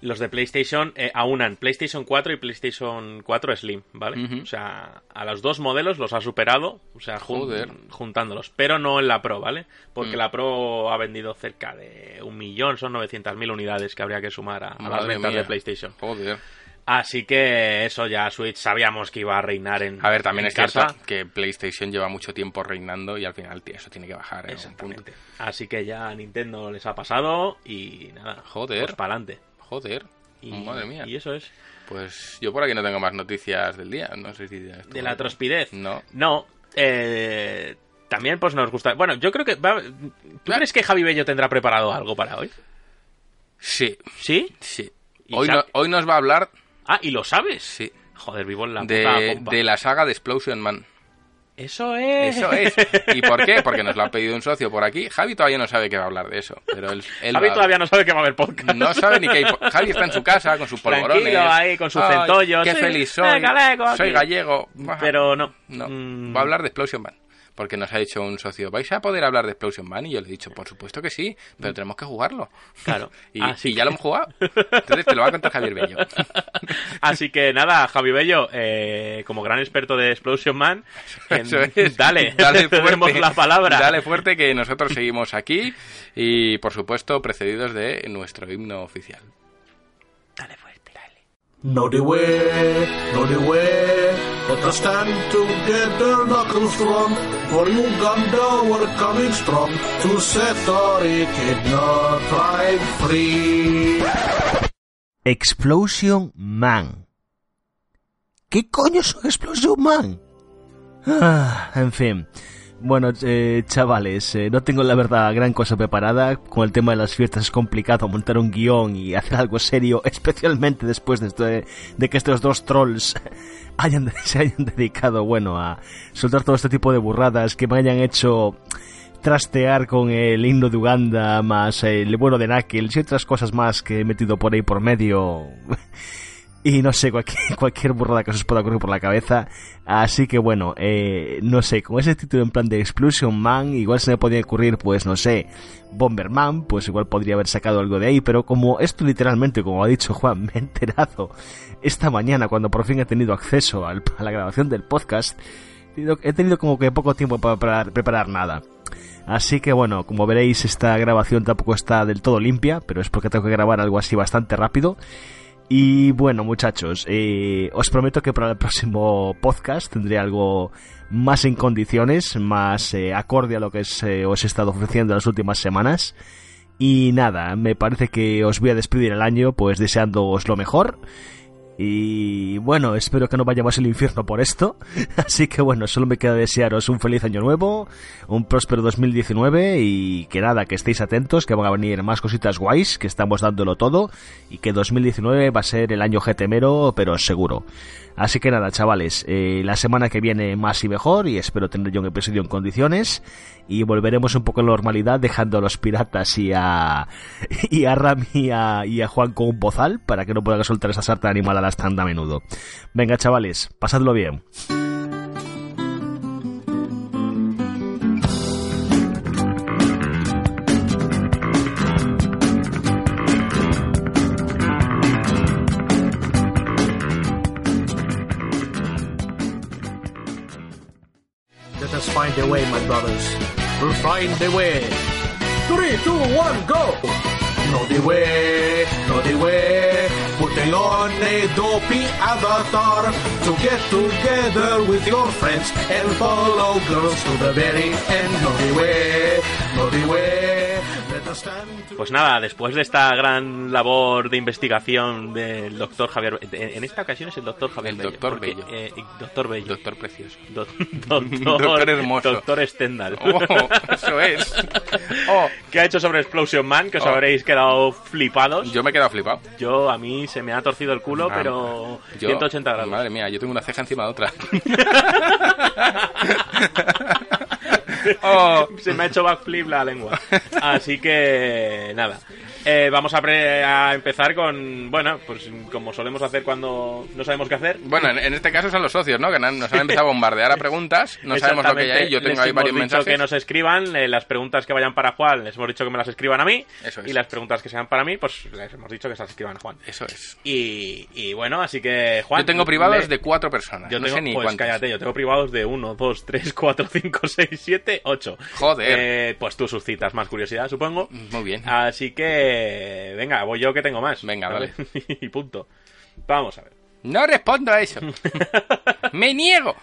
Speaker 4: los de PlayStation eh, aunan PlayStation 4 y PlayStation 4 Slim, ¿vale?
Speaker 5: Ujú.
Speaker 4: O sea, a los dos modelos los ha superado, o sea, jun-
Speaker 5: Joder.
Speaker 4: juntándolos, pero no en la Pro, ¿vale? Porque
Speaker 5: Mm.
Speaker 4: la Pro ha vendido cerca de un millón, son 900.000 unidades que habría que sumar a, a las
Speaker 5: Madre
Speaker 4: ventas
Speaker 5: mía.
Speaker 4: de PlayStation.
Speaker 5: Joder.
Speaker 4: Así que eso ya Switch sabíamos que iba a reinar en
Speaker 5: A ver, también
Speaker 4: en
Speaker 5: es
Speaker 4: casa.
Speaker 5: cierto que PlayStation lleva mucho tiempo reinando y al final tío, eso tiene que bajar. en algún punto.
Speaker 4: Exactamente. Así que ya Nintendo les ha pasado y nada.
Speaker 5: Joder.
Speaker 4: Pues para adelante.
Speaker 5: Joder. Madre mía.
Speaker 4: Y eso es.
Speaker 5: Pues yo por aquí no tengo más noticias del día. No sé si. ya estuvo-
Speaker 4: De la trospidez.
Speaker 5: No.
Speaker 4: No. eh, también pues nos gusta. Bueno, yo creo que. va- ¿Tú crees que Javi Bello tendrá preparado algo para hoy?
Speaker 5: Sí,
Speaker 4: ¿Sí?
Speaker 5: sí.
Speaker 4: ¿Y
Speaker 5: Hoy,
Speaker 4: Sa-
Speaker 5: no- hoy nos va a hablar
Speaker 4: Ah, ¿y lo sabes?
Speaker 5: Sí.
Speaker 4: Joder, vivo en la puta
Speaker 5: de,
Speaker 4: pompa.
Speaker 5: de la saga de Explosion Man.
Speaker 4: Eso es.
Speaker 5: Eso es. ¿Y por qué? Porque nos lo ha pedido un socio por aquí. Javi todavía no sabe que va a hablar de eso. Pero él, él
Speaker 4: Javi
Speaker 5: va a-
Speaker 4: todavía no sabe que va a haber podcast.
Speaker 5: no sabe ni que hay... po- Javi está en su casa con sus polvorones.
Speaker 4: Tranquilo, ahí, con sus
Speaker 5: Ay,
Speaker 4: centollos.
Speaker 5: Qué
Speaker 4: Sí,
Speaker 5: feliz soy.
Speaker 4: venga, lego,
Speaker 5: soy
Speaker 4: aquí.
Speaker 5: gallego.
Speaker 4: Pero no.
Speaker 5: No,
Speaker 4: Mm,
Speaker 5: va a hablar de Explosion Man. Porque nos ha dicho un socio, ¿vais a poder hablar de Explosion Man? Y yo le he dicho, por supuesto que sí, pero tenemos que jugarlo.
Speaker 4: Claro.
Speaker 5: y
Speaker 4: Así
Speaker 5: y ya lo hemos jugado. Entonces te lo va a contar Javier Bello.
Speaker 4: Así que nada, Javi Bello, eh, como gran experto de Explosion Man, en-
Speaker 5: Eso es.
Speaker 4: dale,
Speaker 5: dale
Speaker 4: te tenemos
Speaker 5: fuerte,
Speaker 4: la palabra.
Speaker 5: Dale fuerte que nosotros seguimos aquí y, por supuesto, precedidos de nuestro himno oficial.
Speaker 4: Dale fuerte, dale.
Speaker 1: No the way, no the way. Let us stand together, knuckles strong. For Uganda, we're coming strong. To set our not drive free.
Speaker 3: Explosion Man. ¿Qué coño es un Explosion Man? Ah, en fin. Bueno, eh, chavales, eh, no tengo la verdad gran cosa preparada. Con el tema de las fiestas es complicado montar un guión y hacer algo serio, especialmente después de, esto de- de que estos dos trolls hayan, se hayan dedicado, bueno, a soltar todo este tipo de burradas que me hayan hecho trastear con el himno de Uganda, más el bueno de Knuckles y otras cosas más que he metido por ahí por medio. Y no sé, cualquier, cualquier burrada que se os pueda ocurrir por la cabeza. Así que bueno, eh, no sé, con ese título en plan de Explosion Man, igual se me podía ocurrir, pues no sé, Bomberman, pues igual podría haber sacado algo de ahí, pero como esto literalmente, como ha dicho Juan, me he enterado esta mañana cuando por fin he tenido acceso al- a la grabación del podcast, he tenido- he tenido como que poco tiempo para preparar- preparar nada. Así que bueno, como veréis, esta grabación tampoco está del todo limpia, pero es porque tengo que grabar algo así bastante rápido. Y bueno, muchachos, eh, os prometo que para el próximo podcast tendré algo más en condiciones, más eh, acorde a lo que es, eh, os he estado ofreciendo las últimas semanas. Y nada, me parece que os voy a despedir el año, pues deseándoos lo mejor. Y bueno, espero que no vayamos al infierno por esto. Así que bueno, solo me queda desearos un feliz año nuevo, un próspero 2019 y que nada, que estéis atentos, que van a venir más cositas guays, que estamos dándolo todo y que 2019 va a ser el año getemero, pero seguro. Así que nada, chavales, eh, la semana que viene más y mejor y espero tener yo un episodio en condiciones y volveremos un poco a la normalidad dejando a los piratas y a, y a Ram y a, y a Juan con un bozal para que no puedan soltar esa sarta animal a la tanda a menudo. Venga, chavales, pasadlo bien.
Speaker 1: Let us find a way, my brothers. We'll find a way. Three, two, one, go! No the way, no the way. putting on a dopey avatar to get together with your friends and follow girls to the very end. No beware, no beware. Let us stand to-
Speaker 4: Pues nada, después de esta gran labor de investigación del doctor Javier... de- En esta ocasión es el doctor Javier
Speaker 5: El
Speaker 4: Bello.
Speaker 5: doctor
Speaker 4: porque,
Speaker 5: Bello.
Speaker 4: eh, doctor Bello.
Speaker 5: Doctor precioso.
Speaker 4: Do- doctor,
Speaker 5: Doctor hermoso.
Speaker 4: Doctor Stendhal.
Speaker 5: Oh, eso es. Oh,
Speaker 4: ¿Qué ha hecho sobre Explosion Man? Que os
Speaker 5: Oh.
Speaker 4: habréis quedado flipados. Yo,
Speaker 5: yo me he quedado flipado.
Speaker 4: a mí se me ha torcido el culo,
Speaker 5: Ah,
Speaker 4: pero
Speaker 5: Yo-
Speaker 4: 180 grados.
Speaker 5: Madre mía, yo tengo una ceja encima de otra. Oh,
Speaker 4: Se me ha hecho backflip la lengua. Así que, nada. Eh, vamos a, pre- a empezar con, bueno, pues como solemos hacer cuando no sabemos qué hacer.
Speaker 5: Bueno, en, en este caso son los socios, ¿no? Que na- nos han empezado a bombardear a preguntas. No sabemos lo que
Speaker 4: Exactamente,
Speaker 5: hay ahí. Yo tengo
Speaker 4: les
Speaker 5: ahí
Speaker 4: hemos
Speaker 5: varios
Speaker 4: dicho
Speaker 5: mensajes.
Speaker 4: que nos escriban eh, las preguntas que vayan para Juan. Les hemos dicho que me las escriban a mí.
Speaker 5: Eso es.
Speaker 4: Y las preguntas que sean para mí, pues les hemos dicho que se las escriban a Juan.
Speaker 5: Eso es.
Speaker 4: Y, y bueno, así que, Juan.
Speaker 5: Yo tengo privados
Speaker 4: le-
Speaker 5: de cuatro personas.
Speaker 4: Yo
Speaker 5: no
Speaker 4: tengo,
Speaker 5: sé ni
Speaker 4: pues
Speaker 5: cuántos.
Speaker 4: cállate, yo tengo privados de 1, 2, 3, 4, 5, 6, 7, 8.
Speaker 5: Joder. Mm.
Speaker 4: pues tú suscitas más curiosidad, supongo.
Speaker 5: Muy bien.
Speaker 4: Así que, venga, voy yo que tengo más.
Speaker 5: Venga,
Speaker 4: ¿Vale? y punto. Vamos a ver.
Speaker 5: No respondo a eso. Me niego.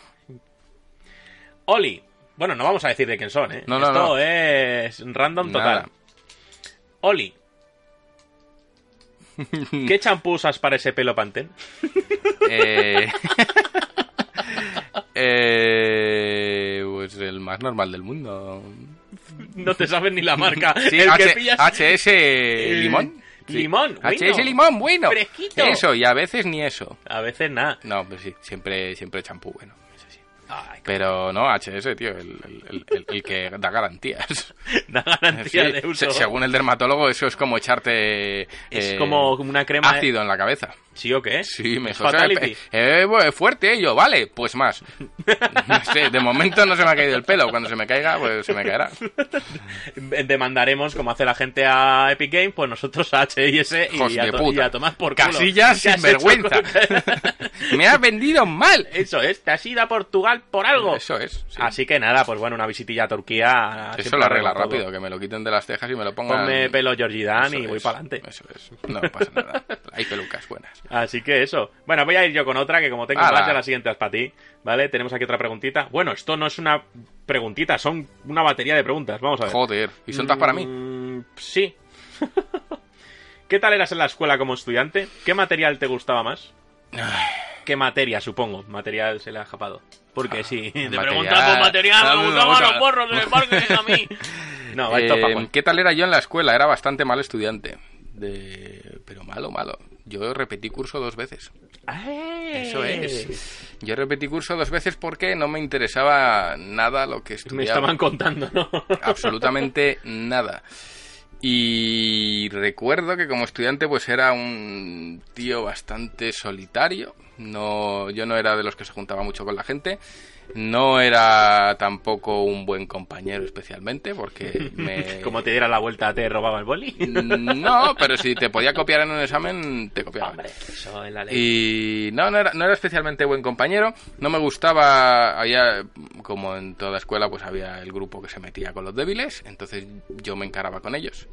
Speaker 4: Oli. Bueno, no vamos a decir de quién son, ¿eh?
Speaker 5: No, no,
Speaker 4: Esto
Speaker 5: no.
Speaker 4: es random total.
Speaker 5: Nada.
Speaker 4: Oli. ¿Qué champú usas para ese pelo pantén?
Speaker 5: Eh... eh, Pues el más normal del mundo.
Speaker 4: No te sabes ni la marca.
Speaker 5: Sí,
Speaker 4: El que
Speaker 5: H-
Speaker 4: pillas. Eh,
Speaker 5: HS Limón. Sí.
Speaker 4: Limón, bueno.
Speaker 5: HS Limón, bueno.
Speaker 4: Fresquito.
Speaker 5: Eso, y a veces ni eso.
Speaker 4: A veces nada.
Speaker 5: No, pues sí, siempre, siempre champú, bueno. eso sí.
Speaker 4: Ay,
Speaker 5: Pero no, HS, tío, el, el- el- el que da garantías.
Speaker 4: da garantía
Speaker 5: Sí,
Speaker 4: de uso.
Speaker 5: se- según el dermatólogo, eso es como echarte
Speaker 4: Es
Speaker 5: eh,
Speaker 4: como una crema de-
Speaker 5: ácido en la cabeza.
Speaker 4: ¿Sí o qué?
Speaker 5: Sí, me
Speaker 4: Es
Speaker 5: dijo, o sea,
Speaker 4: Fatality.
Speaker 5: eh, eh, bueno, fuerte, eh, yo, vale, pues más. No sé, de momento no se me ha caído el pelo, cuando se me caiga, pues se me caerá.
Speaker 4: Demandaremos, como hace la gente a Epic Games, pues nosotros a HIS
Speaker 5: Hijos
Speaker 4: y, a
Speaker 5: de
Speaker 4: to-
Speaker 5: puta.
Speaker 4: y a tomar por culo.
Speaker 5: Casillas
Speaker 4: ¿Qué
Speaker 5: sin
Speaker 4: has
Speaker 5: vergüenza.
Speaker 4: hecho con-
Speaker 5: me has vendido mal.
Speaker 4: Eso es, te has ido a Portugal por algo.
Speaker 5: Eso es. sí.
Speaker 4: Así que nada, pues bueno, una visitilla a Turquía.
Speaker 5: Eso
Speaker 4: siempre
Speaker 5: lo arregla
Speaker 4: arregla todo.
Speaker 5: rápido, que me lo quiten de las cejas y me lo pongan.
Speaker 4: Ponme pelo Georgie Dan
Speaker 5: Eso
Speaker 4: y voy
Speaker 5: es,
Speaker 4: para adelante.
Speaker 5: Eso es. No pasa nada. Hay pelucas buenas.
Speaker 4: Así que eso. Bueno, voy a ir yo con otra, que como tengo
Speaker 5: Ala.
Speaker 4: más, ya la siguiente es para ti. ¿Vale? Tenemos aquí otra preguntita. Bueno, esto no es una preguntita, son una batería de preguntas. Vamos a ver.
Speaker 5: Joder. ¿Y son todas para mí?
Speaker 4: Mm, Sí. ¿Qué tal eras en la escuela como estudiante? ¿Qué material te gustaba más? ¿Qué materia, supongo? Material se le ha escapado. Porque si te
Speaker 5: Ah, material. Ah,
Speaker 4: preguntamos material,
Speaker 5: No, no,
Speaker 4: me gustaban
Speaker 5: no,
Speaker 4: los
Speaker 5: no.
Speaker 4: porros en el parque a mí. No, va, esto es pa'
Speaker 5: Eh,
Speaker 4: Juan.
Speaker 5: ¿Qué tal era yo en la escuela? Era bastante mal estudiante. De... Pero malo, malo. Yo repetí curso dos veces. Eso
Speaker 4: Eh.
Speaker 5: es. Yo repetí curso dos veces porque no me interesaba nada lo que estudiaba.
Speaker 4: Me estaban contando, ¿no?
Speaker 5: absolutamente nada. Y recuerdo que como estudiante pues era un tío bastante solitario. No, yo no era de los que se juntaba mucho con la gente. No era tampoco un buen compañero especialmente porque me...
Speaker 4: Como te diera la vuelta, te robaba el boli.
Speaker 5: No, pero si te podía copiar en un examen, te copiaba.
Speaker 4: Hombre, eso es la ley.
Speaker 5: Y no, no era, no era especialmente buen compañero. No me gustaba. Había, como en toda escuela, pues había el grupo que se metía con los débiles. Entonces yo me encaraba con ellos.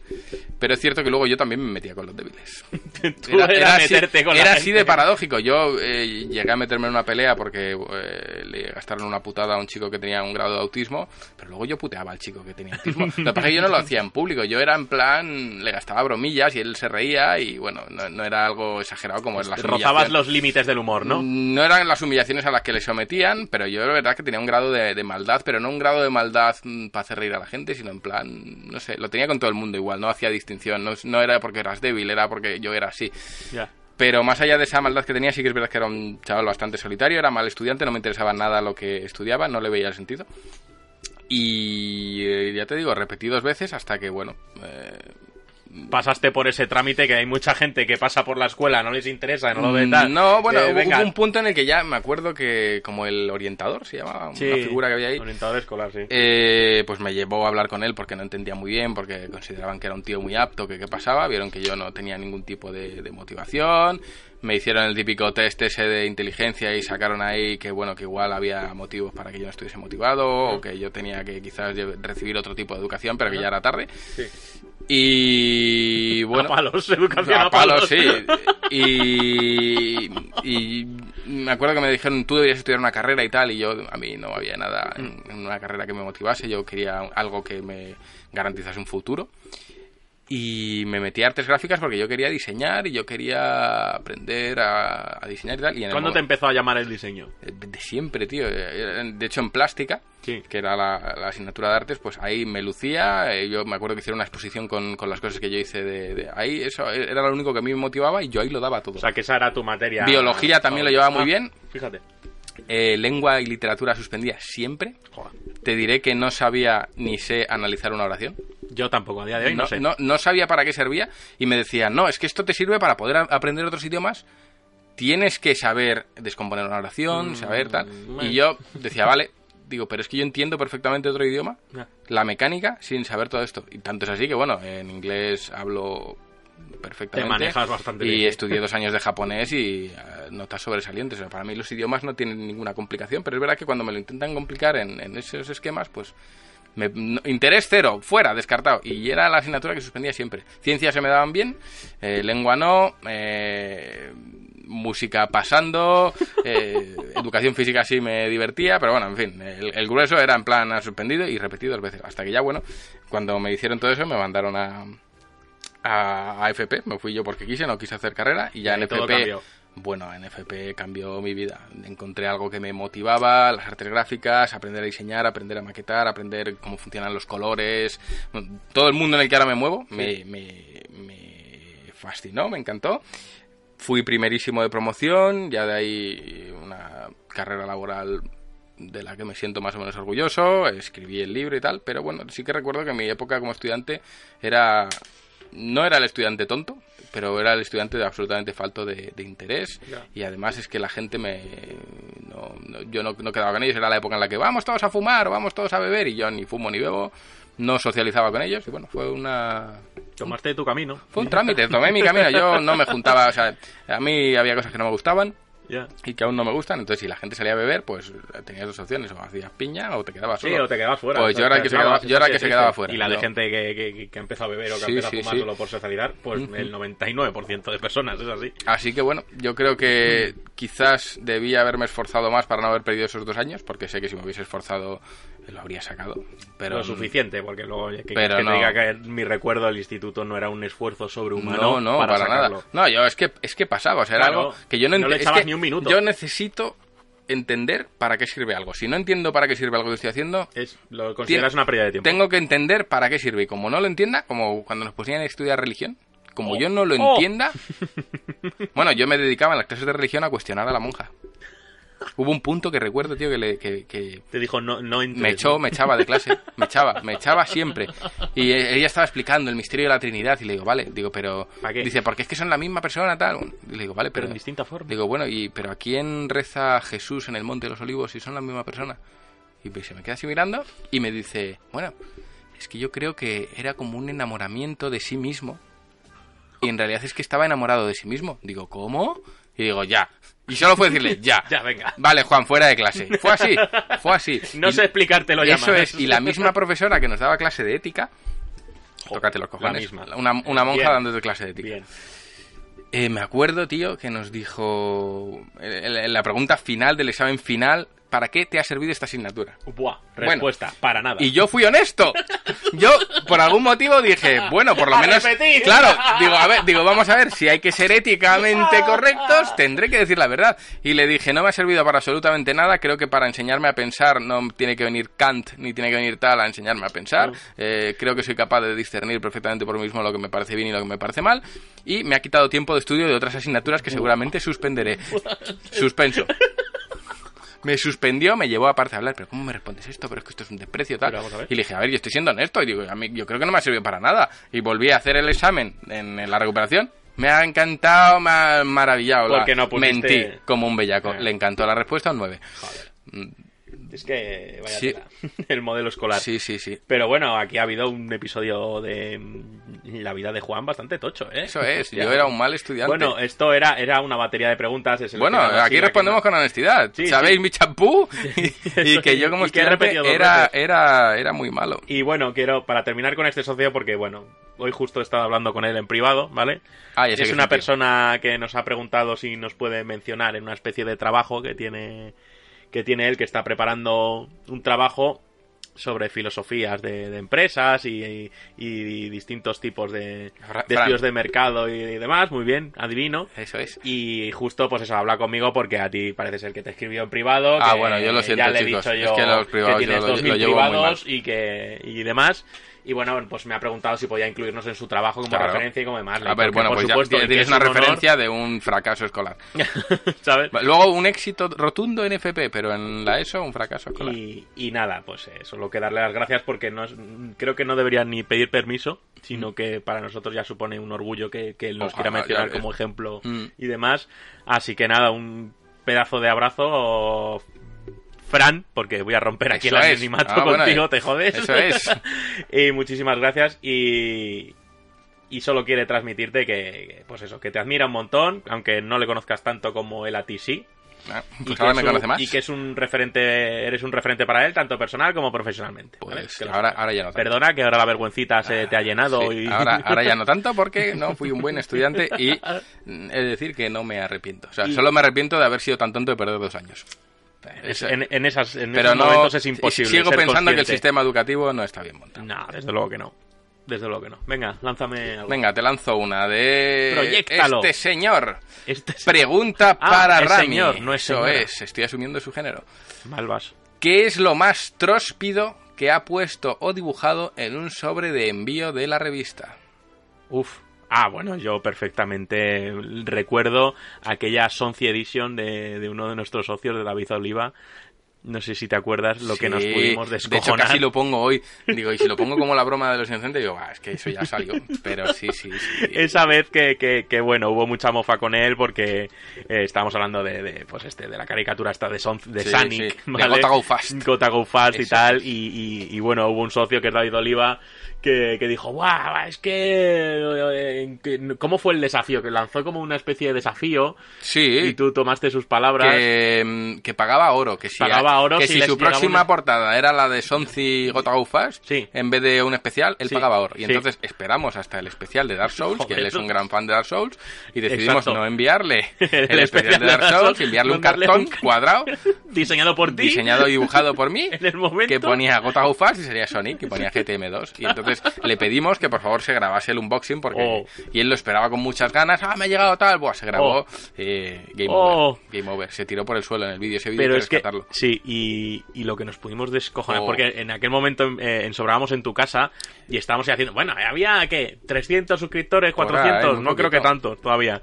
Speaker 5: Pero es cierto que luego yo también me metía con los débiles.
Speaker 4: Tú eras meterte
Speaker 5: así,
Speaker 4: con la
Speaker 5: era
Speaker 4: gente.
Speaker 5: así de paradójico. Yo eh, llegué a meterme en una pelea porque eh, le gastaron una putada a un chico que tenía un grado de autismo. Pero luego yo puteaba al chico que tenía autismo. Lo que pasa es que yo no lo hacía en público. Yo era en plan. Le gastaba bromillas y él se reía. Y bueno, no, no era algo exagerado como es la
Speaker 4: Pues Rozabas los límites del humor, ¿no?
Speaker 5: no eran las humillaciones a las que le sometían, pero yo la verdad que tenía un grado de, de maldad, pero no un grado de maldad mm, para hacer reír a la gente, sino en plan, no sé, lo tenía con todo el mundo igual, no hacía distinción, no, no era porque eras débil, era porque yo era así.
Speaker 4: Ya.
Speaker 5: Pero más allá de esa maldad que tenía, sí que es verdad que era un chaval bastante solitario, era mal estudiante, no me interesaba nada lo que estudiaba, no le veía el sentido. Y eh, ya te digo, repetí dos veces hasta que, bueno, eh,
Speaker 4: pasaste por ese trámite que hay mucha gente que pasa por la escuela, no les interesa, no lo ven tal.
Speaker 5: Mm, No, bueno,
Speaker 4: Eh,
Speaker 5: hubo-
Speaker 4: venga.
Speaker 5: hubo un punto en el que ya me acuerdo que como el orientador se llamaba,
Speaker 4: Sí,
Speaker 5: una figura que había ahí,
Speaker 4: Orientador escolar, sí.
Speaker 5: eh, pues me llevó a hablar con él porque no entendía muy bien, porque consideraban que era un tío muy apto, que qué pasaba, vieron que yo no tenía ningún tipo de, de motivación, me hicieron el típico test ese de inteligencia y sacaron ahí que bueno, que igual había motivos para que yo no estuviese motivado o que yo tenía que quizás lle- recibir otro tipo de educación, pero que ya era tarde. Y bueno,
Speaker 4: a palos, educación a,
Speaker 5: a palos, sí. Y, y me acuerdo que me dijeron, tú deberías estudiar una carrera y tal, y yo, a mí no había nada en, en una carrera que me motivase, yo quería algo que me garantizase un futuro. Y me metí a artes gráficas porque yo quería diseñar y yo quería aprender a, a diseñar y tal. Y en el
Speaker 4: ¿Cuándo te
Speaker 5: momento-
Speaker 4: empezó a llamar el diseño?
Speaker 5: de siempre, tío. De hecho, en plástica,
Speaker 4: Sí.
Speaker 5: que era la, la asignatura de artes, pues ahí me lucía. eh, Yo me acuerdo que hicieron una exposición con, con las cosas que yo hice de, de- ahí. Eso era lo único que a mí me motivaba y yo ahí lo daba todo.
Speaker 4: O sea, que esa era tu materia.
Speaker 5: Biología también lo llevaba muy
Speaker 4: Ah,
Speaker 5: bien.
Speaker 4: Fíjate.
Speaker 5: Eh, lengua y literatura suspendía siempre.
Speaker 4: Joder.
Speaker 5: Te diré que no sabía ni sé analizar una oración.
Speaker 4: Yo tampoco, a día de hoy no,
Speaker 5: No,
Speaker 4: sé.
Speaker 5: no- no sabía para qué servía y me decía, no, es que esto te sirve para poder a- aprender otros idiomas. Tienes que saber descomponer una oración, saber tal.
Speaker 4: Mm, bueno.
Speaker 5: Y yo decía, vale, digo, pero es que yo entiendo perfectamente otro idioma,
Speaker 4: Ya.
Speaker 5: la mecánica, sin saber todo esto. Y tanto es así que, bueno, en inglés hablo perfectamente.
Speaker 4: manejas bastante
Speaker 5: Y
Speaker 4: bien.
Speaker 5: estudié dos años de japonés y eh, notas sobresalientes. O sea, para mí los idiomas no tienen ninguna complicación, pero es verdad que cuando me lo intentan complicar en, en esos esquemas, pues me- no- interés cero, fuera, descartado. Y era la asignatura que suspendía siempre. Ciencias se me daban bien, eh, lengua no, eh, música pasando, eh, educación física sí me divertía, pero bueno, en fin, el, el grueso era en plan ah, suspendido y repetido dos veces. Hasta que ya, bueno, cuando me hicieron todo eso me mandaron a, a, a FP, me fui yo porque quise, no quise hacer carrera y ya
Speaker 4: Y
Speaker 5: en
Speaker 4: ahí todo
Speaker 5: FP...
Speaker 4: cambió.
Speaker 5: Bueno, en FP cambió mi vida. Encontré algo que me motivaba, las artes gráficas, aprender a diseñar, aprender a maquetar, aprender cómo funcionan los colores. Bueno, Todo el mundo en el que ahora me muevo me, me- me fascinó, me encantó. Fui primerísimo de promoción, ya de ahí una carrera laboral de la que me siento más o menos orgulloso, escribí el libro y tal, pero bueno, sí que recuerdo que mi época como estudiante era no era el estudiante tonto, pero era el estudiante de absolutamente falto de, de interés.
Speaker 4: Ya.
Speaker 5: Y además es que la gente me. no- no- yo no, no quedaba con ellos. Era la época en la que vamos todos a fumar o vamos todos a beber. Y yo ni fumo ni bebo. No socializaba con ellos. Y bueno, fue una.
Speaker 4: Tomaste tu camino.
Speaker 5: Fue un trámite. Tomé mi camino. Yo no me juntaba. O sea, a mí había cosas que no me gustaban
Speaker 4: Ya.
Speaker 5: y que aún no me gustan. Entonces, si la gente salía a beber, pues tenías dos opciones: o hacías piña o te quedabas
Speaker 4: Sí,
Speaker 5: solo.
Speaker 4: o te quedabas fuera.
Speaker 5: Pues yo era el que se
Speaker 4: Claro,
Speaker 5: quedaba,
Speaker 4: sí,
Speaker 5: yo era
Speaker 4: sí,
Speaker 5: el que
Speaker 4: sí,
Speaker 5: se quedaba
Speaker 4: sí.
Speaker 5: fuera.
Speaker 4: Y la de
Speaker 5: Yo-
Speaker 4: gente que, que, que ha empezado a beber o que ha
Speaker 5: Sí,
Speaker 4: empezado
Speaker 5: sí,
Speaker 4: a fumar
Speaker 5: sí.
Speaker 4: solo por socializar, pues el 99% de personas es así.
Speaker 5: Así que bueno, yo creo que quizás debía haberme esforzado más para no haber perdido esos dos años, porque sé que si me hubiese esforzado eh, lo habría sacado. Pero
Speaker 4: lo suficiente, porque luego oye, que,
Speaker 5: pero
Speaker 4: que
Speaker 5: no.
Speaker 4: te diga que mi recuerdo del instituto no era un esfuerzo sobrehumano
Speaker 5: no, no, para,
Speaker 4: sacarlo.
Speaker 5: nada. No, yo es que es que pasaba, o sea, era
Speaker 4: Claro,
Speaker 5: algo que yo no,
Speaker 4: no le
Speaker 5: ent- es
Speaker 4: echabas
Speaker 5: que
Speaker 4: ni un minuto.
Speaker 5: Yo necesito entender para qué sirve algo. Si no entiendo para qué sirve algo que estoy haciendo,
Speaker 4: Es, lo consideras una pérdida de tiempo.
Speaker 5: tengo que entender para qué sirve. Y como no lo entienda, como cuando nos ponían a estudiar religión, como yo no lo
Speaker 4: Oh.
Speaker 5: entienda. bueno, yo me dedicaba en las clases de religión a cuestionar a la monja. Hubo un punto que recuerdo, tío, que, le, que, que
Speaker 4: Te dijo, no, no entres.
Speaker 5: me echó, me echaba de clase. Me echaba, me echaba siempre. Y e- ella estaba explicando el misterio de la Trinidad. Y le digo, vale, digo, pero.
Speaker 4: ¿Para qué?
Speaker 5: Dice, porque es que son la misma persona, tal. Y le digo, vale,
Speaker 4: Pero
Speaker 5: pero.
Speaker 4: en distinta forma.
Speaker 5: Digo, bueno, y pero ¿a quién reza Jesús en el Monte de los Olivos si son la misma persona? Y pues se me queda así mirando y me dice, bueno, es que yo creo que era como un enamoramiento de sí mismo. Y en realidad es que estaba enamorado de sí mismo. Digo, ¿cómo? Y digo, ya. Y solo fue decirle, ya.
Speaker 4: Ya, venga.
Speaker 5: Vale, Juan, fuera de clase. Fue así, fue así.
Speaker 4: No
Speaker 5: Y-
Speaker 4: sé explicártelo ya
Speaker 5: Eso
Speaker 4: más.
Speaker 5: es, y la misma profesora que nos daba clase de ética, tócate los
Speaker 4: la
Speaker 5: cojones,
Speaker 4: misma.
Speaker 5: Una, una monja
Speaker 4: Bien.
Speaker 5: dándote clase de ética.
Speaker 4: Bien.
Speaker 5: Eh, me acuerdo, tío, que nos dijo en- en la pregunta final del examen final, ¿para qué te ha servido esta asignatura?
Speaker 4: Buah,
Speaker 5: Bueno.
Speaker 4: respuesta, para nada.
Speaker 5: Y yo fui honesto. Yo, por algún motivo, dije, bueno, por lo
Speaker 4: A
Speaker 5: menos.
Speaker 4: repetir.
Speaker 5: Claro, digo, a ver, digo, vamos a ver, si hay que ser éticamente correctos, tendré que decir la verdad. Y le dije, no me ha servido para absolutamente nada. Creo que para enseñarme a pensar no tiene que venir Kant ni tiene que venir tal a enseñarme a pensar. Eh, creo que soy capaz de discernir perfectamente por mí mismo lo que me parece bien y lo que me parece mal. Y me ha quitado tiempo de estudio de otras asignaturas que seguramente suspenderé. Suspenso. Me suspendió, me llevó aparte a hablar, pero ¿cómo me respondes esto? Pero es que esto es un desprecio tal.
Speaker 4: Pero vamos a ver.
Speaker 5: Y le dije, a ver, yo estoy siendo honesto. Y digo, a mí, yo creo que no me ha servido para nada. Y volví a hacer el examen en, en la recuperación. Me ha encantado, me ha maravillado. la-
Speaker 4: Porque no pusiste-
Speaker 5: Mentí como un bellaco.
Speaker 4: Eh.
Speaker 5: Le encantó la respuesta, un 9.
Speaker 4: Es que, vaya
Speaker 5: Sí.
Speaker 4: tela. El modelo escolar.
Speaker 5: Sí, sí, sí.
Speaker 4: Pero bueno, aquí ha habido un episodio de mm, la vida de Juan bastante tocho, ¿eh?
Speaker 5: Eso es,
Speaker 4: Hostia.
Speaker 5: yo era un mal estudiante.
Speaker 4: Bueno, esto era, era una batería de preguntas. se
Speaker 5: Bueno,
Speaker 4: seleccionaba así
Speaker 5: aquí
Speaker 4: la que
Speaker 5: respondemos
Speaker 4: más-
Speaker 5: con honestidad.
Speaker 4: Sí,
Speaker 5: ¿Sabéis
Speaker 4: sí.
Speaker 5: mi champú? Y, y que yo como
Speaker 4: Y que he
Speaker 5: estudiante
Speaker 4: repetido dos
Speaker 5: era,
Speaker 4: veces.
Speaker 5: era, era muy malo.
Speaker 4: Y bueno, quiero, para terminar con este socio, porque bueno, hoy justo he estado hablando con él en privado, ¿vale?
Speaker 5: Ah, ya sé
Speaker 4: es
Speaker 5: qué
Speaker 4: una
Speaker 5: sitio.
Speaker 4: persona que nos ha preguntado si nos puede mencionar en una especie de trabajo que tiene que tiene él que está preparando un trabajo sobre filosofías de, de empresas y, y- y distintos tipos de,
Speaker 5: Fra-
Speaker 4: de
Speaker 5: Fran.
Speaker 4: estudios de mercado y, y demás. Muy bien, adivino.
Speaker 5: Eso es.
Speaker 4: Y justo, pues eso, habla conmigo porque a ti parece ser que te escribió en privado.
Speaker 5: Ah,
Speaker 4: que
Speaker 5: bueno, yo lo siento,
Speaker 4: ya le he
Speaker 5: chicos.
Speaker 4: dicho
Speaker 5: Es
Speaker 4: yo
Speaker 5: que los privados yo
Speaker 4: tienes
Speaker 5: lo-
Speaker 4: 2000
Speaker 5: lo llevo muy
Speaker 4: privados y, que, y demás. Y bueno, pues me ha preguntado si podía incluirnos en su trabajo como
Speaker 5: Claro.
Speaker 4: referencia y como demás. Eh,
Speaker 5: A ver,
Speaker 4: Porque,
Speaker 5: bueno,
Speaker 4: por
Speaker 5: pues ya
Speaker 4: supuesto, y
Speaker 5: tienes-
Speaker 4: que
Speaker 5: tienes
Speaker 4: es
Speaker 5: una
Speaker 4: un honor,
Speaker 5: referencia de un fracaso escolar.
Speaker 4: ¿sabes?
Speaker 5: Luego un éxito rotundo en FP, pero en la ESO un fracaso escolar.
Speaker 4: Y, y nada, pues eh, solo que darle las gracias porque no es- creo que no debería ni pedir permiso, sino que para nosotros ya supone un orgullo que, que él nos
Speaker 5: Mm. Ojalá,
Speaker 4: quiera mencionar
Speaker 5: ya ves.
Speaker 4: como ejemplo
Speaker 5: Mm.
Speaker 4: y demás. Así que nada, un pedazo de abrazo, Fran, porque voy a romper aquí
Speaker 5: Eso
Speaker 4: el
Speaker 5: es.
Speaker 4: anonimato
Speaker 5: Ah, bueno,
Speaker 4: contigo,
Speaker 5: eh.
Speaker 4: te jodes.
Speaker 5: Eso es.
Speaker 4: y muchísimas gracias y... Y solo quiere transmitirte que, pues eso, que te admira un montón, aunque no le conozcas tanto como él a ti sí,
Speaker 5: Ah,
Speaker 4: y
Speaker 5: pues
Speaker 4: que
Speaker 5: ahora
Speaker 4: es
Speaker 5: me
Speaker 4: un-
Speaker 5: conoce más.
Speaker 4: Y que es un referente, eres un referente para él, tanto personal como profesionalmente. ¿vale?
Speaker 5: Pues
Speaker 4: Que lo
Speaker 5: ahora,
Speaker 4: sepas.
Speaker 5: ahora ya no tanto.
Speaker 4: Perdona que ahora la vergüencita se te ha llenado
Speaker 5: Sí,
Speaker 4: y...
Speaker 5: ahora, ahora ya no tanto porque no fui un buen estudiante y mm, he de decir que no me arrepiento. O sea,
Speaker 4: Y-
Speaker 5: solo me arrepiento de haber sido tan tonto de perder dos años. Eso-
Speaker 4: en, en esas, en
Speaker 5: pero
Speaker 4: esos
Speaker 5: no
Speaker 4: momentos es imposible.
Speaker 5: sigo
Speaker 4: ser
Speaker 5: pensando que el
Speaker 4: consciente.
Speaker 5: sistema educativo no está bien montado.
Speaker 4: No, desde luego que no. Desde luego que no. Venga, lánzame algo.
Speaker 5: Venga, te lanzo una de
Speaker 4: Proyéctalo.
Speaker 5: este señor.
Speaker 4: Este es
Speaker 5: Pregunta
Speaker 4: Ah,
Speaker 5: para
Speaker 4: es
Speaker 5: Rami.
Speaker 4: señor, no es
Speaker 5: Eso
Speaker 4: señora.
Speaker 5: es, estoy asumiendo su género.
Speaker 4: Malvas.
Speaker 5: ¿Qué es lo más tróspido que ha puesto o dibujado en un sobre de envío de la revista?
Speaker 4: Uf. Ah, bueno, yo perfectamente recuerdo aquella Sonci Edition de, de uno de nuestros socios, de David Oliva. No sé si te acuerdas lo que nos
Speaker 5: Sí,
Speaker 4: pudimos
Speaker 5: De hecho,
Speaker 4: descojonar.
Speaker 5: casi lo pongo hoy. Digo, y si lo pongo como la broma de los inocentes, digo, "Ah, es que eso ya salió. Pero sí, sí, sí.
Speaker 4: esa vez que, que- que, bueno, hubo mucha mofa con él porque eh, estábamos hablando de, de, pues este, de la caricatura esta de, Son, de
Speaker 5: Sí, sí,
Speaker 4: Sonic,
Speaker 5: de
Speaker 4: ¿vale?
Speaker 5: Gotta Go Fast.
Speaker 4: Gotta Go Fast y
Speaker 5: Eso
Speaker 4: tal,
Speaker 5: es.
Speaker 4: y, y- y, bueno, hubo un socio que es David Oliva que, que dijo, guau, es que, eh, que- ¿cómo fue el desafío? Que lanzó como una especie de desafío y
Speaker 5: Sí,
Speaker 4: tú tomaste sus palabras.
Speaker 5: que, mm, que pagaba oro. Que si,
Speaker 4: Pagaba oro
Speaker 5: que
Speaker 4: si
Speaker 5: si
Speaker 4: les
Speaker 5: su
Speaker 4: llegaba
Speaker 5: próxima
Speaker 4: una-
Speaker 5: portada era la de Sonzi Gota Go Fast,
Speaker 4: Sí.
Speaker 5: en vez de un especial, él
Speaker 4: Sí,
Speaker 5: pagaba oro.
Speaker 4: sí.
Speaker 5: Y entonces esperamos hasta el especial de Dark Souls, que él es
Speaker 4: Joder.
Speaker 5: un gran fan de Dark Souls, y decidimos
Speaker 4: Exacto.
Speaker 5: no enviarle el,
Speaker 4: El
Speaker 5: especial de Dark Souls, enviarle un
Speaker 4: mandarle
Speaker 5: cartón
Speaker 4: un ca-
Speaker 5: cuadrado
Speaker 4: Diseñado por ti.
Speaker 5: diseñado y dibujado por mí
Speaker 4: En el momento.
Speaker 5: que ponía Gota Go Fast y sería Sonic y ponía GTM2 y entonces le pedimos que por favor se grabase el unboxing porque
Speaker 4: Oh.
Speaker 5: y él lo esperaba con muchas ganas ah me ha llegado tal Buah, se grabó
Speaker 4: Oh.
Speaker 5: eh, game
Speaker 4: Oh.
Speaker 5: over game over se tiró por el suelo en el vídeo ese vídeo hay
Speaker 4: Pero
Speaker 5: que
Speaker 4: es que,
Speaker 5: rescatarlo
Speaker 4: sí, y, y lo que nos pudimos descojonar,
Speaker 5: Oh.
Speaker 4: porque en aquel momento eh, ensobrábamos en tu casa y estábamos ahí haciendo, bueno, había, ¿qué? ¿300 suscriptores?
Speaker 5: Por ahí,
Speaker 4: ¿400?
Speaker 5: un
Speaker 4: no creo que
Speaker 5: poquito.
Speaker 4: tantos todavía.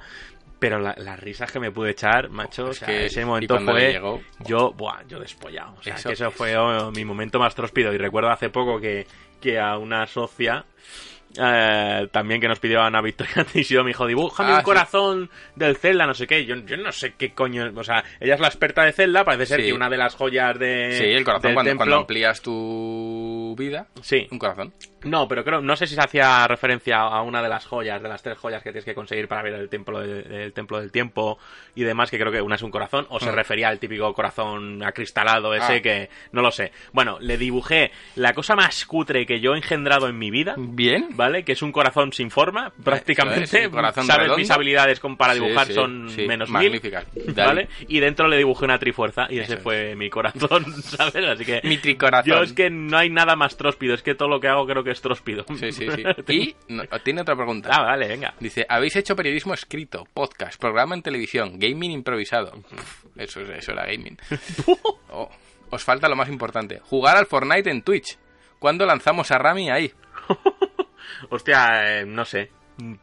Speaker 4: Pero la- las risas que me pude echar, macho,
Speaker 5: es
Speaker 4: o sea,
Speaker 5: que-
Speaker 4: ese
Speaker 5: y
Speaker 4: momento
Speaker 5: cuando le
Speaker 4: fue...
Speaker 5: llegó,
Speaker 4: yo, buah, yo despollado. O sea,
Speaker 5: Eso
Speaker 4: que eso
Speaker 5: es.
Speaker 4: fue oh, mi momento más tróspido. Y recuerdo hace poco que, que a una socia... eh, también que nos pidió a Ana Victoria Tisio, me dijo, dibújame
Speaker 5: Ah,
Speaker 4: un
Speaker 5: sí.
Speaker 4: corazón del Zelda, no sé qué. Yo, yo no sé qué coño... O sea, ella es la experta de Zelda, parece ser
Speaker 5: Sí.
Speaker 4: que una de las joyas de.
Speaker 5: sí el corazón
Speaker 4: eh, del
Speaker 5: cuando,
Speaker 4: templo-
Speaker 5: cuando amplías tu vida
Speaker 4: Sí.
Speaker 5: un corazón
Speaker 4: No, pero creo, no sé si se hacía referencia a una de las joyas, de las tres joyas que tienes que conseguir para ver el templo, de- el templo del tiempo y demás, que creo que una es un corazón, o se
Speaker 5: Mm.
Speaker 4: refería al típico corazón acristalado ese
Speaker 5: Ah.
Speaker 4: que no lo sé. Bueno, le dibujé la cosa más cutre que yo he engendrado en mi vida.
Speaker 5: bien
Speaker 4: ¿Vale? Que es un corazón sin forma, prácticamente.
Speaker 5: Mm. Eh, es, un corazón
Speaker 4: Sabes,
Speaker 5: redondo.
Speaker 4: mis habilidades con, para
Speaker 5: Sí,
Speaker 4: dibujar
Speaker 5: sí,
Speaker 4: son
Speaker 5: sí,
Speaker 4: menos mil.
Speaker 5: magníficas Dale.
Speaker 4: ¿Vale? Y dentro le dibujé una trifuerza y ese
Speaker 5: Eso es.
Speaker 4: fue mi corazón, ¿sabes? Así que...
Speaker 5: Mi tricorazón.
Speaker 4: Yo es que no hay nada más tróspido, es que todo lo que hago creo que es tróspido.
Speaker 5: sí sí sí y no, tiene otra pregunta
Speaker 4: Ah, vale, venga.
Speaker 5: Dice, habéis hecho periodismo escrito, podcast, programa en televisión, gaming improvisado. Pff, eso, eso era gaming. Oh, os falta lo más importante, jugar al Fortnite en Twitch. ¿Cuándo lanzamos a Rami ahí?
Speaker 4: Hostia, eh, no sé.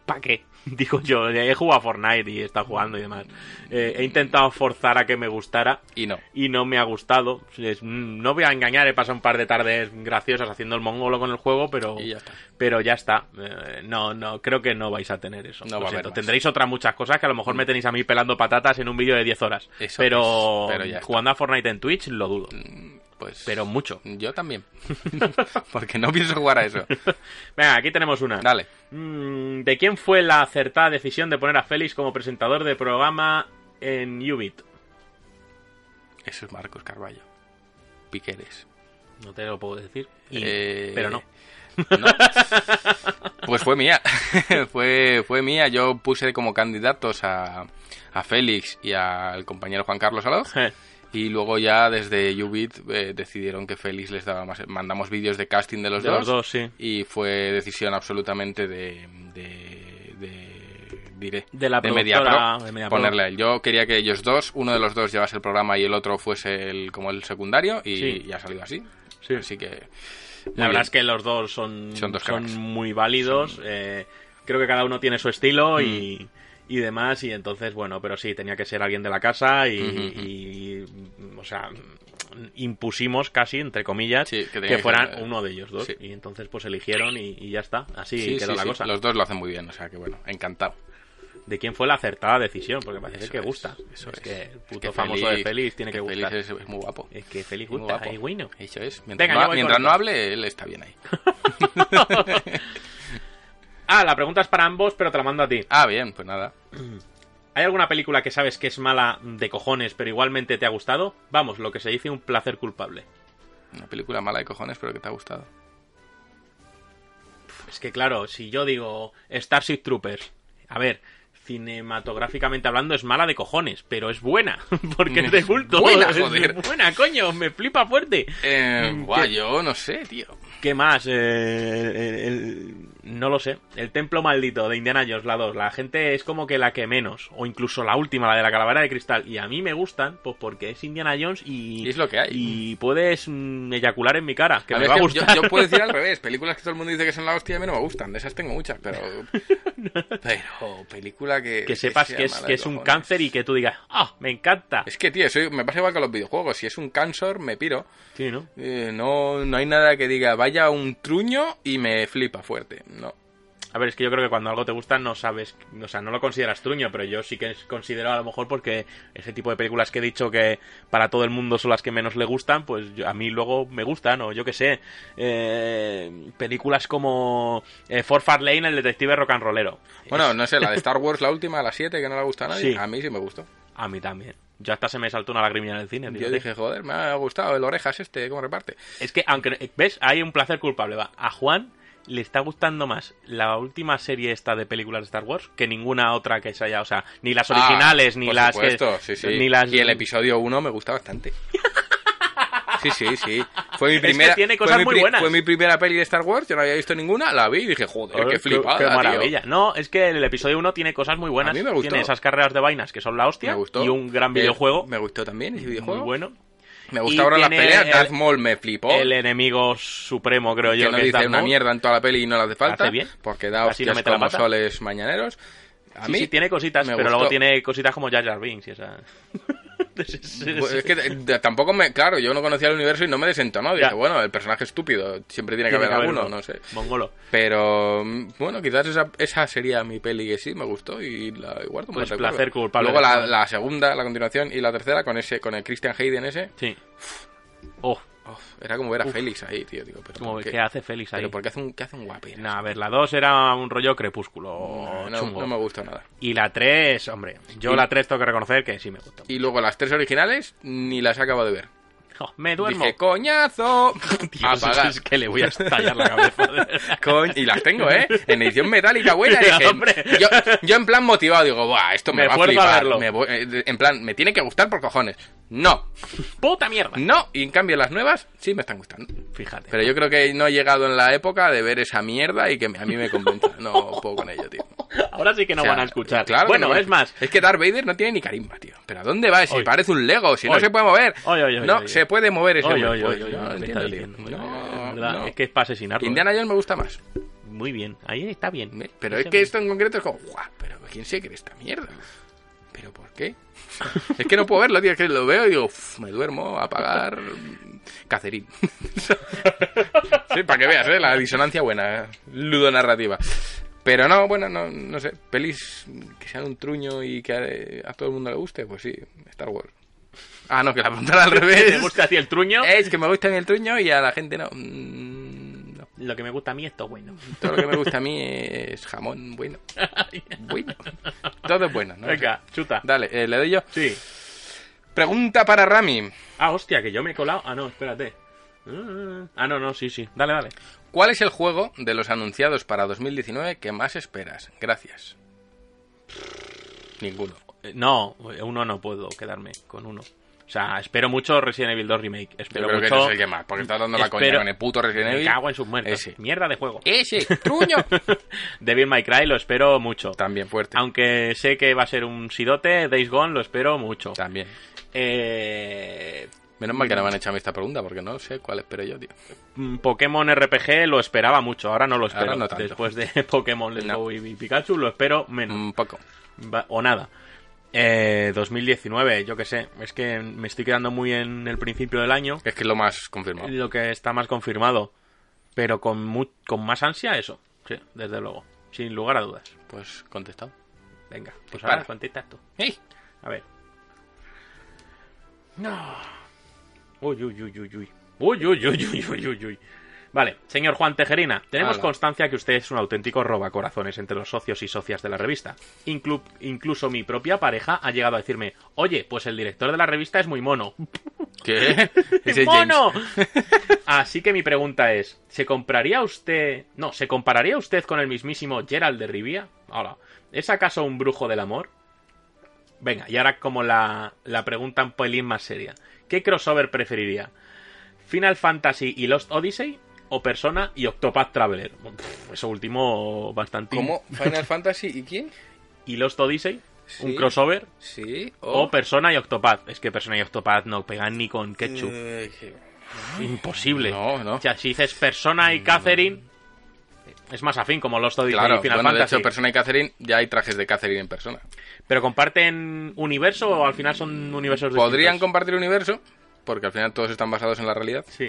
Speaker 4: ¿Para qué? Digo yo, he jugado a Fortnite y he estado jugando y demás. Eh, he intentado forzar a que me gustara.
Speaker 5: Y no.
Speaker 4: y no me ha gustado. Es- mm, no voy a engañar, he pasado un par de tardes graciosas haciendo el mongolo con el juego, pero,
Speaker 5: Y ya está.
Speaker 4: pero ya está. Eh, no, no, creo que no vais a tener eso.
Speaker 5: No
Speaker 4: Lo
Speaker 5: va a
Speaker 4: siento.
Speaker 5: haber más. Mm.
Speaker 4: Tendréis otras muchas cosas que a lo mejor me tenéis a mí pelando patatas en un vídeo de 10 horas.
Speaker 5: Eso
Speaker 4: pero
Speaker 5: es, pero ya está.
Speaker 4: jugando a Fortnite en Twitch lo dudo.
Speaker 5: Pues
Speaker 4: Pero mucho.
Speaker 5: yo también. Porque no pienso jugar a eso.
Speaker 4: Venga, aquí tenemos una.
Speaker 5: Dale.
Speaker 4: Mm, ¿De quién fue la acertada decisión de poner a Félix como presentador de programa en Ubit?
Speaker 5: Eso es Marcos Carballo. Piqueres.
Speaker 4: No te lo puedo decir. Y-
Speaker 5: Eh,
Speaker 4: Pero no.
Speaker 5: No. Pues fue mía. fue, fue mía. Yo puse como candidatos a, a Félix y al compañero Juan Carlos Alonso. Y luego ya desde Ubit eh, decidieron que Félix les daba más. Mandamos vídeos de casting de los,
Speaker 4: De
Speaker 5: dos,
Speaker 4: los dos, sí.
Speaker 5: Y fue decisión absolutamente de. de, de- diré.
Speaker 4: De la productora,
Speaker 5: MediaPro,
Speaker 4: de MediaPro.
Speaker 5: ponerle a él. Yo quería que ellos dos, uno de los dos llevase el programa y el otro fuese el, como el secundario. Y
Speaker 4: Sí.
Speaker 5: ya ha salido así.
Speaker 4: Sí.
Speaker 5: Así que.
Speaker 4: La
Speaker 5: muy
Speaker 4: verdad
Speaker 5: bien.
Speaker 4: es que los dos son,
Speaker 5: Son dos cracks.
Speaker 4: muy válidos. eh, creo que cada uno tiene su
Speaker 5: Mm.
Speaker 4: estilo y, y demás. Y entonces, bueno, pero sí, tenía que ser alguien de la casa y,
Speaker 5: Ujú, ujú.
Speaker 4: y, o sea, impusimos casi, entre comillas,
Speaker 5: Sí, que
Speaker 4: que,
Speaker 5: tenía que ser,
Speaker 4: fueran
Speaker 5: eh,
Speaker 4: uno de ellos dos.
Speaker 5: sí.
Speaker 4: Y entonces, pues eligieron y, y ya está. Así
Speaker 5: Sí,
Speaker 4: quedó
Speaker 5: sí,
Speaker 4: la
Speaker 5: sí.
Speaker 4: cosa.
Speaker 5: Los dos lo hacen muy bien, o sea que bueno, encantado.
Speaker 4: ¿De quién fue la acertada decisión? Porque parece
Speaker 5: Eso
Speaker 4: que
Speaker 5: es,
Speaker 4: gusta.
Speaker 5: eso
Speaker 4: es,
Speaker 5: es.
Speaker 4: que el
Speaker 5: Es
Speaker 4: puto
Speaker 5: que
Speaker 4: famoso de
Speaker 5: Félix-
Speaker 4: Félix tiene que,
Speaker 5: Félix
Speaker 4: gustar.
Speaker 5: es, es muy guapo.
Speaker 4: Es que Félix
Speaker 5: Muy
Speaker 4: gusta.
Speaker 5: guapo.
Speaker 4: Ay, bueno.
Speaker 5: Eso es. Mientras,
Speaker 4: Venga,
Speaker 5: no,
Speaker 4: yo voy
Speaker 5: mientras
Speaker 4: con
Speaker 5: no
Speaker 4: otra.
Speaker 5: hable, él está bien ahí.
Speaker 4: Ah, la pregunta es para ambos, pero te la mando a ti.
Speaker 5: Ah, bien, pues nada.
Speaker 4: ¿Hay alguna película que sabes que es mala de cojones, pero igualmente te ha gustado? Vamos, lo que se dice un placer culpable.
Speaker 5: Una película mala de cojones, pero que te ha gustado.
Speaker 4: Es que claro, si yo digo Starship Troopers, a ver, cinematográficamente hablando es mala de cojones, pero es buena, porque es de culto.
Speaker 5: Buena,
Speaker 4: Es
Speaker 5: joder.
Speaker 4: buena, coño, me flipa fuerte.
Speaker 5: Eh,
Speaker 4: Mm,
Speaker 5: guau,
Speaker 4: ¿qué?
Speaker 5: yo no sé, tío.
Speaker 4: ¿Qué más? Eh, el- el- no lo sé. El Templo Maldito de Indiana Jones, la 2. La gente es como que la que menos. O incluso la última, la de la calavera de cristal. Y a mí me gustan, pues porque es Indiana Jones y.
Speaker 5: Y es lo que hay.
Speaker 4: Y puedes mm, eyacular en mi cara, que
Speaker 5: A
Speaker 4: me
Speaker 5: ver,
Speaker 4: va a
Speaker 5: que yo-
Speaker 4: gustar.
Speaker 5: Yo, puedo decir al revés, películas que todo el mundo dice que son la hostia y a mí no me gustan, de esas tengo muchas, pero... Pero película que...
Speaker 4: que sepas
Speaker 5: sea
Speaker 4: que es,
Speaker 5: mala
Speaker 4: que
Speaker 5: de
Speaker 4: es un
Speaker 5: cojones.
Speaker 4: cáncer y que tú digas, ¡ah! me encanta.
Speaker 5: Es que, tío, soy- me pasa igual que los videojuegos, si es un cáncer me piro.
Speaker 4: Sí, ¿no?
Speaker 5: Eh, no, no hay nada que diga, vaya un truño y me flipa fuerte. No.
Speaker 4: A ver, es que yo creo que cuando algo te gusta no sabes, o sea, no lo consideras truño, pero yo sí que es- considero a lo mejor porque ese tipo de películas que he dicho que para todo el mundo son las que menos le gustan, pues yo- a mí luego me gustan, o yo qué sé, eh, películas como eh, Ford Lane, el detective rock and rollero.
Speaker 5: Bueno, no sé, la de Star Wars, la última, la 7, que no le gusta a nadie,
Speaker 4: Sí.
Speaker 5: a mí sí me gustó.
Speaker 4: A mí también. Yo hasta se me saltó una lagrimilla en el cine.
Speaker 5: Yo
Speaker 4: fíjate.
Speaker 5: dije, joder, me ha gustado el orejas este, cómo reparte.
Speaker 4: Es que, aunque, ¿ves? Hay un placer culpable, va. A Juan le está gustando más la última serie esta de películas de Star Wars que ninguna otra que se haya, o sea, ni las originales,
Speaker 5: Ah,
Speaker 4: ni
Speaker 5: por
Speaker 4: las que-
Speaker 5: supuesto, sí, sí.
Speaker 4: ni las
Speaker 5: Y el episodio 1 me gusta bastante. Sí, sí, sí. Fue mi
Speaker 4: Es que
Speaker 5: primera.
Speaker 4: tiene
Speaker 5: fue
Speaker 4: cosas
Speaker 5: mi
Speaker 4: muy
Speaker 5: pri-
Speaker 4: buenas.
Speaker 5: Fue mi primera peli de Star Wars, yo no había visto ninguna, la vi y dije, joder,
Speaker 4: Joder,
Speaker 5: qué flipada.
Speaker 4: Oh, qué
Speaker 5: tío.
Speaker 4: maravilla. No, es que el episodio 1 tiene cosas muy buenas.
Speaker 5: A mí me gustó.
Speaker 4: Tiene esas carreras de vainas que son la hostia
Speaker 5: Me gustó.
Speaker 4: y un gran
Speaker 5: El-
Speaker 4: videojuego
Speaker 5: me gustó también ese videojuego.
Speaker 4: muy bueno.
Speaker 5: Me
Speaker 4: Y
Speaker 5: gusta ahora las
Speaker 4: tiene
Speaker 5: peleas.
Speaker 4: el-
Speaker 5: Darth Maul me flipó.
Speaker 4: El enemigo supremo, creo
Speaker 5: que
Speaker 4: yo,
Speaker 5: no
Speaker 4: que es
Speaker 5: dice
Speaker 4: Darth
Speaker 5: una
Speaker 4: Maul.
Speaker 5: mierda en toda la peli y no le hace falta.
Speaker 4: Hace bien.
Speaker 5: Porque da
Speaker 4: Así no
Speaker 5: hostias
Speaker 4: mete la
Speaker 5: como
Speaker 4: pata.
Speaker 5: soles mañaneros. A
Speaker 4: Sí,
Speaker 5: mí
Speaker 4: sí, tiene cositas,
Speaker 5: me
Speaker 4: pero luego
Speaker 5: gustó.
Speaker 4: tiene cositas como Jar Jar Binks y esa...
Speaker 5: Pues es que eh, tampoco me. Claro, yo no conocía el universo y no me desentonó. Dije,
Speaker 4: Ya.
Speaker 5: bueno, el personaje estúpido. Siempre tiene que haber alguno, no sé.
Speaker 4: Mongolo.
Speaker 5: Pero mm, bueno, quizás esa, esa sería mi peli que sí me gustó y la y guardo un
Speaker 4: Pues
Speaker 5: buen
Speaker 4: placer
Speaker 5: recuerdo.
Speaker 4: culpable.
Speaker 5: Luego la, la segunda, la continuación y la tercera con ese con el Christian Hayden ese.
Speaker 4: Sí. Oh,
Speaker 5: Uf, era como ver a Félix ahí, tío. Digo, pero
Speaker 4: como
Speaker 5: ¿por
Speaker 4: que
Speaker 5: qué,
Speaker 4: ¿qué hace Félix ahí?
Speaker 5: pero ¿por qué hace un, qué hace un guapi?
Speaker 4: No, a ver, la 2 era un rollo crepúsculo
Speaker 5: No, no,
Speaker 4: chungo.
Speaker 5: no me gustó nada.
Speaker 4: Y la 3, hombre, yo
Speaker 5: Y-
Speaker 4: la 3 tengo que reconocer que sí me gustó.
Speaker 5: Y luego las tres originales ni las acabo de ver.
Speaker 4: Jo, Oh, me duermo.
Speaker 5: Dije, coñazo.
Speaker 4: Dios,
Speaker 5: Apagar.
Speaker 4: es que le voy a estallar la cabeza.
Speaker 5: Coño, y las tengo, ¿eh? En edición metálica buena.
Speaker 4: Ya,
Speaker 5: dije,
Speaker 4: hombre.
Speaker 5: yo, yo en plan motivado digo, Buah, esto me,
Speaker 4: Me
Speaker 5: va a
Speaker 4: esfuerzo a
Speaker 5: flipar.
Speaker 4: verlo.
Speaker 5: me voy- eh, en plan, me tiene que gustar por cojones. No,
Speaker 4: Puta mierda.
Speaker 5: no. Y en cambio las nuevas sí me están gustando.
Speaker 4: Fíjate.
Speaker 5: Pero yo creo que no he llegado en la época de ver esa mierda y que a mí me convenza. No puedo con ello, tío.
Speaker 4: Ahora sí que no
Speaker 5: O sea,
Speaker 4: van a escuchar.
Speaker 5: claro que
Speaker 4: bueno,
Speaker 5: no van a
Speaker 4: es más,
Speaker 5: escuchar. Es que Darth Vader no tiene ni carisma, tío. ¿Pero a dónde va? Si
Speaker 4: Oy.
Speaker 5: parece un Lego, si
Speaker 4: Oy.
Speaker 5: no se puede mover.
Speaker 4: Oy, oy, oy,
Speaker 5: no,
Speaker 4: oy.
Speaker 5: se puede mover ese
Speaker 4: Oye,
Speaker 5: hombre,
Speaker 4: oye,
Speaker 5: pues,
Speaker 4: oye, oye,
Speaker 5: no, no
Speaker 4: me está
Speaker 5: entiendo, tío.
Speaker 4: diciendo,
Speaker 5: No,
Speaker 4: ya, es verdad,
Speaker 5: no.
Speaker 4: es que es eh. para asesinarlo. eh.
Speaker 5: Indiana Jones me gusta más.
Speaker 4: Muy bien, ahí está bien.
Speaker 5: ¿eh? Pero
Speaker 4: Ahí
Speaker 5: es
Speaker 4: está
Speaker 5: que
Speaker 4: bien.
Speaker 5: esto en concreto es como, guau, pero ¿quién se cree esta mierda? ¿Pero por qué? es que no puedo verlo, tío, es que lo veo y digo, "Uf, me duermo, apagar, mm, cacerín. sí, para que veas, ¿eh? La disonancia buena, ludonarrativa. Pero no, bueno, no, no sé, pelis que sean un truño y que eh, a, todo el mundo le guste, pues sí, Star Wars. Ah, no, que la apuntara al
Speaker 4: ¿Te
Speaker 5: revés. Eh.
Speaker 4: gusta así el truño?
Speaker 5: Es que me gusta el truño y a la gente no. Mm, no.
Speaker 4: Lo que me gusta a mí esto es bueno.
Speaker 5: Todo lo que me gusta a mí es jamón bueno. Bueno. Todo es bueno, ¿no?
Speaker 4: Venga, chuta.
Speaker 5: Dale, eh, le doy yo.
Speaker 4: Sí.
Speaker 5: Pregunta para Rami.
Speaker 4: Ah, hostia, que yo me he colado. Ah, no, espérate. Ah, no, no, sí, sí. Dale, dale.
Speaker 5: ¿Cuál es el juego de los anunciados para 2019 que más esperas? Gracias. Ninguno.
Speaker 4: Eh, No, uno no puedo quedarme con uno. O sea, espero mucho Resident Evil 2 Remake.
Speaker 5: Yo
Speaker 4: Espero
Speaker 5: creo que
Speaker 4: mucho.
Speaker 5: ese es el que más, porque está dando la coña
Speaker 4: Espero-
Speaker 5: con el puto Resident
Speaker 4: Me
Speaker 5: Evil.
Speaker 4: cago en sus muertos.
Speaker 5: Ese. Eh.
Speaker 4: Mierda de juego.
Speaker 5: ¡Ese! ¡Truño!
Speaker 4: Devil May Cry lo espero mucho.
Speaker 5: También fuerte.
Speaker 4: Aunque sé que va a ser un sidote, Days Gone lo espero mucho.
Speaker 5: También.
Speaker 4: Eh,
Speaker 5: Menos mal que no me han hecho a mí esta pregunta, porque no sé cuál espero yo, tío.
Speaker 4: mm, Pokémon RPG lo esperaba mucho, ahora no lo espero.
Speaker 5: Ahora no tanto.
Speaker 4: Después de Pokémon Let's
Speaker 5: No.
Speaker 4: Go y Pikachu lo espero menos.
Speaker 5: Un poco.
Speaker 4: Va- o nada. Eh, 2019, yo qué sé. Es que me estoy quedando muy en el principio del año,
Speaker 5: Es que es lo más confirmado.
Speaker 4: lo que está más confirmado. Pero con, mu- con más ansia eso. Sí, desde luego. Sin lugar a dudas.
Speaker 5: Pues contestado.
Speaker 4: Venga, pues
Speaker 5: Dispara.
Speaker 4: ahora contestas tú.
Speaker 5: ¡Ey!
Speaker 4: A ver. No. Uy, uy, uy, uy, uy. Uy, uy, uy, uy, uy, uy, uy. Vale, señor Juan Tejerina, tenemos
Speaker 5: Hala.
Speaker 4: constancia que usted es un auténtico robacorazones entre los socios y socias de la revista. Inclu- incluso mi propia pareja ha llegado a decirme, oye, pues el director de la revista es muy mono.
Speaker 5: ¿Qué? Ese es James.
Speaker 4: ¡Mono! Así que mi pregunta es, ¿se compraría usted... No, ¿se compararía usted con el mismísimo Gerald de Rivia? Ahora, ¿es acaso un brujo del amor? Venga, y ahora como la, la pregunta un pelín más seria. ¿Qué crossover preferiría? ¿Final Fantasy y Lost Odyssey? ¿O Persona y Octopath Traveler? Pff, eso último bastante...
Speaker 5: ¿Cómo? ¿Final Fantasy y quién?
Speaker 4: ¿Y Lost Odyssey? ¿Un
Speaker 5: Sí. Oh.
Speaker 4: crossover?
Speaker 5: Sí.
Speaker 4: ¿O Persona y Octopath? Es que Persona y Octopath no pegan ni con ketchup.
Speaker 5: Eh, que-
Speaker 4: Imposible.
Speaker 5: No, no.
Speaker 4: O sea, si dices Persona y Catherine, es más afín como los Odyssey
Speaker 5: Claro,
Speaker 4: y Final
Speaker 5: bueno, de
Speaker 4: Fantasy.
Speaker 5: hecho, Persona y Catherine, ya hay trajes de Catherine en persona.
Speaker 4: Pero comparten universo o al final son universos
Speaker 5: Podrían
Speaker 4: distintos?
Speaker 5: compartir universo, porque al final todos están basados en la realidad,
Speaker 4: Sí.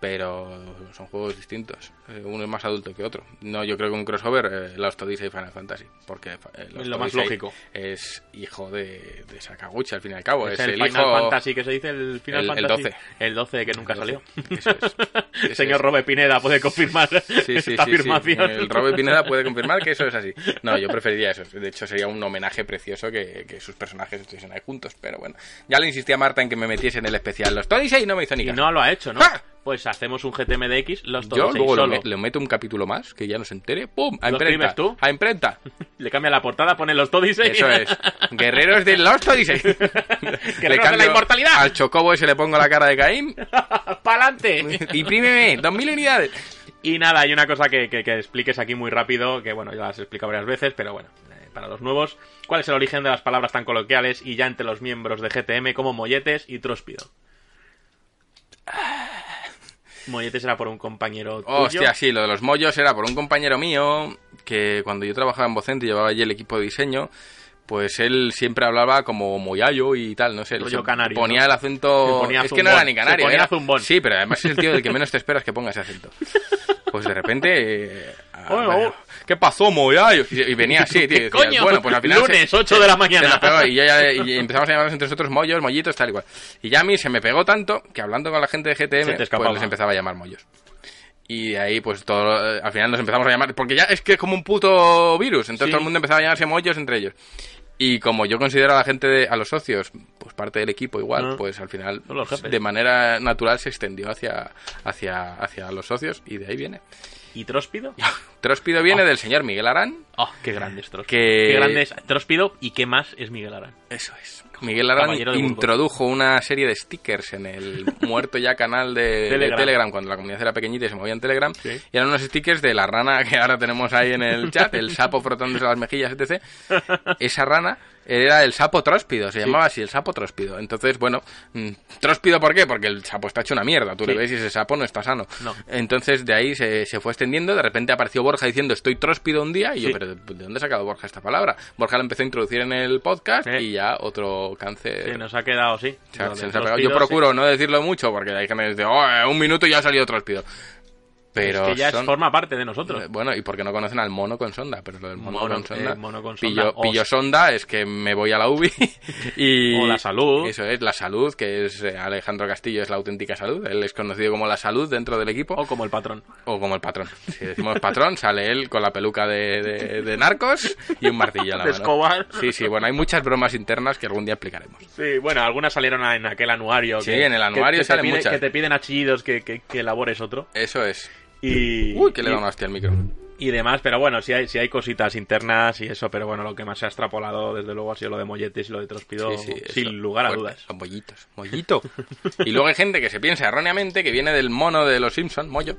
Speaker 5: pero son juegos distintos. Eh, Uno es más adulto que otro. No, yo creo que un crossover, eh, Lost Odyssey y Final Fantasy, porque eh, Lost
Speaker 4: Es lo más
Speaker 5: Odyssey
Speaker 4: lógico.
Speaker 5: Es hijo de, de Sakaguchi, al fin y al cabo.
Speaker 4: es
Speaker 5: Es,
Speaker 4: pues el, Final
Speaker 5: hijo...
Speaker 4: Fantasy que se dice el Final
Speaker 5: el- el
Speaker 4: Fantasy.
Speaker 5: 12.
Speaker 4: El 12 que nunca salió.
Speaker 5: Eso es. Ese
Speaker 4: Señor
Speaker 5: es.
Speaker 4: Robe Pineda puede confirmar
Speaker 5: Sí, sí,
Speaker 4: esta
Speaker 5: sí, sí.
Speaker 4: afirmación.
Speaker 5: El Robert Pineda puede confirmar que eso es así. No, yo preferiría eso. De hecho, sería un homenaje precioso que, que sus personajes estuviesen ahí juntos. Pero bueno, ya le insistí a Marta en que me metiese en el especial Los Odyssey y no me hizo ni
Speaker 4: Y
Speaker 5: caso.
Speaker 4: no lo ha hecho, ¿no?
Speaker 5: ¡Ah!
Speaker 4: Pues hacemos un GTMDX, los
Speaker 5: yo
Speaker 4: todos
Speaker 5: luego lo,
Speaker 4: solo.
Speaker 5: me- le meto un capítulo más, que ya no se entere. ¡Pum! A
Speaker 4: ¿Lo
Speaker 5: imprenta.
Speaker 4: escribes tú?
Speaker 5: A imprenta.
Speaker 4: Le cambia la portada, pone los Odyssey.
Speaker 5: Eso es. Guerreros de Los Odyssey. Le
Speaker 4: de la
Speaker 5: cambio
Speaker 4: inmortalidad.
Speaker 5: Al chocobo ese le pongo la cara de Caín.
Speaker 4: ¡Pa'lante!
Speaker 5: Imprímeme, 2000 unidades.
Speaker 4: Y nada, hay una cosa que, que- que expliques aquí muy rápido, que bueno, ya las he explicado varias veces, pero bueno, eh, para los nuevos, ¿cuál es el origen de las palabras tan coloquiales y ya entre los miembros de GTM como molletes y tróspido? Molletes era por un compañero tuyo.
Speaker 5: Oh, Hostia, sí, lo de los mollos era por un compañero mío que cuando yo trabajaba en Vocente y llevaba allí el equipo de diseño, pues él siempre hablaba como moyayo y tal, no sé.
Speaker 4: Rollo
Speaker 5: se
Speaker 4: canario,
Speaker 5: Ponía
Speaker 4: ¿no?
Speaker 5: el
Speaker 4: Se
Speaker 5: acento.
Speaker 4: ponía
Speaker 5: es que
Speaker 4: zumbón,
Speaker 5: no era ni
Speaker 4: se
Speaker 5: canario.
Speaker 4: ponía
Speaker 5: era-
Speaker 4: zumbón.
Speaker 5: Sí, pero además es el tío del que menos te esperas que ponga ese acento. Pues de repente. eh, ah,
Speaker 4: Oye,
Speaker 5: vaya,
Speaker 4: oh.
Speaker 5: ¿Qué pasó, moyayo? Y, y venía así, tío. y
Speaker 4: ¿Qué
Speaker 5: decías,
Speaker 4: coño?
Speaker 5: Bueno, pues al final. se-
Speaker 4: Lunes, 8 de la mañana.
Speaker 5: se la pegó y, yo ya- y empezamos a llamarnos entre nosotros mollos, mollitos, tal y cual. Y ya a mí se me pegó tanto que hablando con la gente de
Speaker 4: Se
Speaker 5: GTM,
Speaker 4: te
Speaker 5: pues
Speaker 4: escapaba.
Speaker 5: les empezaba a llamar mollos. Y de ahí, pues todo. eh, Al final nos empezamos a llamar. Porque ya es que es como un puto virus. Entonces
Speaker 4: Sí.
Speaker 5: todo el mundo empezaba a llamarse mollos entre ellos. Y como yo considero a la gente, de- a los socios, pues parte del equipo igual,
Speaker 4: Ah.
Speaker 5: pues al final
Speaker 4: Son los jefes.
Speaker 5: de manera natural se extendió hacia, hacia, hacia los socios y de ahí viene.
Speaker 4: ¿Y tróspido?
Speaker 5: Tróspido viene
Speaker 4: Ah.
Speaker 5: del señor Miguel Arán.
Speaker 4: Oh, qué grande es tróspido.
Speaker 5: Que-
Speaker 4: Qué grande es tróspido y qué más es Miguel Arán.
Speaker 5: Eso es. Miguel Arán
Speaker 4: Caballero de Burgos.
Speaker 5: introdujo una serie de stickers en el muerto ya canal de de Telegram.
Speaker 4: Telegram.
Speaker 5: cuando la comunidad era pequeñita y se movía en Telegram.
Speaker 4: Sí.
Speaker 5: Y eran unos stickers de la rana que ahora tenemos ahí en el chat, el sapo frotándose las mejillas, etc. Esa rana era el sapo tróspido, se llamaba así, el sapo tróspido. Entonces, bueno, mm, tróspido ¿por qué? Porque el sapo está hecho una mierda, tú le
Speaker 4: Sí.
Speaker 5: ves y ese sapo no está sano.
Speaker 4: No.
Speaker 5: Entonces, de ahí se, se fue extendiendo, de repente apareció Borja diciendo estoy tróspido un día, y yo,
Speaker 4: Sí.
Speaker 5: pero ¿de dónde ha sacado Borja esta palabra? Borja la empezó a introducir en el podcast
Speaker 4: Eh.
Speaker 5: y ya otro cáncer.
Speaker 4: Se nos ha quedado, sí.
Speaker 5: O sea,
Speaker 4: Lo
Speaker 5: Eh, se
Speaker 4: del
Speaker 5: nos ha pegado.
Speaker 4: tróspido,
Speaker 5: Yo
Speaker 4: sí.
Speaker 5: procuro no decirlo mucho porque hay gente que dice, "Oh, eh, un minuto y ya ha salido tróspido. Pero
Speaker 4: Es que ya es-
Speaker 5: son-
Speaker 4: forma parte de nosotros.
Speaker 5: eh, Bueno, y porque no conocen al mono con sonda, pero lo del mono,
Speaker 4: Mono,
Speaker 5: con sonda.
Speaker 4: eh, mono con
Speaker 5: pillo,
Speaker 4: sonda,
Speaker 5: pillo
Speaker 4: os-
Speaker 5: sonda es que me voy a la UBI y.
Speaker 4: O la salud.
Speaker 5: Eso es, la salud, que es eh, Alejandro Castillo, es la auténtica salud. Él es conocido como la salud dentro del equipo.
Speaker 4: O como el patrón.
Speaker 5: O como el patrón. Si decimos patrón, sale él con la peluca de, de- de narcos y un martillo en la
Speaker 4: De
Speaker 5: mano.
Speaker 4: Escobar.
Speaker 5: Sí, sí, bueno, hay muchas bromas internas que algún día explicaremos.
Speaker 4: Sí, bueno, algunas salieron a- en aquel anuario.
Speaker 5: Sí,
Speaker 4: que-
Speaker 5: en el
Speaker 4: que- que
Speaker 5: anuario
Speaker 4: te
Speaker 5: salen
Speaker 4: pide-
Speaker 5: muchas.
Speaker 4: Que te piden achillidos que, que, que elabores otro.
Speaker 5: Eso es.
Speaker 4: Y,
Speaker 5: Uy, que le
Speaker 4: y-
Speaker 5: da una hostia al micro.
Speaker 4: y demás, pero bueno, si hay, si hay cositas internas y eso, pero bueno, lo que más se ha extrapolado desde luego ha sido lo de Molletes y lo de Trospido, sin
Speaker 5: eso.
Speaker 4: lugar a
Speaker 5: Fuerte.
Speaker 4: dudas.
Speaker 5: Son mollitos, mollito. y luego hay gente que se piensa erróneamente que viene del mono de los Simpsons, Mollo.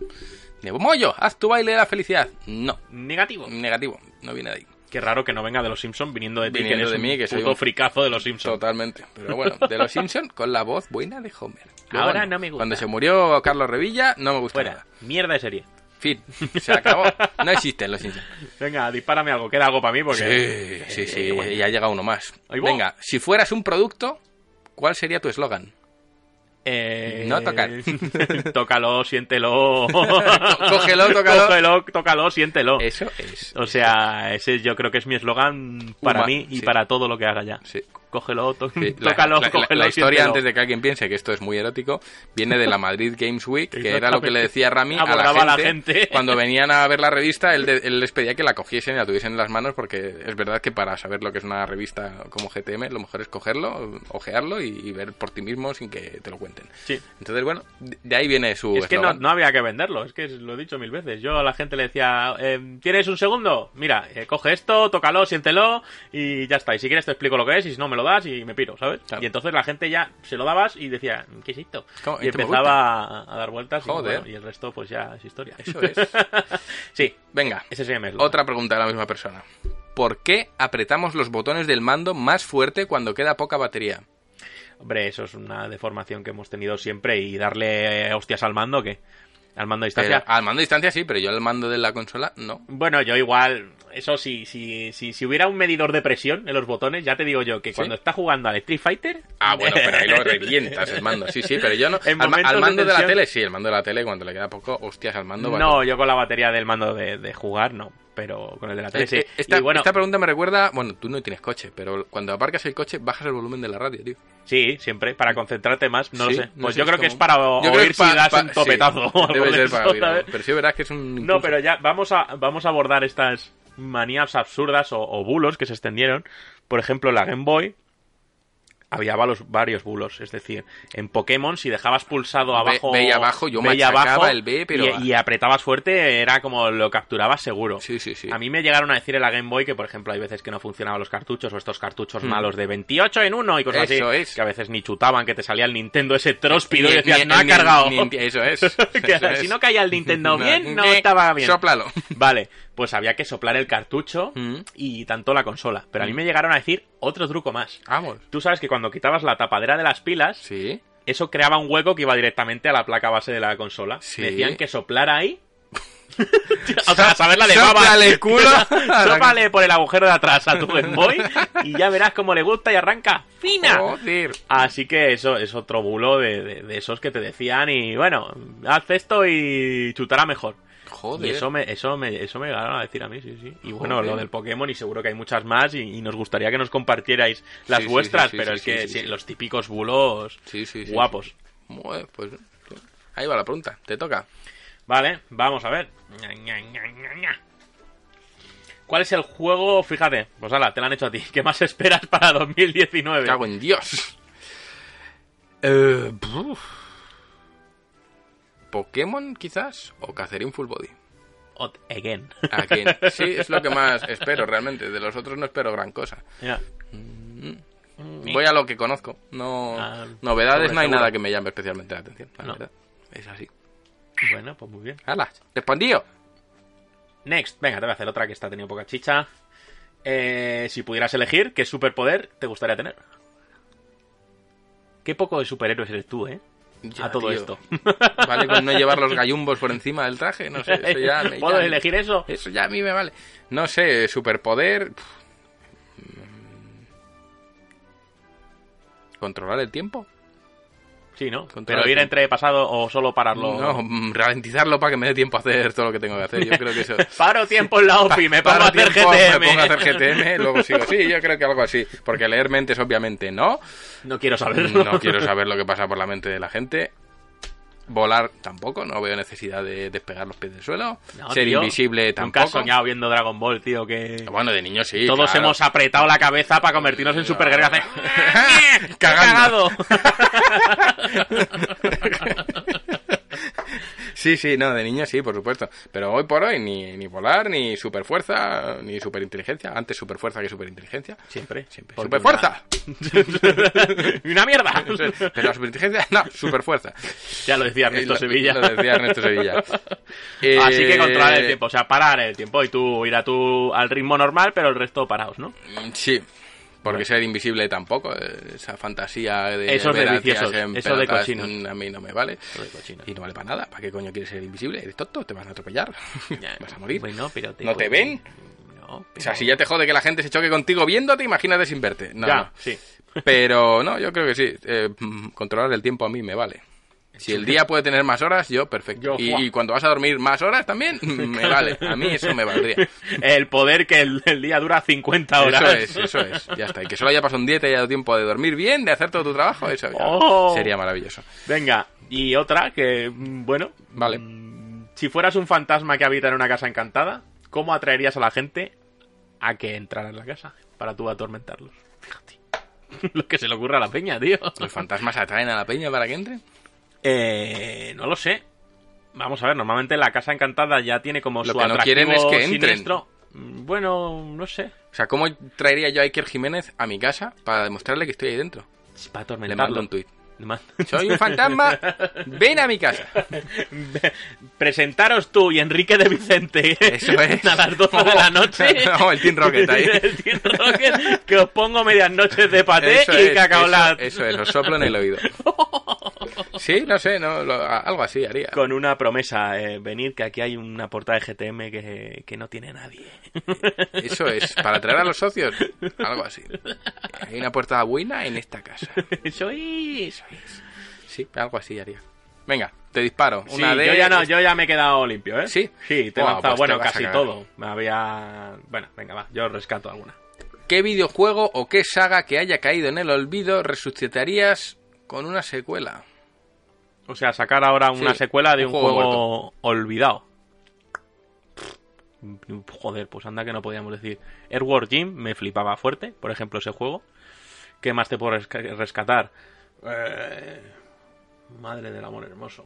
Speaker 5: De, Mollo, haz tu baile de la felicidad. No,
Speaker 4: Negativo.
Speaker 5: negativo, no viene de ahí.
Speaker 4: Qué raro que no venga de los Simpsons viniendo de ti, que
Speaker 5: Viniendo
Speaker 4: eres
Speaker 5: de
Speaker 4: un
Speaker 5: mí, que soy
Speaker 4: puto
Speaker 5: un-
Speaker 4: fricazo de los Simpsons.
Speaker 5: Totalmente. Pero bueno, de los Simpsons con la voz buena de Homer.
Speaker 4: Ahora no me gusta.
Speaker 5: Cuando se murió Carlos Revilla, no me gustó
Speaker 4: Fuera,
Speaker 5: nada.
Speaker 4: mierda de serie.
Speaker 5: Fin, se acabó. No existen los Simpsons.
Speaker 4: Venga, dispárame algo, queda algo para mí porque...
Speaker 5: sí, sí,
Speaker 4: Eh, bueno.
Speaker 5: y ha llegado uno más.
Speaker 4: Ahí va.
Speaker 5: Venga, si fueras un producto, ¿cuál sería tu eslogan?
Speaker 4: Eh,
Speaker 5: No tocar.
Speaker 4: tócalo, siéntelo.
Speaker 5: Cógelo, tócalo. Eh,
Speaker 4: Cógelo, tócalo, siéntelo.
Speaker 5: Eso es.
Speaker 4: O sea, ese yo creo que es mi eslogan para
Speaker 5: Huma-
Speaker 4: mí y
Speaker 5: sí.
Speaker 4: para todo lo que haga ya.
Speaker 5: Sí.
Speaker 4: Cógelo, to-
Speaker 5: Sí,
Speaker 4: Mm,
Speaker 5: la,
Speaker 4: tócalo,
Speaker 5: la- la-
Speaker 4: cógelo,
Speaker 5: la historia,
Speaker 4: siéntelo.
Speaker 5: antes de que alguien piense que esto es muy erótico, viene de la Madrid Games Week, que era lo que le decía Rami a la,
Speaker 4: Abordaba
Speaker 5: gente,
Speaker 4: a la gente.
Speaker 5: Cuando venían a ver la revista, él, de- él les pedía que la cogiesen y la tuviesen en las manos, porque es verdad que para saber lo que es una revista como GTM, lo mejor es cogerlo, ojearlo y, y ver por ti mismo sin que te lo cuenten.
Speaker 4: Sí.
Speaker 5: Entonces, bueno, de de ahí viene su.
Speaker 4: Es que no,
Speaker 5: Uh, eslogan.
Speaker 4: no había que venderlo, es que lo he dicho mil veces. Yo a la gente le decía, eh, ¿tienes un segundo? Mira, eh, coge esto, tócalo, siéntelo y ya está. Y si quieres te explico lo que es y si no me lo das y me piro, ¿sabes?
Speaker 5: Claro.
Speaker 4: Y entonces la gente ya se lo dabas y decía, ¿qué es esto?
Speaker 5: ¿Cómo?
Speaker 4: Y
Speaker 5: ¿Esto me
Speaker 4: empezaba a, a dar vueltas y,
Speaker 5: Joder.
Speaker 4: bueno, y el resto pues ya es historia.
Speaker 5: Eso es.
Speaker 4: sí,
Speaker 5: Venga,
Speaker 4: ese sería mi eslogan.
Speaker 5: otra pregunta de la misma persona. ¿Por qué apretamos los botones del mando más fuerte cuando queda poca batería?
Speaker 4: Hombre, eso es una deformación que hemos tenido siempre y darle eh, hostias al mando, que Al mando a distancia.
Speaker 5: Pero ah. al mando de distancia sí, pero yo al mando de la consola no.
Speaker 4: Bueno, yo igual, eso sí, si, si, si hubiera un medidor de presión en los botones, ya te digo yo que cuando está jugando al Street Fighter...
Speaker 5: Ah, bueno, pero ahí lo revientas el mando. Sí, sí, pero yo no.
Speaker 4: En
Speaker 5: Al, ma- al
Speaker 4: momentos de
Speaker 5: mando de, la
Speaker 4: tensión.
Speaker 5: tele, sí, el mando de la tele cuando le queda poco, hostias, al mando.
Speaker 4: No, yo con la batería del mando de, de jugar no, pero con el de la tele sí.
Speaker 5: Eh, Esta,
Speaker 4: y bueno,
Speaker 5: esta pregunta me recuerda, bueno, tú no tienes coche, pero cuando aparcas el coche bajas el volumen de la radio, tío.
Speaker 4: sí, siempre, para concentrarte más, no
Speaker 5: Sí,
Speaker 4: lo sé.
Speaker 5: no
Speaker 4: Pues
Speaker 5: sé,
Speaker 4: yo creo
Speaker 5: es
Speaker 4: que
Speaker 5: como-
Speaker 4: es para
Speaker 5: Yo creo que
Speaker 4: oír
Speaker 5: es pa-
Speaker 4: si das
Speaker 5: pa-
Speaker 4: un
Speaker 5: sí,
Speaker 4: topetazo o algo
Speaker 5: debe
Speaker 4: de
Speaker 5: ser
Speaker 4: eso,
Speaker 5: para oírlo,
Speaker 4: ¿sabes?
Speaker 5: Pero sí verás que es un.
Speaker 4: No,
Speaker 5: impulso.
Speaker 4: pero ya vamos a, vamos a abordar estas manías absurdas o, o bulos que se extendieron. Por ejemplo, en la Game Boy había valos- varios bulos. Es decir, en Pokémon, si dejabas pulsado
Speaker 5: Ve-
Speaker 4: abajo.
Speaker 5: ve y abajo, yo machacaba el B, pero-
Speaker 4: Y, y apretabas fuerte, era como lo capturabas seguro.
Speaker 5: Sí, sí, sí.
Speaker 4: A mí me llegaron a decir en la Game Boy que, por ejemplo, hay veces que no funcionaban los cartuchos o estos cartuchos malos de 28 en uno y cosas
Speaker 5: Mm. Eso
Speaker 4: así.
Speaker 5: es.
Speaker 4: Que a veces ni chutaban, que te salía el Nintendo ese tróspido
Speaker 5: Ni-
Speaker 4: y decías,
Speaker 5: ni-
Speaker 4: no ha
Speaker 5: ni-
Speaker 4: cargado.
Speaker 5: ni- ni- eso es.
Speaker 4: Que
Speaker 5: eso es.
Speaker 4: si no caía el Nintendo
Speaker 5: No,
Speaker 4: bien, no
Speaker 5: eh,
Speaker 4: estaba bien.
Speaker 5: Sóplalo.
Speaker 4: Vale, pues había que soplar el cartucho
Speaker 5: Mm.
Speaker 4: y tanto la consola. Pero a mí me llegaron a decir otro truco más.
Speaker 5: Vamos.
Speaker 4: Tú sabes que cuando quitabas la tapadera de las pilas,
Speaker 5: Sí.
Speaker 4: eso creaba un hueco que iba directamente a la placa base de la consola.
Speaker 5: Sí.
Speaker 4: Me Decían que soplara ahí. o sea, a saber la de baba.
Speaker 5: Sóplale el culo.
Speaker 4: Sópale por el agujero de atrás a tu Game Boy y ya verás cómo le gusta y arranca. ¡Fina!
Speaker 5: Joder.
Speaker 4: Así que eso es otro bulo de, de- de esos que te decían y bueno, haz esto y chutará mejor.
Speaker 5: Joder.
Speaker 4: Y eso me, eso me, eso me llegaron a decir a mí, sí, sí. Y bueno,
Speaker 5: Joder.
Speaker 4: lo del Pokémon, y seguro que hay muchas más, y, y nos gustaría que nos compartierais las
Speaker 5: Sí, sí,
Speaker 4: vuestras,
Speaker 5: sí, sí,
Speaker 4: pero
Speaker 5: sí,
Speaker 4: es
Speaker 5: sí,
Speaker 4: que
Speaker 5: sí,
Speaker 4: sí,
Speaker 5: sí.
Speaker 4: los típicos bulos
Speaker 5: Sí, sí, sí.
Speaker 4: guapos.
Speaker 5: Bueno, pues ahí va la pregunta, te toca.
Speaker 4: Vale, vamos a ver. Ña, ña, ña, ña, ña. ¿Cuál es el juego? Fíjate, pues ala, te lo han hecho a ti. ¿Qué más esperas para 2019?
Speaker 5: Me cago en Dios. Eh, buf. Pokémon quizás o Catherine Full Body.
Speaker 4: Ot again.
Speaker 5: ¿A quién? Sí, es lo que más espero realmente. De los otros no espero gran cosa.
Speaker 4: Mira,
Speaker 5: Voy a lo que conozco. No
Speaker 4: Ah,
Speaker 5: novedades no hay
Speaker 4: seguro.
Speaker 5: nada que me llame especialmente la atención. La
Speaker 4: No.
Speaker 5: verdad. Es así.
Speaker 4: Bueno, pues muy bien.
Speaker 5: ¡Hala! Respondido.
Speaker 4: Next, venga, te voy a hacer otra que esta ha tenido poca chicha. Eh, si pudieras elegir, ¿qué superpoder te gustaría tener? Qué poco de superhéroes eres tú, ¿eh?
Speaker 5: Ya,
Speaker 4: a todo
Speaker 5: tío.
Speaker 4: esto.
Speaker 5: Vale con no llevar los gallumbos por encima del traje, no sé, eso ya me
Speaker 4: ¿Puedo
Speaker 5: ya-
Speaker 4: elegir eso?
Speaker 5: Eso ya a mí me vale. No sé, superpoder. pf, mm, ¿Controlar el tiempo?
Speaker 4: Sí, ¿no?
Speaker 5: Controlar
Speaker 4: Pero ir
Speaker 5: el
Speaker 4: entre pasado o solo pararlo.
Speaker 5: No, mm, ralentizarlo para que me dé tiempo a hacer todo lo que tengo que hacer. Yo creo que eso.
Speaker 4: Paro tiempo en la OPI, me pongo
Speaker 5: Paro
Speaker 4: a hacer
Speaker 5: tiempo,
Speaker 4: GTM.
Speaker 5: Me pongo a hacer GTM, luego sigo. Sí, yo creo que algo así. Porque leer mentes, obviamente, no.
Speaker 4: No quiero saberlo.
Speaker 5: No quiero saber lo que pasa por la mente de la gente. Volar tampoco, no veo necesidad de despegar los pies del suelo.
Speaker 4: No,
Speaker 5: Ser
Speaker 4: tío,
Speaker 5: invisible
Speaker 4: Nunca
Speaker 5: eh, tampoco.
Speaker 4: has soñado viendo Dragon Ball, tío, que...
Speaker 5: Bueno, de niño sí.
Speaker 4: Todos
Speaker 5: claro.
Speaker 4: hemos apretado la cabeza para convertirnos en superguerreros.
Speaker 5: Cagando.
Speaker 4: ¡Cagado!
Speaker 5: Sí, sí, no, de niño sí, por supuesto. Pero hoy por hoy ni, ni volar, ni superfuerza, ni superinteligencia. Antes superfuerza que superinteligencia.
Speaker 4: Siempre,
Speaker 5: Siempre.
Speaker 4: Porque
Speaker 5: ¡Superfuerza!
Speaker 4: una- ¡Una mierda!
Speaker 5: Pero la superinteligencia, no, superfuerza.
Speaker 4: ya lo decía Ernesto
Speaker 5: Eh, lo-
Speaker 4: Sevilla.
Speaker 5: Lo decía Ernesto Sevilla.
Speaker 4: Así que
Speaker 5: Eh,
Speaker 4: controlar el tiempo, o sea, parar el tiempo y tú ir a tu, al ritmo normal, pero el resto paraos, ¿no?
Speaker 5: mm, Sí. Porque ser invisible tampoco, eh, esa fantasía de.
Speaker 4: Eso es de
Speaker 5: ver a tías
Speaker 4: viciosos,
Speaker 5: en
Speaker 4: eso de
Speaker 5: pelotas,
Speaker 4: cochinos.
Speaker 5: mm, A mí no me vale.
Speaker 4: Eso de cochinos.
Speaker 5: Y no vale para nada. ¿Para qué coño quieres ser invisible? Eres tonto, te van a atropellar. Vas a morir.
Speaker 4: Bueno, pero
Speaker 5: ¿No te ven?
Speaker 4: No,
Speaker 5: O sea,
Speaker 4: pero-
Speaker 5: si ya te jode que la gente se choque contigo viéndote, imagínate sin verte. No,
Speaker 4: Ya,
Speaker 5: no.
Speaker 4: sí.
Speaker 5: Pero no, yo creo que sí. Eh, mm, controlar el tiempo a mí me vale. Si el día puede tener más horas, yo perfecto.
Speaker 4: Yo,
Speaker 5: y,
Speaker 4: ¡fua!
Speaker 5: y cuando vas a dormir más horas también, me vale. A mí eso me valdría.
Speaker 4: El poder que el, el día dura 50 horas.
Speaker 5: Eso es, eso es. Ya está. Y que solo haya pasado un día y te haya dado tiempo de dormir bien, de hacer todo tu trabajo, eso ya
Speaker 4: Oh.
Speaker 5: sería maravilloso.
Speaker 4: Venga, y otra que, mm, bueno.
Speaker 5: Vale.
Speaker 4: mm, Si fueras un fantasma que habita en una casa encantada, ¿cómo atraerías a la gente a que entrara en la casa para tú atormentarlos? Fíjate. Lo que se le ocurre a la peña, tío.
Speaker 5: ¿Los fantasmas atraen a la peña para que entre?
Speaker 4: Eh, no lo sé. Vamos a ver, normalmente la casa encantada ya tiene como
Speaker 5: Lo
Speaker 4: su
Speaker 5: que no
Speaker 4: atractivo
Speaker 5: quieren es que entren.
Speaker 4: siniestro. Mm, Bueno, no sé.
Speaker 5: O sea, ¿cómo traería yo a Iker Jiménez a mi casa para demostrarle que estoy ahí dentro?
Speaker 4: Para
Speaker 5: Le
Speaker 4: atormentarlo.
Speaker 5: mando un tuit.
Speaker 4: Le mando-
Speaker 5: Soy un fantasma, ven a mi casa.
Speaker 4: Presentaros tú y Enrique de Vicente
Speaker 5: Eso es.
Speaker 4: a las 12 de la noche.
Speaker 5: Oh, el Team Rocket ahí.
Speaker 4: El Team Rocket, que os pongo medias noches de paté
Speaker 5: Eso
Speaker 4: y
Speaker 5: es,
Speaker 4: cacaolat.
Speaker 5: Eso, eso es, os soplo en el oído. Sí, no sé, no, lo- a- algo así haría.
Speaker 4: Con una promesa, eh, venid que aquí hay una portada de GTM que, que no tiene nadie.
Speaker 5: Eso es, para atraer a los socios, algo así. Hay una puerta buena en esta casa.
Speaker 4: Sois.
Speaker 5: Sí, algo así haría. Venga, te disparo.
Speaker 4: Sí,
Speaker 5: Una de
Speaker 4: yo ya no, yo ya me he quedado limpio, ¿eh?
Speaker 5: ¿Sí?
Speaker 4: Sí, te he
Speaker 5: Buah,
Speaker 4: lanzado,
Speaker 5: pues
Speaker 4: bueno,
Speaker 5: te vas a
Speaker 4: casi
Speaker 5: cagar.
Speaker 4: todo. Me había... Bueno, venga, va, yo rescato alguna.
Speaker 5: ¿Qué videojuego o qué saga que haya caído en el olvido resucitarías con una secuela?
Speaker 4: O sea, sacar ahora una
Speaker 5: Sí,
Speaker 4: secuela de
Speaker 5: un
Speaker 4: un
Speaker 5: juego
Speaker 4: juego, olvidado. Pff, Joder, pues anda que no podíamos decir. Airward Jim me flipaba fuerte, por ejemplo, ese juego. ¿Qué más te puedo resca- rescatar? Eh, Madre del amor hermoso.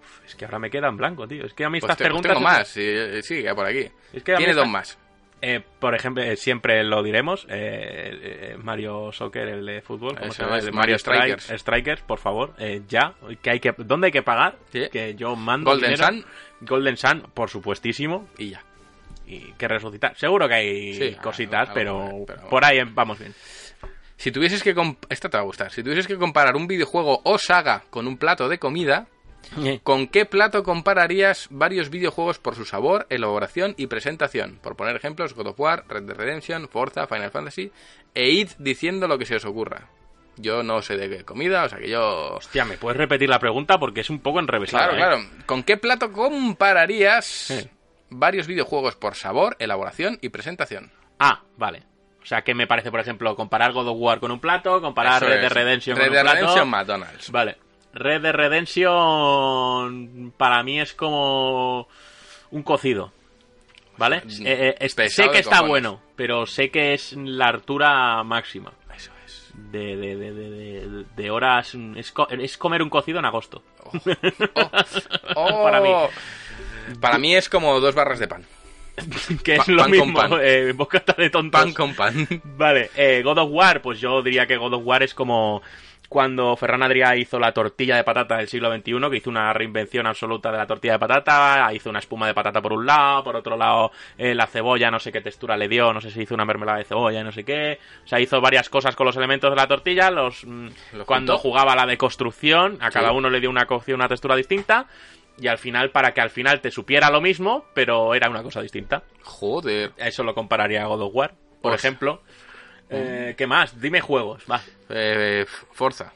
Speaker 4: Uf, Es que ahora me queda en blanco, tío. Es que a mí
Speaker 5: Pues
Speaker 4: estas
Speaker 5: te-
Speaker 4: preguntas.
Speaker 5: tengo más, sí, eh, sí, que por aquí.
Speaker 4: Es que a mí
Speaker 5: Tiene dos
Speaker 4: estas-
Speaker 5: más.
Speaker 4: Eh, por ejemplo, eh, siempre lo diremos, eh, eh, Mario Soccer, el de fútbol, ¿cómo
Speaker 5: Eso
Speaker 4: se llama?
Speaker 5: es,
Speaker 4: El de
Speaker 5: Eh, Mario
Speaker 4: Strike-
Speaker 5: Strikers.
Speaker 4: Strikers, por favor, eh, ya, que hay que, ¿dónde hay que pagar?
Speaker 5: Sí.
Speaker 4: Que yo mando
Speaker 5: Golden
Speaker 4: dinero.
Speaker 5: Sun.
Speaker 4: Golden Sun, por supuestísimo,
Speaker 5: Y ya.
Speaker 4: y que resucitar. Seguro que hay
Speaker 5: Sí,
Speaker 4: cositas,
Speaker 5: algo-
Speaker 4: pero,
Speaker 5: algo, pero-
Speaker 4: por ahí eh, vamos bien.
Speaker 5: Si tuvieses que... comp- Esta te va a gustar. Si tuvieses que comparar un videojuego o saga con un plato de comida,
Speaker 4: Eh.
Speaker 5: ¿Con qué plato compararías varios videojuegos por su sabor, elaboración y presentación? Por poner ejemplos, God of War, Red Dead Redemption, Forza, Final Fantasy, e id diciendo lo que se os ocurra. Yo no sé de qué comida, o sea que yo...
Speaker 4: Hostia, ¿me puedes repetir la pregunta? Porque es un poco ¿eh? enrevesado.
Speaker 5: Claro, claro. ¿Con qué plato compararías
Speaker 4: Sí.
Speaker 5: varios videojuegos por sabor, elaboración y presentación?
Speaker 4: Ah, vale. O sea, ¿qué me parece, por ejemplo, comparar God of War con un plato, comparar
Speaker 5: Eso
Speaker 4: Red Dead
Speaker 5: es.
Speaker 4: Redemption
Speaker 5: Red
Speaker 4: con
Speaker 5: Dead
Speaker 4: un plato?
Speaker 5: Redemption, McDonald's.
Speaker 4: Vale. Red de Redemption para mí es como un cocido. ¿Vale? Eh,
Speaker 5: Mm,
Speaker 4: eh, es- sé
Speaker 5: pesado
Speaker 4: que
Speaker 5: de
Speaker 4: está
Speaker 5: cojones.
Speaker 4: bueno, pero sé que es la altura máxima.
Speaker 5: Eso es.
Speaker 4: De, de, de, de, de- de horas. mm, Es, co- es comer un cocido en agosto.
Speaker 5: Oh,
Speaker 4: Para mí.
Speaker 5: Para mí es como dos barras de pan.
Speaker 4: Que es
Speaker 5: Pa-
Speaker 4: lo
Speaker 5: pan con
Speaker 4: mismo.
Speaker 5: pan.
Speaker 4: eh, bocata de tontos.
Speaker 5: Pan con pan.
Speaker 4: Vale, eh, God of War, pues yo diría que God of War es como cuando Ferran Adrià hizo la tortilla de patata del siglo XXI, que hizo una reinvención absoluta de la tortilla de patata, hizo una espuma de patata por un lado, por otro lado eh, la cebolla, no sé qué textura le dio, no sé si hizo una mermelada de cebolla, no sé qué, o sea, hizo varias cosas con los elementos de la tortilla, los, mm,
Speaker 5: Los
Speaker 4: cuando
Speaker 5: juntó.
Speaker 4: jugaba a la de construcción, a cada
Speaker 5: Sí.
Speaker 4: uno le dio una cocción, una textura distinta, y al final, para que al final te supiera lo mismo, pero era una cosa distinta.
Speaker 5: Joder.
Speaker 4: A Eso lo compararía a God of War, por
Speaker 5: Pues-
Speaker 4: ejemplo. Eh, ¿Qué más? Dime juegos. Va.
Speaker 5: Eh, Forza.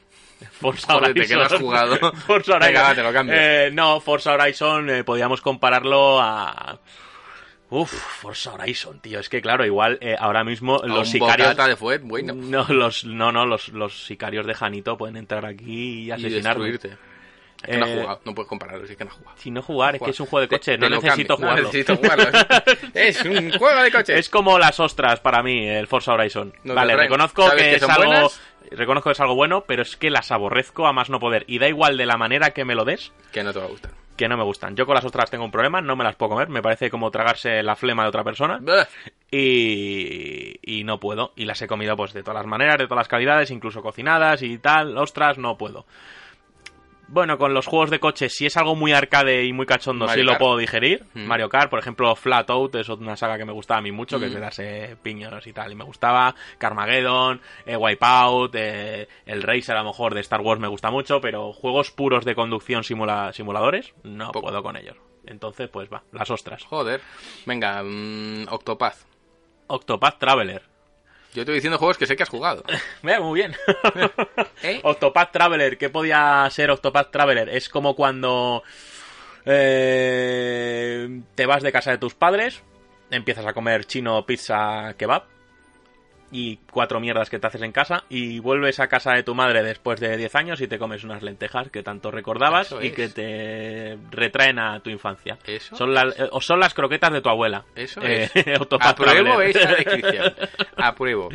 Speaker 4: Forza
Speaker 5: Jódete, que
Speaker 4: Horizon.
Speaker 5: no has jugado.
Speaker 4: Forza Horizon.
Speaker 5: Venga, va, te lo cambio.
Speaker 4: Eh, no, Forza Horizon eh, podíamos compararlo a... Uf, Forza Horizon, tío. Es que claro, igual eh, ahora mismo
Speaker 5: A
Speaker 4: los
Speaker 5: un
Speaker 4: sicarios...
Speaker 5: bocata de fuet, bueno.
Speaker 4: No, los, no, no los, los sicarios de Janito pueden entrar aquí y
Speaker 5: Y
Speaker 4: asesinarme.
Speaker 5: destruirte. Es que no has
Speaker 4: Eh,
Speaker 5: jugado, no puedes compararlo, es que no has jugado.
Speaker 4: si no jugar, es que es un juego de
Speaker 5: Te-
Speaker 4: coche,
Speaker 5: te
Speaker 4: no
Speaker 5: lo
Speaker 4: necesito
Speaker 5: cambio.
Speaker 4: jugarlo.
Speaker 5: No necesito jugarlo. es un juego de coche.
Speaker 4: Es como las ostras para mí, el Forza Horizon.
Speaker 5: Nos
Speaker 4: vale,
Speaker 5: atraen.
Speaker 4: reconozco
Speaker 5: ¿Sabes
Speaker 4: que,
Speaker 5: que
Speaker 4: es
Speaker 5: son
Speaker 4: algo
Speaker 5: buenas?
Speaker 4: Reconozco que es algo bueno, pero es que las aborrezco a más no poder. Y da igual de la manera que me lo des,
Speaker 5: Que no te va a gustar.
Speaker 4: que no me gustan. Yo con las ostras tengo un problema, no me las puedo comer. Me parece como tragarse la flema de otra persona. Y, y no puedo. Y las he comido pues de todas las maneras, de todas las calidades, incluso cocinadas y tal. Ostras, no puedo. Bueno, con los juegos de coche, si es algo muy arcade y muy cachondo,
Speaker 5: Mario
Speaker 4: sí lo
Speaker 5: Kart.
Speaker 4: puedo digerir.
Speaker 5: Mm.
Speaker 4: Mario Kart, por ejemplo, Flat Out es una saga que me gustaba a mí mucho, que es de
Speaker 5: Mm.
Speaker 4: darse piñones y tal. Y me gustaba. Carmageddon, eh, Wipeout, eh, el Racer a lo mejor de Star Wars me gusta mucho, pero juegos puros de conducción simula simuladores, no
Speaker 5: Poco.
Speaker 4: puedo con ellos. Entonces, pues va, las ostras.
Speaker 5: Joder. Venga, mm, Octopath.
Speaker 4: Octopath Traveler.
Speaker 5: Yo estoy diciendo juegos que sé que has jugado.
Speaker 4: Mira, muy bien.
Speaker 5: ¿Eh?
Speaker 4: Octopath Traveler, ¿qué podía ser Octopath Traveler? Es como cuando eh, te vas de casa de tus padres, empiezas a comer chino, pizza, kebab y cuatro mierdas que te haces en casa y vuelves a casa de tu madre después de 10 años y te comes unas lentejas que tanto recordabas
Speaker 5: Eso
Speaker 4: y
Speaker 5: es.
Speaker 4: que te retraen a tu infancia.
Speaker 5: Eso
Speaker 4: Son las- eh, o son las croquetas de tu abuela.
Speaker 5: Eso
Speaker 4: Eh,
Speaker 5: es.
Speaker 4: Octopath
Speaker 5: Apruebo
Speaker 4: Traveler.
Speaker 5: esa descripción. Apruebo.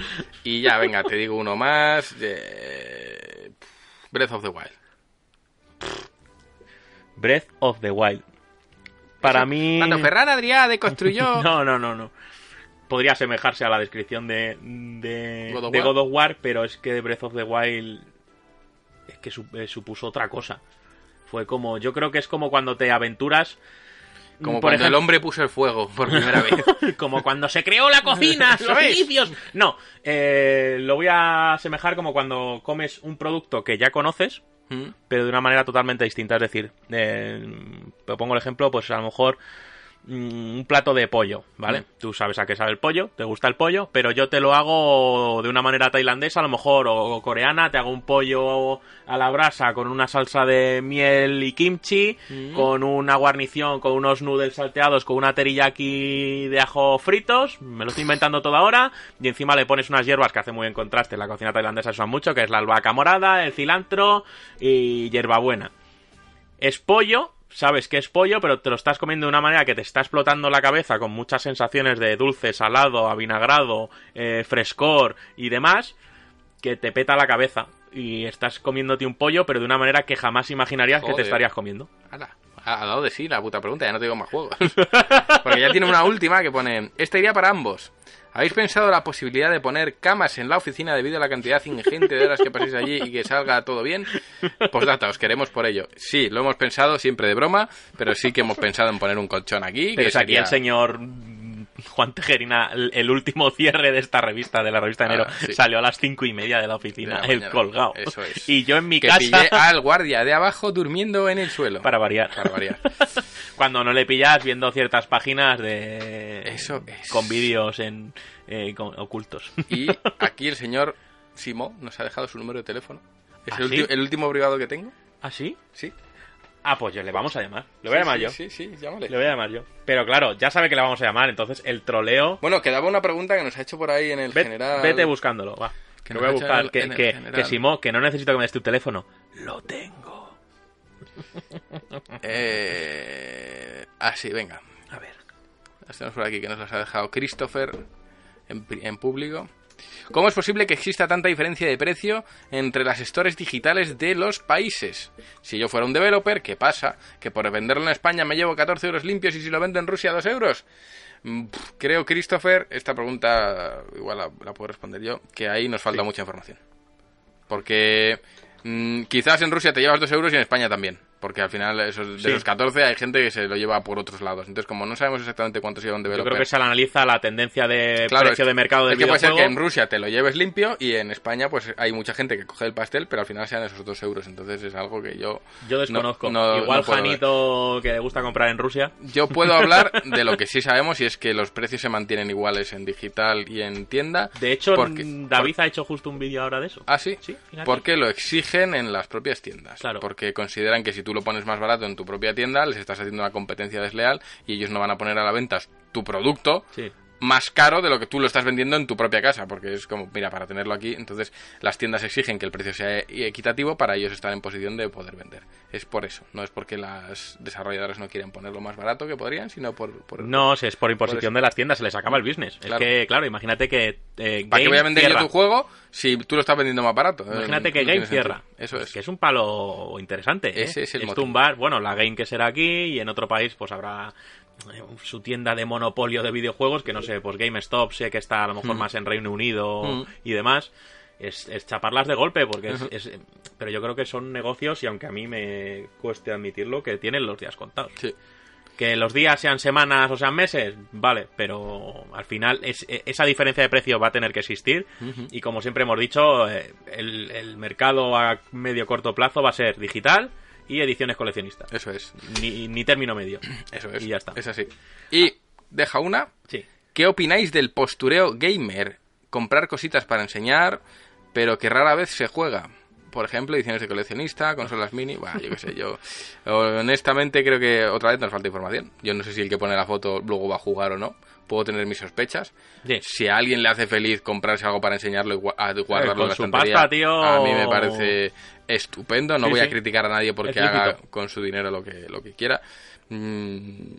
Speaker 5: Y ya, venga, te digo uno más. eh, Breath of the Wild.
Speaker 4: Breath of the Wild. Para
Speaker 5: Eso.
Speaker 4: mí...
Speaker 5: Cuando Ferran Adrià deconstruyó.
Speaker 4: No, no, no, no. Podría asemejarse a la descripción de, de,
Speaker 5: God of
Speaker 4: de
Speaker 5: War.
Speaker 4: God of War, pero es que Breath of the Wild es que su- eh, supuso otra cosa. Fue como, yo creo que es como cuando te aventuras,
Speaker 5: Como
Speaker 4: por
Speaker 5: cuando el
Speaker 4: ejemplo-
Speaker 5: hombre puso el fuego por primera vez.
Speaker 4: como cuando se creó la cocina,
Speaker 5: Eso
Speaker 4: los
Speaker 5: es.
Speaker 4: inicios. No, eh, lo voy a asemejar como cuando comes un producto que ya conoces,
Speaker 5: ¿Mm?
Speaker 4: pero de una manera totalmente distinta. Es decir, eh, te pongo el ejemplo, pues a lo mejor mm, un plato de pollo, ¿vale?
Speaker 5: Mm.
Speaker 4: Tú sabes a qué sabe el pollo, te gusta el pollo, pero yo te lo hago de una manera tailandesa, a lo mejor, o, o coreana, te hago un pollo a la brasa con una salsa de miel y kimchi,
Speaker 5: Mm.
Speaker 4: con una guarnición, con unos noodles salteados, con una teriyaki de ajo fritos, me lo estoy inventando todo ahora, y encima le pones unas hierbas que hace muy bien contraste, en la cocina tailandesa se usan mucho, que es la albahaca morada, el cilantro y hierbabuena es pollo, sabes que es pollo, pero te lo estás comiendo de una manera que te está explotando la cabeza con muchas sensaciones de dulce, salado, avinagrado, eh, frescor y demás, que te peta la cabeza. Y estás comiéndote un pollo, pero de una manera que jamás imaginarías que te
Speaker 5: Joder.
Speaker 4: estarías comiendo.
Speaker 5: Ala, ha ha dado de sí la puta pregunta, ya no te digo más juegos. Porque ya tiene una última que pone, esta iría para ambos. ¿Habéis pensado la posibilidad de poner camas en la oficina debido a la cantidad ingente de horas que paséis allí y que salga todo bien? Postdata, os queremos por ello. Sí, lo hemos pensado siempre de broma, pero sí que hemos pensado en poner un colchón aquí.
Speaker 4: Pero
Speaker 5: que
Speaker 4: es aquí
Speaker 5: sería-
Speaker 4: el señor mm, Juan Tejerina, el, el último cierre de esta revista, de la revista de enero,
Speaker 5: Ah, sí.
Speaker 4: salió a las cinco y media de la oficina,
Speaker 5: De la
Speaker 4: el
Speaker 5: mañana.
Speaker 4: colgado.
Speaker 5: Eso es.
Speaker 4: Y yo en mi
Speaker 5: que
Speaker 4: casa,
Speaker 5: pillé al guardia de abajo durmiendo en el suelo.
Speaker 4: para variar.
Speaker 5: Para variar.
Speaker 4: cuando no le pillas viendo ciertas páginas de
Speaker 5: Eso es.
Speaker 4: con vídeos en eh, con- ocultos
Speaker 5: Y aquí el señor Simo nos ha dejado su número de teléfono. Es
Speaker 4: ¿Ah,
Speaker 5: el,
Speaker 4: sí?
Speaker 5: ulti- el último privado que tengo.
Speaker 4: ¿Ah, sí?
Speaker 5: Sí.
Speaker 4: Ah, pues yo le vamos a llamar. Le voy a
Speaker 5: Sí,
Speaker 4: llamar
Speaker 5: sí,
Speaker 4: yo.
Speaker 5: Sí, sí, llámale.
Speaker 4: Le voy a llamar yo. Pero claro, ya sabe que le vamos a llamar, entonces el troleo.
Speaker 5: Bueno, quedaba una pregunta que nos ha hecho por ahí en el
Speaker 4: Ve-
Speaker 5: general.
Speaker 4: Vete buscándolo, va.
Speaker 5: Que
Speaker 4: Lo
Speaker 5: nos
Speaker 4: voy a buscar.
Speaker 5: ha hecho
Speaker 4: Que,
Speaker 5: en el
Speaker 4: que-
Speaker 5: general.
Speaker 4: que Simón, que no necesito que me des tu teléfono. Lo tengo.
Speaker 5: Eh... Ah, sí, venga.
Speaker 4: A ver.
Speaker 5: Las tenemos por aquí que nos las ha dejado Christopher en, pri- en público. ¿Cómo es posible que exista tanta diferencia de precio entre las stores digitales de los países? Si yo fuera un developer, ¿qué pasa? ¿Que por venderlo en España me llevo 14 euros limpios y si lo vendo en Rusia 2 euros? Mm, pff, Creo, Christopher, esta pregunta igual la, la puedo responder yo, que ahí nos falta mucha información. Porque mm, quizás en Rusia te llevas 2 euros y en España también. Porque al final esos, de
Speaker 4: Sí.
Speaker 5: los 14 hay gente que se lo lleva por otros lados. Entonces, como no sabemos exactamente cuánto se lleva un
Speaker 4: Yo
Speaker 5: developer...
Speaker 4: creo que se analiza la tendencia de
Speaker 5: Claro,
Speaker 4: Eh, precio
Speaker 5: es que-
Speaker 4: de mercado del
Speaker 5: es que puede ser
Speaker 4: videojuego.
Speaker 5: que en Rusia te lo lleves limpio y en España pues hay mucha gente que coge el pastel, pero al final sean esos dos euros. Entonces es algo que yo...
Speaker 4: Yo
Speaker 5: no-
Speaker 4: desconozco.
Speaker 5: no-
Speaker 4: Igual
Speaker 5: no puedo ver.
Speaker 4: Janito, que le gusta comprar en Rusia.
Speaker 5: Yo puedo hablar de lo que sí sabemos y es que los precios se mantienen iguales en digital y en tienda.
Speaker 4: De hecho, mm,
Speaker 5: porque-
Speaker 4: David ha hecho justo un vídeo ahora de eso.
Speaker 5: Ah, sí.
Speaker 4: Sí, fíjate.
Speaker 5: porque lo exigen en las propias tiendas.
Speaker 4: Claro.
Speaker 5: Porque consideran que si tú lo pones más barato en tu propia tienda, les estás haciendo una competencia desleal y ellos no van a poner a la venta tu producto
Speaker 4: Sí.
Speaker 5: más caro de lo que tú lo estás vendiendo en tu propia casa, porque es como, mira, para tenerlo aquí, entonces las tiendas exigen que el precio sea equitativo para ellos estar en posición de poder vender. Es por eso, no es porque las desarrolladoras no quieran ponerlo más barato que podrían, sino por... por
Speaker 4: No, si es por imposición
Speaker 5: Por
Speaker 4: de las tiendas, se les acaba el business.
Speaker 5: Claro.
Speaker 4: Es que, claro, imagínate que. eh,
Speaker 5: ¿Para qué
Speaker 4: Game
Speaker 5: voy a vender yo
Speaker 4: cierra.
Speaker 5: tu juego si tú lo estás vendiendo más barato?
Speaker 4: Imagínate
Speaker 5: Eh,
Speaker 4: que
Speaker 5: no
Speaker 4: Game
Speaker 5: tiene sentido.
Speaker 4: cierra.
Speaker 5: Eso es.
Speaker 4: Que es un palo interesante. ¿eh?
Speaker 5: Ese es el motivo.
Speaker 4: tumbar, bueno, la Game que será aquí y en otro país pues habrá eh, su tienda de monopolio de videojuegos que no sé, pues GameStop sé que está a lo mejor más en Reino Unido
Speaker 5: Mm.
Speaker 4: y demás. Es, es chaparlas de golpe porque es, es- pero yo creo que son negocios y aunque a mí me cueste admitirlo que tienen los días contados.
Speaker 5: Sí.
Speaker 4: Que los días sean semanas o sean meses, vale, pero al final es- e- esa diferencia de precio va a tener que existir y como siempre hemos dicho, eh, el, el mercado a medio corto plazo va a ser digital y ediciones coleccionistas.
Speaker 5: Eso es.
Speaker 4: Ni, ni término medio.
Speaker 5: Eso es.
Speaker 4: Y ya está.
Speaker 5: Es así. Y deja una.
Speaker 4: Sí.
Speaker 5: ¿Qué opináis del postureo gamer? Comprar cositas para enseñar, pero que rara vez se juega. Por ejemplo, ediciones de coleccionista, consolas mini, bah, yo qué sé, yo honestamente creo que otra vez nos falta información. Yo no sé si el que pone la foto luego va a jugar o no, puedo tener mis sospechas.
Speaker 4: Sí.
Speaker 5: Si a alguien le hace feliz comprarse algo para enseñarlo y gua- a guardarlo en
Speaker 4: Eh, con
Speaker 5: la
Speaker 4: su
Speaker 5: estantería,
Speaker 4: pasta, tío.
Speaker 5: a mí me parece estupendo, no
Speaker 4: Sí,
Speaker 5: voy a
Speaker 4: sí.
Speaker 5: criticar a nadie porque
Speaker 4: lícito.
Speaker 5: haga con su dinero lo que, lo que quiera. Mm,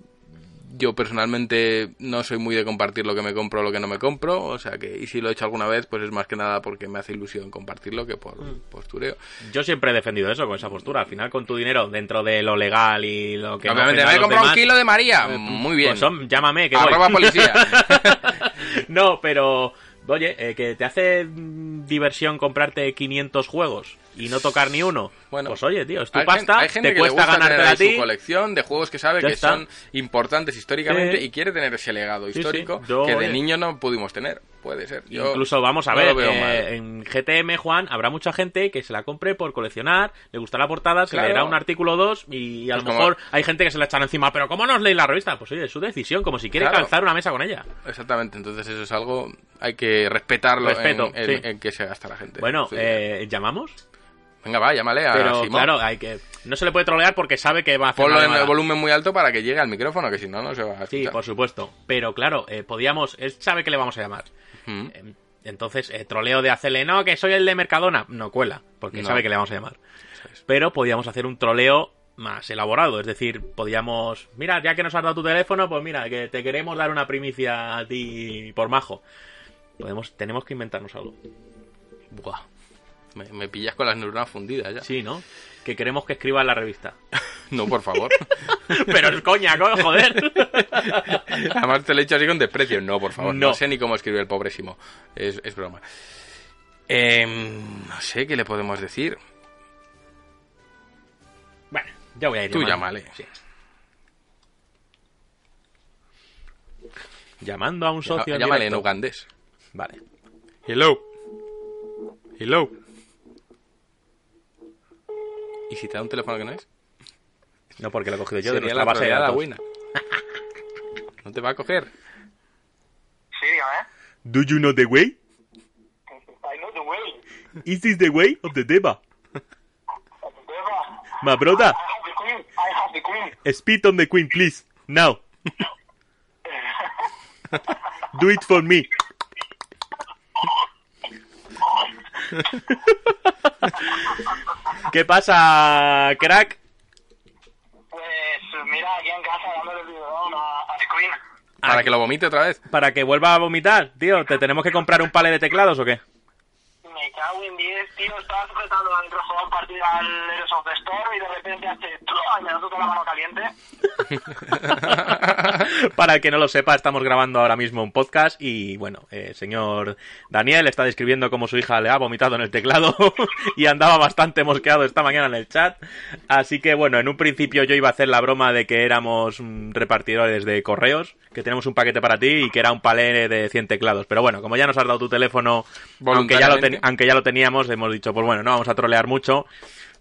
Speaker 5: yo personalmente no soy muy de compartir lo que me compro o lo que no me compro, o sea que, y si lo he hecho alguna vez, pues es más que nada porque me hace ilusión compartirlo que por
Speaker 4: Mm.
Speaker 5: postureo.
Speaker 4: Yo siempre he defendido eso, con esa postura. Al final, con tu dinero dentro de lo legal y lo que... no ofenda
Speaker 5: Obviamente, me
Speaker 4: a
Speaker 5: he
Speaker 4: los
Speaker 5: comprado un
Speaker 4: demás,
Speaker 5: kilo de María, Ah, Mm, muy bien.
Speaker 4: pues, hom, llámame, que voy.
Speaker 5: Arroba policía.
Speaker 4: no, pero... Oye, eh, que te hace mm, diversión comprarte 500 juegos y no tocar ni uno.
Speaker 5: Bueno.
Speaker 4: pues oye, tío, es tu
Speaker 5: Hay gen-
Speaker 4: pasta,
Speaker 5: hay gente
Speaker 4: te
Speaker 5: que le
Speaker 4: cuesta
Speaker 5: gusta
Speaker 4: ganarte
Speaker 5: tener
Speaker 4: a
Speaker 5: ahí
Speaker 4: ti.
Speaker 5: su colección de juegos que sabe
Speaker 4: Ya
Speaker 5: que
Speaker 4: está.
Speaker 5: son importantes históricamente
Speaker 4: Sí.
Speaker 5: y quiere tener ese legado
Speaker 4: sí.
Speaker 5: histórico
Speaker 4: Yo,
Speaker 5: que de
Speaker 4: oye.
Speaker 5: niño no pudimos tener. Puede ser. Yo
Speaker 4: Incluso vamos a
Speaker 5: no
Speaker 4: ver,
Speaker 5: lo veo
Speaker 4: eh,
Speaker 5: mal.
Speaker 4: en GTM, Juan, habrá mucha gente que se la compre por coleccionar, le gustará la portada, se
Speaker 5: Claro.
Speaker 4: leerá un artículo 2 y a
Speaker 5: Pues
Speaker 4: lo
Speaker 5: como-
Speaker 4: mejor hay gente que se la echan encima, pero ¿cómo no os leéis la revista? Pues oye, es su decisión, como si quiere
Speaker 5: Claro.
Speaker 4: calzar una mesa con ella.
Speaker 5: Exactamente, entonces eso es algo hay que respetarlo en-
Speaker 4: Respeto,
Speaker 5: en,
Speaker 4: sí.
Speaker 5: en que se gasta la gente.
Speaker 4: Bueno,
Speaker 5: Sí.
Speaker 4: eh, llamamos,
Speaker 5: venga, va, llámale a
Speaker 4: pero
Speaker 5: Simón.
Speaker 4: claro, hay que no se le puede trolear porque sabe que va a hacer
Speaker 5: Ponlo
Speaker 4: una
Speaker 5: en el
Speaker 4: llamada.
Speaker 5: volumen muy alto para que llegue al micrófono, que si no, no se va a
Speaker 4: Sí,
Speaker 5: escuchar.
Speaker 4: por supuesto, pero claro, eh, podíamos, él sabe que le vamos a llamar.
Speaker 5: Mm.
Speaker 4: Eh, Entonces, eh, troleo de hacerle, no, que soy el de Mercadona. No cuela, porque
Speaker 5: No.
Speaker 4: sabe que le vamos a llamar. Pero podíamos hacer un troleo más elaborado. Es decir, podíamos, mira, ya que nos has dado tu teléfono, pues mira, que te queremos dar una primicia a ti por majo. Podemos, tenemos que inventarnos algo.
Speaker 5: Buah. Me, me pillas con las neuronas fundidas ya.
Speaker 4: Eh, Sí, ¿no? Que queremos que escriba en la revista.
Speaker 5: No, por favor.
Speaker 4: Pero es coña, co- joder.
Speaker 5: Además te lo he dicho así con desprecio. No, por favor. No,
Speaker 4: No.
Speaker 5: sé ni cómo escribir el pobrésimo. Es, es broma. Em, no sé qué le podemos decir.
Speaker 4: Bueno, ya voy a ir.
Speaker 5: Tú
Speaker 4: llamando.
Speaker 5: llámale.
Speaker 4: Sí. Llamando a un socio. en
Speaker 5: Llámale en
Speaker 4: directo.
Speaker 5: ugandés.
Speaker 4: Vale.
Speaker 5: Hello. Hello. ¿Y si te da un teléfono que no es?
Speaker 4: No, porque lo he cogido yo de
Speaker 5: Sería
Speaker 4: nuestra base de
Speaker 5: probabilidad
Speaker 4: datos.
Speaker 5: buena. No te va a coger.
Speaker 6: Sí, dígame.
Speaker 7: Do you know the way?
Speaker 6: I know the way.
Speaker 7: Is this the way of the Deva?
Speaker 6: Deva,
Speaker 7: My brother,
Speaker 6: I have the queen. I have the queen.
Speaker 7: spit on the queen, please. Now. Do it for me.
Speaker 4: ¿Qué pasa, crack?
Speaker 6: Pues mira, aquí en casa dándole el biberón a, a the queen.
Speaker 5: Para
Speaker 4: Ay.
Speaker 5: que lo vomite otra vez.
Speaker 4: ¿Para que vuelva a vomitar? Tío, ¿te tenemos que comprar un palé de teclados o qué?
Speaker 6: Me cago en 10, tío. Estaba sujetando al micrófono partido al Heroes of the Storm y de repente hace... ¡tua! Y me da toda la mano caliente.
Speaker 4: Para el que no lo sepa, estamos grabando ahora mismo un podcast y bueno, eh, señor Daniel está describiendo cómo su hija le ha vomitado en el teclado y andaba bastante mosqueado esta mañana en el chat. Así que bueno, en un principio yo iba a hacer la broma de que éramos mm, repartidores de correos, que tenemos un paquete para ti y que era un palé de 100 teclados. Pero bueno, como ya nos has dado tu teléfono, aunque ya, lo ten-
Speaker 5: Voluntariamente.
Speaker 4: aunque ya lo teníamos, hemos dicho, pues bueno, no vamos a trolear mucho.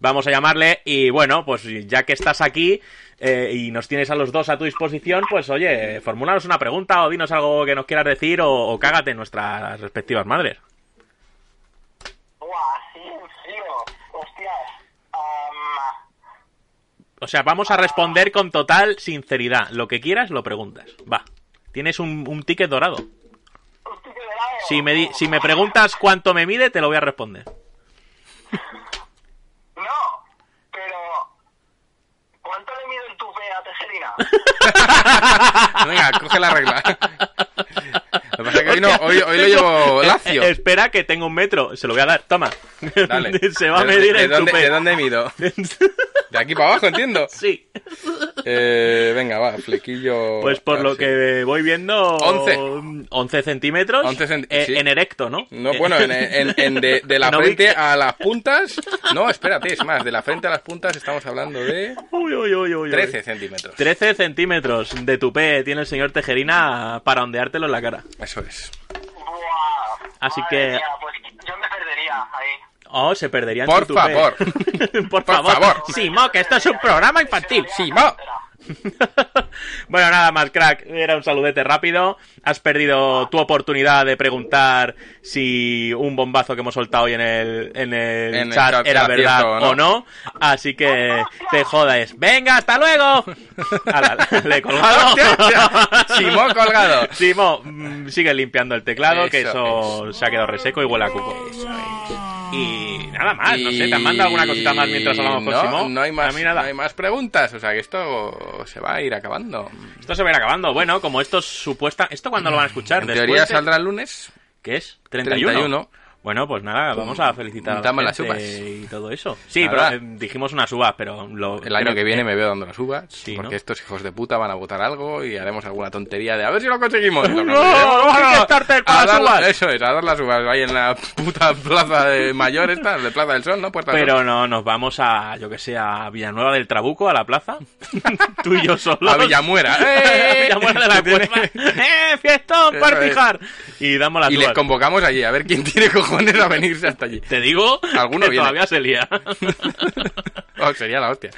Speaker 4: Vamos a llamarle y bueno, pues ya que estás aquí eh, y nos tienes a los dos a tu disposición, pues oye, formularos una pregunta o dinos algo que nos quieras decir o, o cágate en nuestras respectivas madres.
Speaker 6: ¡Buah, sí, en serio! ¡Hostias! Am,
Speaker 4: O sea, vamos a responder con total sinceridad. Lo que quieras, lo preguntas. Va. Tienes un, un ticket dorado.
Speaker 6: Hostia, qué dorado.
Speaker 4: Si me, di- si me preguntas cuánto me mide, te lo voy a responder.
Speaker 6: No, pero. ¿Cuánto le mide el tupe a Tejerina?
Speaker 5: Venga, coge la regla. Lo que pasa es que hoy, no- hoy, hoy lo llevo lacio.
Speaker 4: Eh, espera, que tengo un metro. Se lo voy a dar. Toma.
Speaker 5: Dale.
Speaker 4: Se va a
Speaker 5: ¿De-
Speaker 4: medir
Speaker 5: de,
Speaker 4: el
Speaker 5: dónde,
Speaker 4: tupé.
Speaker 5: ¿De dónde mido? De aquí para abajo, entiendo.
Speaker 4: Sí.
Speaker 5: Eh, venga, va, flequillo.
Speaker 4: Pues por
Speaker 5: Ah,
Speaker 4: lo
Speaker 5: sí.
Speaker 4: que voy viendo...
Speaker 5: 11.
Speaker 4: 11 centímetros.
Speaker 5: 11 cent-
Speaker 4: eh,
Speaker 5: sí.
Speaker 4: En erecto, ¿no?
Speaker 5: No,
Speaker 4: Eh,
Speaker 5: bueno, en, en- en de, de la
Speaker 4: No vi-
Speaker 5: frente a las puntas. No, espérate, es más, de la frente a las puntas estamos hablando de
Speaker 4: Uy, uy, uy, uy, uy.
Speaker 5: 13 centímetros.
Speaker 4: 13 centímetros de tupé tiene el señor Tejerina para ondeártelo en la cara.
Speaker 5: Eso es.
Speaker 6: Buah.
Speaker 4: Así
Speaker 6: madre
Speaker 4: que-
Speaker 6: mía, pues yo me perdería ahí.
Speaker 4: Oh, se perderían
Speaker 5: Por
Speaker 4: tu tupé.
Speaker 5: favor.
Speaker 4: Por
Speaker 5: Por
Speaker 4: favor.
Speaker 5: favor.
Speaker 4: Sí, Mo, que esto es un programa infantil.
Speaker 5: Sí, va.
Speaker 4: bueno, nada más, crack. Era un saludete rápido. Has perdido tu oportunidad de preguntar si un bombazo que hemos soltado hoy en el, en el
Speaker 5: En el
Speaker 4: chat
Speaker 5: chat
Speaker 4: era
Speaker 5: era
Speaker 4: verdad
Speaker 5: cierto o no.
Speaker 4: o no. Así que te jodas. ¡Venga, hasta luego! Ala, le he colgado.
Speaker 5: Hostia, hostia. Simón colgado.
Speaker 4: Simo, mm, sigue limpiando el teclado, que
Speaker 5: Eso
Speaker 4: eso se ha quedado reseco y huele a cuco. Y nada más, Ah, no sé, ¿te han mandado alguna cosita más mientras hablamos con
Speaker 5: no,
Speaker 4: Simón?
Speaker 5: No hay, más,
Speaker 4: A mí nada.
Speaker 5: no hay más preguntas, o sea que esto se va a ir acabando.
Speaker 4: Esto se va a ir acabando. Bueno, como esto es supuesta... ¿Esto cuándo lo van a escuchar?
Speaker 5: En
Speaker 4: Después
Speaker 5: teoría
Speaker 4: de-
Speaker 5: saldrá el lunes.
Speaker 4: ¿Qué es? 31.
Speaker 5: 31.
Speaker 4: Bueno, pues nada, vamos a felicitar a la
Speaker 5: Damos las
Speaker 4: gente
Speaker 5: uvas.
Speaker 4: y todo eso. Sí,
Speaker 5: Nada.
Speaker 4: pero eh, dijimos unas uvas, pero... Lo,
Speaker 5: El año
Speaker 4: creo
Speaker 5: que viene me veo dando las uvas.
Speaker 4: Sí,
Speaker 5: porque
Speaker 4: ¿no?
Speaker 5: estos hijos de puta van a votar algo y haremos alguna tontería de a ver si lo conseguimos.
Speaker 4: No, vamos a Kickstarter con
Speaker 5: A
Speaker 4: las
Speaker 5: dar-
Speaker 4: uvas.
Speaker 5: Eso es, a dar las uvas ahí en la puta plaza de mayor esta, de Plaza del Sol, ¿no? Puerta del
Speaker 4: Pero no, nos vamos a, yo que sé, a Villanueva del Trabuco, a la plaza. Tú y yo
Speaker 5: Sol.
Speaker 4: solos.
Speaker 5: A Villamuera.
Speaker 4: ¡Eh!
Speaker 5: ¡Eh!
Speaker 4: Villamuela de la
Speaker 5: Que tiene-
Speaker 4: Cueva. ¡Eh! ¡Fiestón!
Speaker 5: Eso
Speaker 4: ¡Partijar! Y damos las
Speaker 5: Y les
Speaker 4: uvas.
Speaker 5: convocamos allí, a ver quién tiene cojones a venirse hasta allí.
Speaker 4: Te digo
Speaker 5: Alguno
Speaker 4: que
Speaker 5: viene.
Speaker 4: todavía se lía.
Speaker 5: Oh, sería la hostia.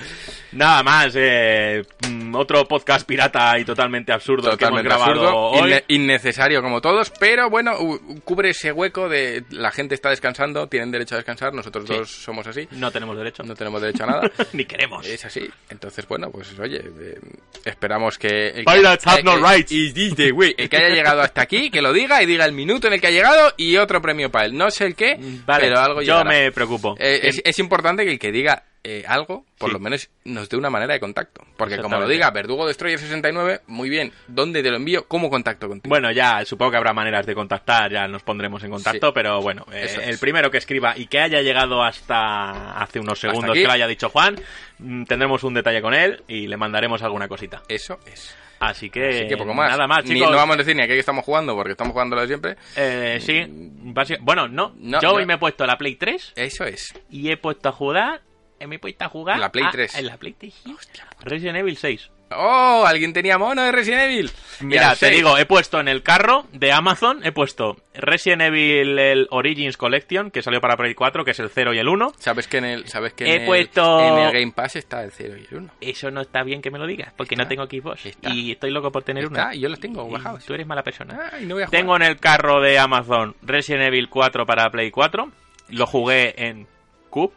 Speaker 4: Nada más, eh, mm, otro podcast pirata y totalmente absurdo que
Speaker 5: Totalmente
Speaker 4: hemos grabado
Speaker 5: absurdo,
Speaker 4: hoy.
Speaker 5: inne- innecesario como todos, pero bueno, u- cubre ese hueco de la gente está descansando, tienen derecho a descansar, nosotros
Speaker 4: Sí.
Speaker 5: dos somos así,
Speaker 4: No tenemos derecho.
Speaker 5: no tenemos derecho a nada.
Speaker 4: Ni queremos.
Speaker 5: Es así. Entonces, bueno, pues oye, eh, esperamos que... el-
Speaker 7: Pirates have no
Speaker 5: eh,
Speaker 7: rights.
Speaker 5: eh, is this the way? El que haya llegado hasta aquí, que lo diga y diga el minuto en el que ha llegado y otro premio para él. No sé el qué,
Speaker 4: Mm, Vale,
Speaker 5: pero algo
Speaker 4: yo
Speaker 5: llegará.
Speaker 4: me preocupo.
Speaker 5: Eh, es, es importante que el que diga eh, algo, por
Speaker 4: Sí.
Speaker 5: lo menos nos dé una manera de contacto. Porque como lo
Speaker 4: Exactamente.
Speaker 5: diga Verdugo Destroyer 69, muy bien, ¿dónde te lo envío? ¿Cómo contacto contigo?
Speaker 4: Bueno, ya supongo que habrá maneras de contactar, ya nos pondremos en contacto,
Speaker 5: Sí.
Speaker 4: pero bueno, eh,
Speaker 5: Eso es.
Speaker 4: el primero que escriba y que haya llegado hasta hace unos segundos
Speaker 5: aquí.
Speaker 4: que lo haya dicho Juan, mm, tendremos un detalle con él y le mandaremos alguna cosita.
Speaker 5: Eso es.
Speaker 4: Así que,
Speaker 5: Así que poco más.
Speaker 4: Eh, nada más,
Speaker 5: Ni-
Speaker 4: chicos.
Speaker 5: no vamos a decir ni a qué estamos jugando, porque estamos jugando lo de siempre.
Speaker 4: Eh, sí, básica- bueno, no.
Speaker 5: Mm. No,
Speaker 4: yo
Speaker 5: yo-
Speaker 4: hoy me he puesto la Play 3
Speaker 5: Eso es.
Speaker 4: y he puesto a jugar. eh, Me he puesto a jugar.
Speaker 5: La Play
Speaker 4: a-
Speaker 5: 3.
Speaker 4: en la Play 3. Resident Evil 6.
Speaker 5: ¡Oh! Alguien tenía mono de Resident Evil. Y
Speaker 4: Mira,
Speaker 5: al
Speaker 4: te
Speaker 5: seis.
Speaker 4: digo, he puesto en el carro de Amazon, he puesto Resident Evil el Origins Collection, que salió para Play 4, que es el 0 y el 1.
Speaker 5: Sabes que en el, sabes que
Speaker 4: He
Speaker 5: en, el-
Speaker 4: puesto-
Speaker 5: en el Game Pass está el 0 y el 1.
Speaker 4: Eso no está bien que me lo digas, porque no
Speaker 5: Está.
Speaker 4: tengo Xbox.
Speaker 5: Está.
Speaker 4: Y estoy loco por tener
Speaker 5: Está,
Speaker 4: una.
Speaker 5: yo los tengo
Speaker 4: Y
Speaker 5: bajados.
Speaker 4: Tú eres mala persona.
Speaker 5: Ah, y no voy a jugar.
Speaker 4: Tengo en el carro de Amazon Resident Evil 4 para Play 4. Lo jugué en Cube.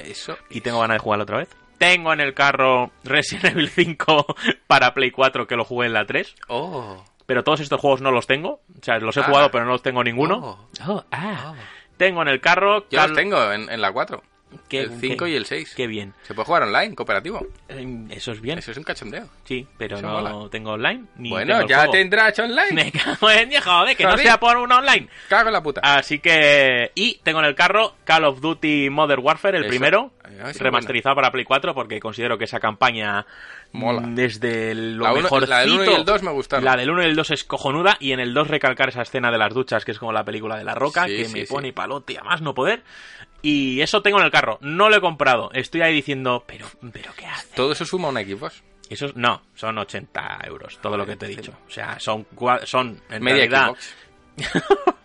Speaker 5: Eso.
Speaker 4: y tengo ganas de jugar otra vez. Tengo en el carro Resident Evil 5 para Play 4 que lo jugué en la 3,
Speaker 5: Oh.
Speaker 4: pero todos estos juegos no los tengo. O sea, los he
Speaker 5: Ah.
Speaker 4: jugado pero no los tengo ninguno.
Speaker 5: Oh.
Speaker 4: Oh, ah.
Speaker 5: Oh.
Speaker 4: Tengo en el carro...
Speaker 5: Yo
Speaker 4: Call-
Speaker 5: los tengo en, en la 4.
Speaker 4: Qué-
Speaker 5: el 5
Speaker 4: qué-
Speaker 5: y el 6.
Speaker 4: Qué bien.
Speaker 5: Se puede jugar online, cooperativo.
Speaker 4: Eh, Eso es bien.
Speaker 5: Eso es un cachondeo.
Speaker 4: Sí, pero
Speaker 5: eso
Speaker 4: no
Speaker 5: mola.
Speaker 4: tengo online. Ni tengo
Speaker 5: bueno,
Speaker 4: el
Speaker 5: ya
Speaker 4: juego.
Speaker 5: tendrás online.
Speaker 4: Me cago en Dios, joder, que no
Speaker 5: Joder.
Speaker 4: sea por un online.
Speaker 5: Cago en la puta.
Speaker 4: Así que... Y tengo en el carro Call of Duty Modern Warfare, el
Speaker 5: Eso.
Speaker 4: primero,
Speaker 5: Ah, ese es
Speaker 4: remasterizado para Play 4 porque considero que esa campaña mm,
Speaker 5: Mola.
Speaker 4: desde lo
Speaker 5: La uno-
Speaker 4: mejorcito.
Speaker 5: la del uno y el dos me gustaron.
Speaker 4: La del 1 y el 2 es cojonuda y en el 2 recalcar esa escena de las duchas que es como la película de La Roca
Speaker 5: Sí,
Speaker 4: que
Speaker 5: sí,
Speaker 4: me
Speaker 5: sí.
Speaker 4: pone palote a más no poder. Y eso tengo en el carro, no lo he comprado. Estoy ahí diciendo, pero pero ¿qué hace?
Speaker 5: Todo eso suma un Xbox.
Speaker 4: Eso es- no, son 80 euros, todo lo que te he dicho. O sea, son cua- son en
Speaker 5: Media
Speaker 4: realidad,
Speaker 5: Xbox.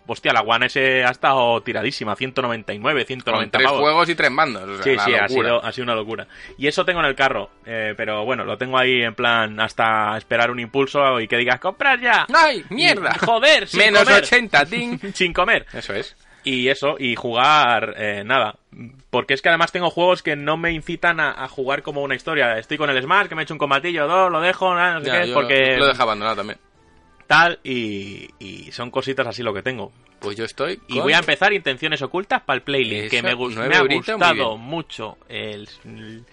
Speaker 4: Hostia, la One S ha estado tiradísima, 199, 190
Speaker 5: Con tres
Speaker 4: pavos.
Speaker 5: juegos y tres mandos. O sea,
Speaker 4: Sí,
Speaker 5: la
Speaker 4: sí, ha
Speaker 5: locura.
Speaker 4: sido, ha sido una locura. Y eso tengo en el carro, eh, pero bueno, lo tengo ahí en plan hasta esperar un impulso y que digas, comprar ya.
Speaker 5: ¡Ay, mierda!
Speaker 4: Y- joder, sin
Speaker 5: Menos
Speaker 4: comer.
Speaker 5: 80, ting.
Speaker 4: Sin comer.
Speaker 5: Eso es.
Speaker 4: Y eso, y jugar eh, nada. Porque es que además tengo juegos que no me incitan a, a jugar como una historia. Estoy con el Smash, que me he hecho un combatillo, dos, lo dejo, nada, no sé
Speaker 5: Ya,
Speaker 4: qué,
Speaker 5: yo
Speaker 4: porque...
Speaker 5: Lo dejo abandonado también.
Speaker 4: tal, y, y son cositas así lo que tengo.
Speaker 5: Pues yo estoy.
Speaker 4: Y
Speaker 5: con-
Speaker 4: voy a empezar intenciones ocultas para el playlist,
Speaker 5: Eso,
Speaker 4: que me, gus-
Speaker 5: nueve
Speaker 4: me ha
Speaker 5: euritos, muy
Speaker 4: gustado
Speaker 5: bien.
Speaker 4: mucho. el- el-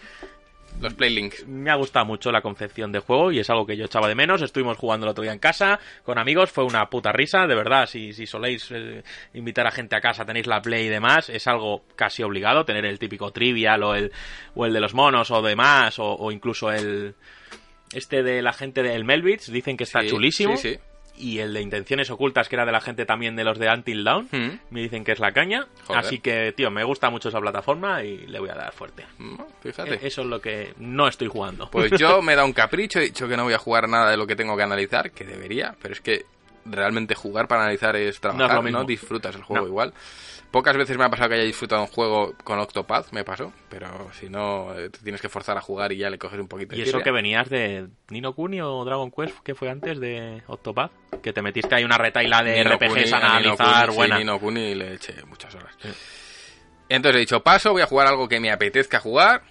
Speaker 5: Los playlinks.
Speaker 4: me ha gustado mucho la concepción de juego y es algo que yo echaba de menos. Estuvimos jugando el otro día en casa con amigos, fue una puta risa, de verdad. Si, si soléis eh, invitar a gente a casa, tenéis la play y demás, es algo casi obligado tener el típico trivial o el, o el de los monos o demás, o, o incluso el. Este de la gente del Melvits, dicen que está
Speaker 5: Sí,
Speaker 4: chulísimo.
Speaker 5: Sí, sí.
Speaker 4: Y el de Intenciones Ocultas, que era de la gente también de los de Until Down.
Speaker 5: Mm.
Speaker 4: Me dicen que es la caña.
Speaker 5: Joder.
Speaker 4: Así que, tío, me gusta mucho esa plataforma y le voy a dar fuerte.
Speaker 5: Mm, Fíjate.
Speaker 4: Eh, Eso es lo que no estoy jugando.
Speaker 5: Pues yo me da un capricho, he dicho que no voy a jugar nada de lo que tengo que analizar, que debería, pero es que realmente jugar para analizar es trabajar,
Speaker 4: No es
Speaker 5: no,
Speaker 4: lo mismo.
Speaker 5: disfrutas el juego
Speaker 4: No.
Speaker 5: igual. Pocas veces me ha pasado que haya disfrutado un juego con Octopath, me pasó, pero si no, eh, te tienes que forzar a jugar y ya le coges un poquito
Speaker 4: y
Speaker 5: de
Speaker 4: eso
Speaker 5: tirria.
Speaker 4: que venías de Nino Kuni o Dragon Quest, que fue antes de Octopath, que te metiste ahí una retaila de
Speaker 5: Ni no
Speaker 4: RPGs a
Speaker 5: Kuni- a Ni no
Speaker 4: analizar,
Speaker 5: Kuni, sí,
Speaker 4: buena.
Speaker 5: Ni no Kuni le eché muchas horas. Entonces he dicho, paso, voy a jugar algo que me apetezca jugar.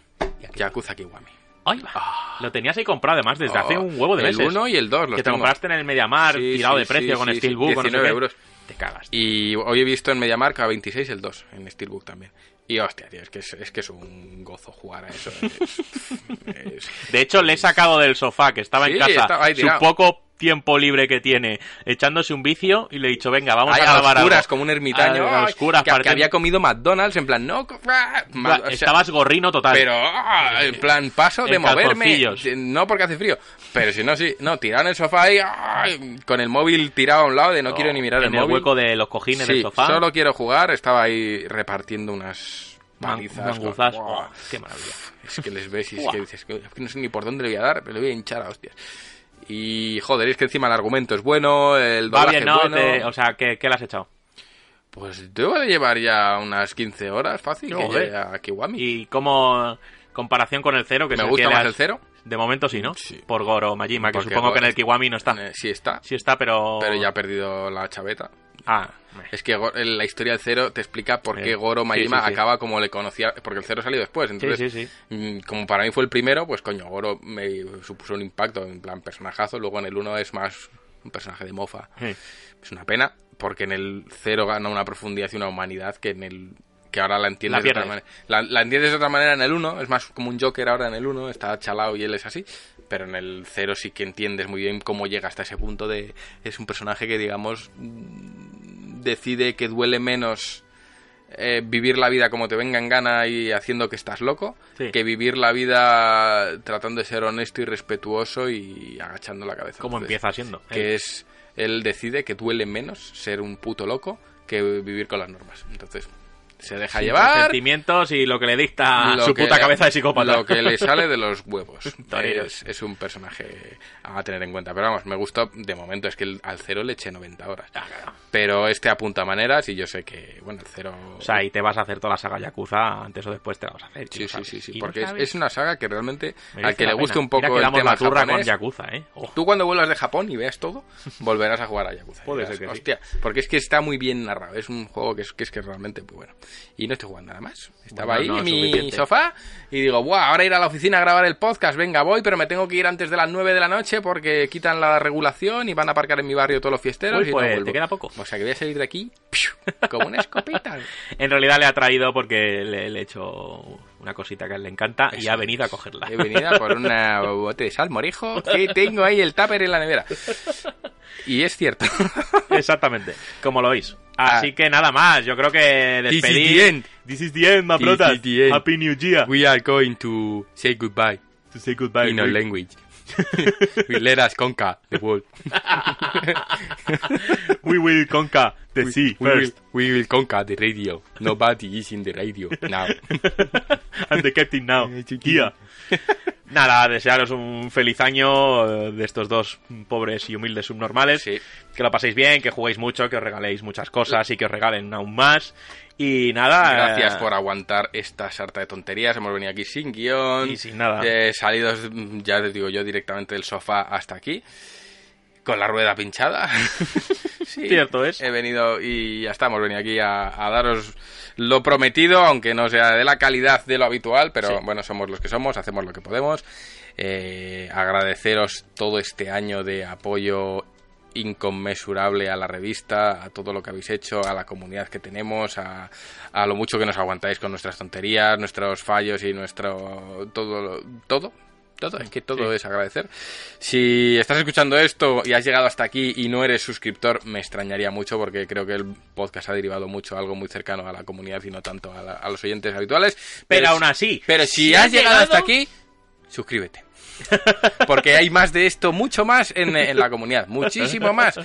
Speaker 5: Yakuza Kiwami.
Speaker 4: Ahí va. Lo tenías ahí comprado además desde hace un huevo de
Speaker 5: Ah. Oh, El
Speaker 4: meses.
Speaker 5: 1 y el 2 los
Speaker 4: que te
Speaker 5: tengo.
Speaker 4: compraste en el Mediamar,
Speaker 5: Sí,
Speaker 4: tirado
Speaker 5: sí,
Speaker 4: de precio
Speaker 5: sí,
Speaker 4: con
Speaker 5: sí, sí,
Speaker 4: Steelbook, con no sé
Speaker 5: 19
Speaker 4: qué.
Speaker 5: euros.
Speaker 4: Te cagas. tío.
Speaker 5: Y hoy he visto en MediaMark a 26 el 2, en Steelbook también. Y hostia, tío, es que es, es que es un gozo jugar a eso. eh. Es- es-
Speaker 4: De hecho, le he sacado del sofá, que estaba
Speaker 5: Sí,
Speaker 4: en casa,
Speaker 5: estaba ahí
Speaker 4: su
Speaker 5: tirado.
Speaker 4: poco tiempo libre que tiene, echándose un vicio, y le he dicho, venga, vamos
Speaker 5: Ahí
Speaker 4: a
Speaker 5: a
Speaker 4: grabar
Speaker 5: oscuras,
Speaker 4: algo.
Speaker 5: como un ermitaño.
Speaker 4: A,
Speaker 5: ay,
Speaker 4: oscuras,
Speaker 5: que, que
Speaker 4: parte-
Speaker 5: había comido McDonald's, en plan, no. co- ah, ma- o sea,
Speaker 4: Estabas gorrino total.
Speaker 5: Pero, ah, en plan, paso de
Speaker 4: En
Speaker 5: moverme.
Speaker 4: calzoncillos.
Speaker 5: de- No porque hace frío. Pero si no, sí. No, tirado en el sofá y ay, con el móvil tirado a un lado de no quiero ni mirar
Speaker 4: Oh, en
Speaker 5: el móvil.
Speaker 4: hueco de los cojines
Speaker 5: Sí,
Speaker 4: del sofá.
Speaker 5: solo quiero jugar. Estaba ahí repartiendo unas
Speaker 4: man-
Speaker 5: palizas. con-
Speaker 4: manguzas.
Speaker 5: Buah.
Speaker 4: Oh, qué maravilla.
Speaker 5: Es que les ves y es que dices, "Que no sé ni por dónde le voy a dar, pero le voy a hinchar a hostias. Y joder, es que encima el argumento es bueno, el
Speaker 4: Va
Speaker 5: doblaje
Speaker 4: bien, ¿no?
Speaker 5: es bueno.
Speaker 4: Te- o sea, ¿qué, qué le has echado?
Speaker 5: Pues debo de llevar ya unas 15 horas fácil que
Speaker 4: Joder.
Speaker 5: llegue a Kiwami.
Speaker 4: ¿Y cómo comparación con el cero? Que
Speaker 5: Me
Speaker 4: se
Speaker 5: gusta
Speaker 4: queda-
Speaker 5: más el cero.
Speaker 4: De momento sí, ¿no?
Speaker 5: Sí.
Speaker 4: Por Goro o Majima, que
Speaker 5: Porque,
Speaker 4: supongo que en
Speaker 5: joder,
Speaker 4: el Kiwami no está.
Speaker 5: Eh, sí está,
Speaker 4: Sí está, pero...
Speaker 5: pero ya ha perdido la chaveta.
Speaker 4: Ah, meh.
Speaker 5: Es que Go- en la historia del cero te explica por qué
Speaker 4: Eh,
Speaker 5: Goro
Speaker 4: sí,
Speaker 5: Majima
Speaker 4: sí, sí.
Speaker 5: acaba como le conocía, porque el cero salió después. Entonces,
Speaker 4: sí, sí.
Speaker 5: mm, como para mí fue el primero, pues coño, Goro me supuso un impacto en plan personajazo. Luego en el uno es más un personaje de mofa.
Speaker 4: Sí.
Speaker 5: Es una pena, porque en el cero gana una profundidad y una humanidad que en el que ahora la entiendes
Speaker 4: La
Speaker 5: de otra
Speaker 4: pierdes.
Speaker 5: manera. La, la entiendes de otra manera en el 1, es más como un Joker ahora en el 1, está chalado y él es así, pero en el cero sí que entiendes muy bien cómo llega hasta ese punto de es un personaje que digamos mm, decide que duele menos eh, vivir la vida como te venga en gana y haciendo que estás loco,
Speaker 4: Sí.
Speaker 5: que vivir la vida tratando de ser honesto y respetuoso y agachando la cabeza.
Speaker 4: ¿Cómo
Speaker 5: Entonces,
Speaker 4: empieza siendo? Eh,
Speaker 5: que es él decide que duele menos ser un puto loco que vivir con las normas. Entonces, se deja llevar
Speaker 4: Sentimientos y lo que le dicta
Speaker 5: lo
Speaker 4: su
Speaker 5: que-
Speaker 4: puta cabeza de psicópata.
Speaker 5: Lo que le sale de los huevos.
Speaker 4: Torero.
Speaker 5: es, es un personaje a tener en cuenta. Pero vamos, me gustó de momento, es que el- al cero le eché 90 horas.
Speaker 4: Ah,
Speaker 5: Pero este apunta maneras y yo sé que, bueno, el cero...
Speaker 4: O sea, y te vas a hacer toda la saga Yakuza, antes o después te la vas a hacer. y
Speaker 5: Sí,
Speaker 4: lo
Speaker 5: sí,
Speaker 4: sabes.
Speaker 5: sí, sí,
Speaker 4: Y lo
Speaker 5: porque es,
Speaker 4: sabes.
Speaker 5: es una saga que realmente,
Speaker 4: Merece
Speaker 5: al que
Speaker 4: la
Speaker 5: le guste
Speaker 4: pena.
Speaker 5: un poco
Speaker 4: Mira que
Speaker 5: el
Speaker 4: damos
Speaker 5: tema
Speaker 4: la turra con
Speaker 5: japonés,
Speaker 4: Yakuza, ¿eh? Oh.
Speaker 5: Tú cuando vuelvas de Japón y veas todo, volverás a jugar a Yakuza.
Speaker 4: Puede
Speaker 5: Dirás,
Speaker 4: ser que sí.
Speaker 5: Hostia, porque es que está muy bien narrado. Es un juego que es que es, que es realmente muy bueno. Y no estoy jugando nada más. Estaba
Speaker 4: Bueno,
Speaker 5: ahí
Speaker 4: no
Speaker 5: en
Speaker 4: es
Speaker 5: mi
Speaker 4: suficiente.
Speaker 5: sofá y digo, Buah, ahora ir a la oficina a grabar el podcast. Venga, voy, pero me tengo que ir antes de las 9 de la noche porque quitan la regulación y van a aparcar en mi barrio todos los fiesteros.
Speaker 4: Uy,
Speaker 5: y no
Speaker 4: pues,
Speaker 5: vuelvo".
Speaker 4: te queda poco.
Speaker 5: O sea que voy a salir de aquí ¡piu! como una escopeta.
Speaker 4: En realidad le ha traído porque le, le he hecho una cosita que a él le encanta y
Speaker 5: Eso
Speaker 4: ha venido a
Speaker 5: es.
Speaker 4: cogerla.
Speaker 5: He venido a por una bote de salmorejo que tengo ahí el tupper en la nevera. Y es cierto.
Speaker 4: Exactamente, como lo oís. Así
Speaker 5: Ah.
Speaker 4: que nada más, yo creo que
Speaker 5: This is the
Speaker 4: despedir.
Speaker 5: end.
Speaker 7: This is the end, my
Speaker 5: This
Speaker 7: brothers.
Speaker 5: is the end.
Speaker 7: Happy New Year.
Speaker 5: We are going to say goodbye
Speaker 7: to say goodbye.
Speaker 5: in our
Speaker 7: we-
Speaker 5: language. we let us conquer the world.
Speaker 7: we will conquer the
Speaker 5: We-
Speaker 7: sea
Speaker 5: we, will,
Speaker 7: first.
Speaker 5: we will conquer the radio. Nobody is in the radio now.
Speaker 7: I'm the captain now. Here.
Speaker 4: Nada, desearos un feliz año eh, de estos dos pobres y humildes subnormales.
Speaker 5: Sí.
Speaker 4: Que lo paséis bien, que juguéis mucho, que os regaléis muchas cosas y que os regalen aún más. Y nada.
Speaker 5: Gracias
Speaker 4: eh,
Speaker 5: por aguantar esta sarta de tonterías. Hemos venido aquí sin guión.
Speaker 4: Y sin nada.
Speaker 5: eh, salidos, mm, ya te digo yo, directamente del sofá hasta aquí. Con la rueda pinchada. sí,
Speaker 4: eh, Cierto es.
Speaker 5: He venido y ya estamos. Venido aquí a, a daros lo prometido, aunque no sea de la calidad de lo habitual, pero
Speaker 4: Sí.
Speaker 5: bueno, somos los que somos, hacemos lo que podemos. Eh, agradeceros todo este año de apoyo inconmensurable a la revista, a todo lo que habéis hecho, a la comunidad que tenemos, a, a lo mucho que nos aguantáis con nuestras tonterías, nuestros fallos y nuestro todo lo- todo. Todo,
Speaker 4: Mm,
Speaker 5: es que todo es agradecer. Si estás escuchando esto y has llegado hasta aquí y no eres suscriptor, me extrañaría mucho porque creo que el podcast ha derivado mucho a algo muy cercano a la comunidad y no tanto a, la- a los oyentes habituales.
Speaker 4: Pero
Speaker 5: si-
Speaker 4: aún así,
Speaker 5: Pero si,
Speaker 4: si
Speaker 5: has
Speaker 4: has
Speaker 5: llegado, hasta
Speaker 4: llegado-
Speaker 5: aquí, suscríbete. Porque hay más de esto, mucho más en, en la comunidad, muchísimo más.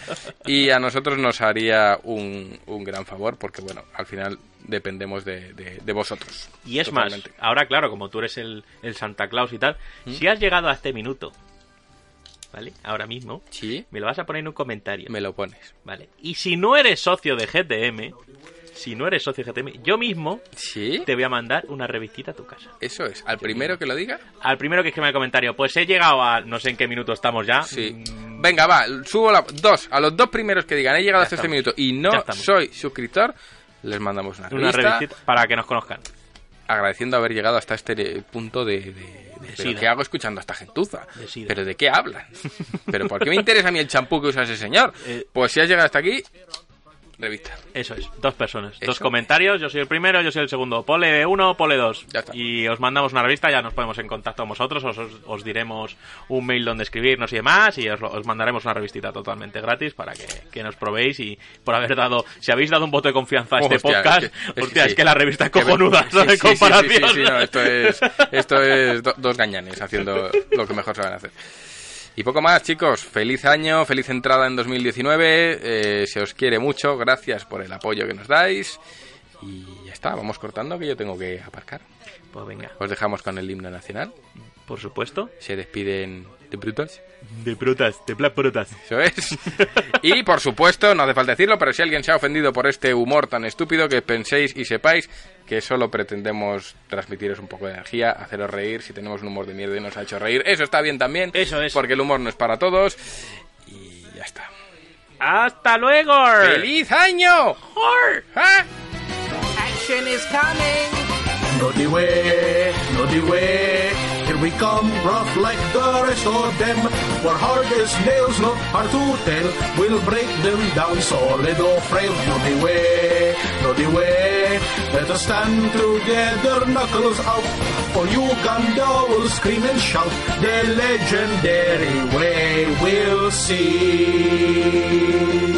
Speaker 5: Y a nosotros nos haría un, un gran favor, porque bueno, al final dependemos de, de- de vosotros.
Speaker 4: Y es
Speaker 5: Totalmente. Mm.
Speaker 4: más, ahora claro, como tú eres el, el Santa Claus y tal, si has llegado a este minuto, ¿vale? Ahora mismo,
Speaker 5: Sí,
Speaker 4: me lo vas a poner en un comentario,
Speaker 5: me lo pones.
Speaker 4: ¿vale? Y si no eres socio de GTM, si no eres socio de GTM, yo mismo
Speaker 5: Sí,
Speaker 4: te voy a mandar una revistita a tu casa.
Speaker 5: eso es. Al primero que lo diga,
Speaker 4: Al primero que escriba el comentario, pues he llegado a no sé en qué minuto estamos ya.
Speaker 5: sí.
Speaker 4: Mm,
Speaker 5: Venga, va, subo la. Dos, a los dos primeros que digan, he llegado
Speaker 4: Ya
Speaker 5: hasta este
Speaker 4: estamos.
Speaker 5: minuto y no
Speaker 4: Ya estamos.
Speaker 5: soy suscriptor, les mandamos una
Speaker 4: Una
Speaker 5: revista.
Speaker 4: revistita para que nos conozcan.
Speaker 5: agradeciendo haber llegado hasta este punto de... de- de- pero
Speaker 4: sida.
Speaker 5: ¿Qué hago escuchando a esta gentuza?
Speaker 4: De sida.
Speaker 5: ¿Pero de qué hablan? ¿Pero por qué me interesa a mí el champú que usa ese señor?
Speaker 4: Eh,
Speaker 5: Pues si has llegado hasta aquí, revista.
Speaker 4: Eso es, dos personas, dos
Speaker 5: Eso.
Speaker 4: comentarios, yo soy el primero, yo soy el segundo, pole uno, pole dos.
Speaker 5: Ya está.
Speaker 4: Y os mandamos una revista, ya nos ponemos en contacto con vosotros, os, os- os diremos un mail donde escribirnos y demás, y os, lo- os mandaremos una revistita totalmente gratis para que, que nos probéis y por haber dado, si habéis dado un voto de confianza a este
Speaker 5: Hostia,
Speaker 4: podcast,
Speaker 5: es que- es que
Speaker 4: hostia,
Speaker 5: sí.
Speaker 4: es que la revista es
Speaker 5: Que ve-
Speaker 4: cojonuda,
Speaker 5: Sí,
Speaker 4: ¿sabes?
Speaker 5: sí, sí,
Speaker 4: Comparación.
Speaker 5: sí, sí, no, esto es, esto es do- dos gañanes haciendo lo que mejor saben hacer. Y poco más, chicos. Feliz año, feliz entrada en 2019. eh, se os quiere mucho. Gracias por el apoyo que nos dais. Y ya está, vamos cortando que yo tengo que aparcar.
Speaker 4: Pues venga,
Speaker 5: Os dejamos con el himno nacional.
Speaker 4: por supuesto.
Speaker 5: se despiden de brutos.
Speaker 7: De protas, de plas protas.
Speaker 5: Eso es. Y por supuesto, no hace falta decirlo, pero si alguien se ha ofendido por este humor tan estúpido, que penséis y sepáis que solo pretendemos transmitiros un poco de energía, haceros reír. Si tenemos un humor de mierda y nos ha hecho reír, eso está bien también.
Speaker 4: Eso es.
Speaker 5: Porque el humor no es para todos. Y ya está.
Speaker 4: ¡Hasta luego!
Speaker 5: ¡Feliz año! ¡Ah!
Speaker 1: No the way, no the way. Here we come, rough like the rest of them. We're hard as nails, not hard to tell. We'll break them down solid or frail. No the way, no the way. Let us stand together, knuckles out. For Uganda will scream and shout. The legendary way we'll see.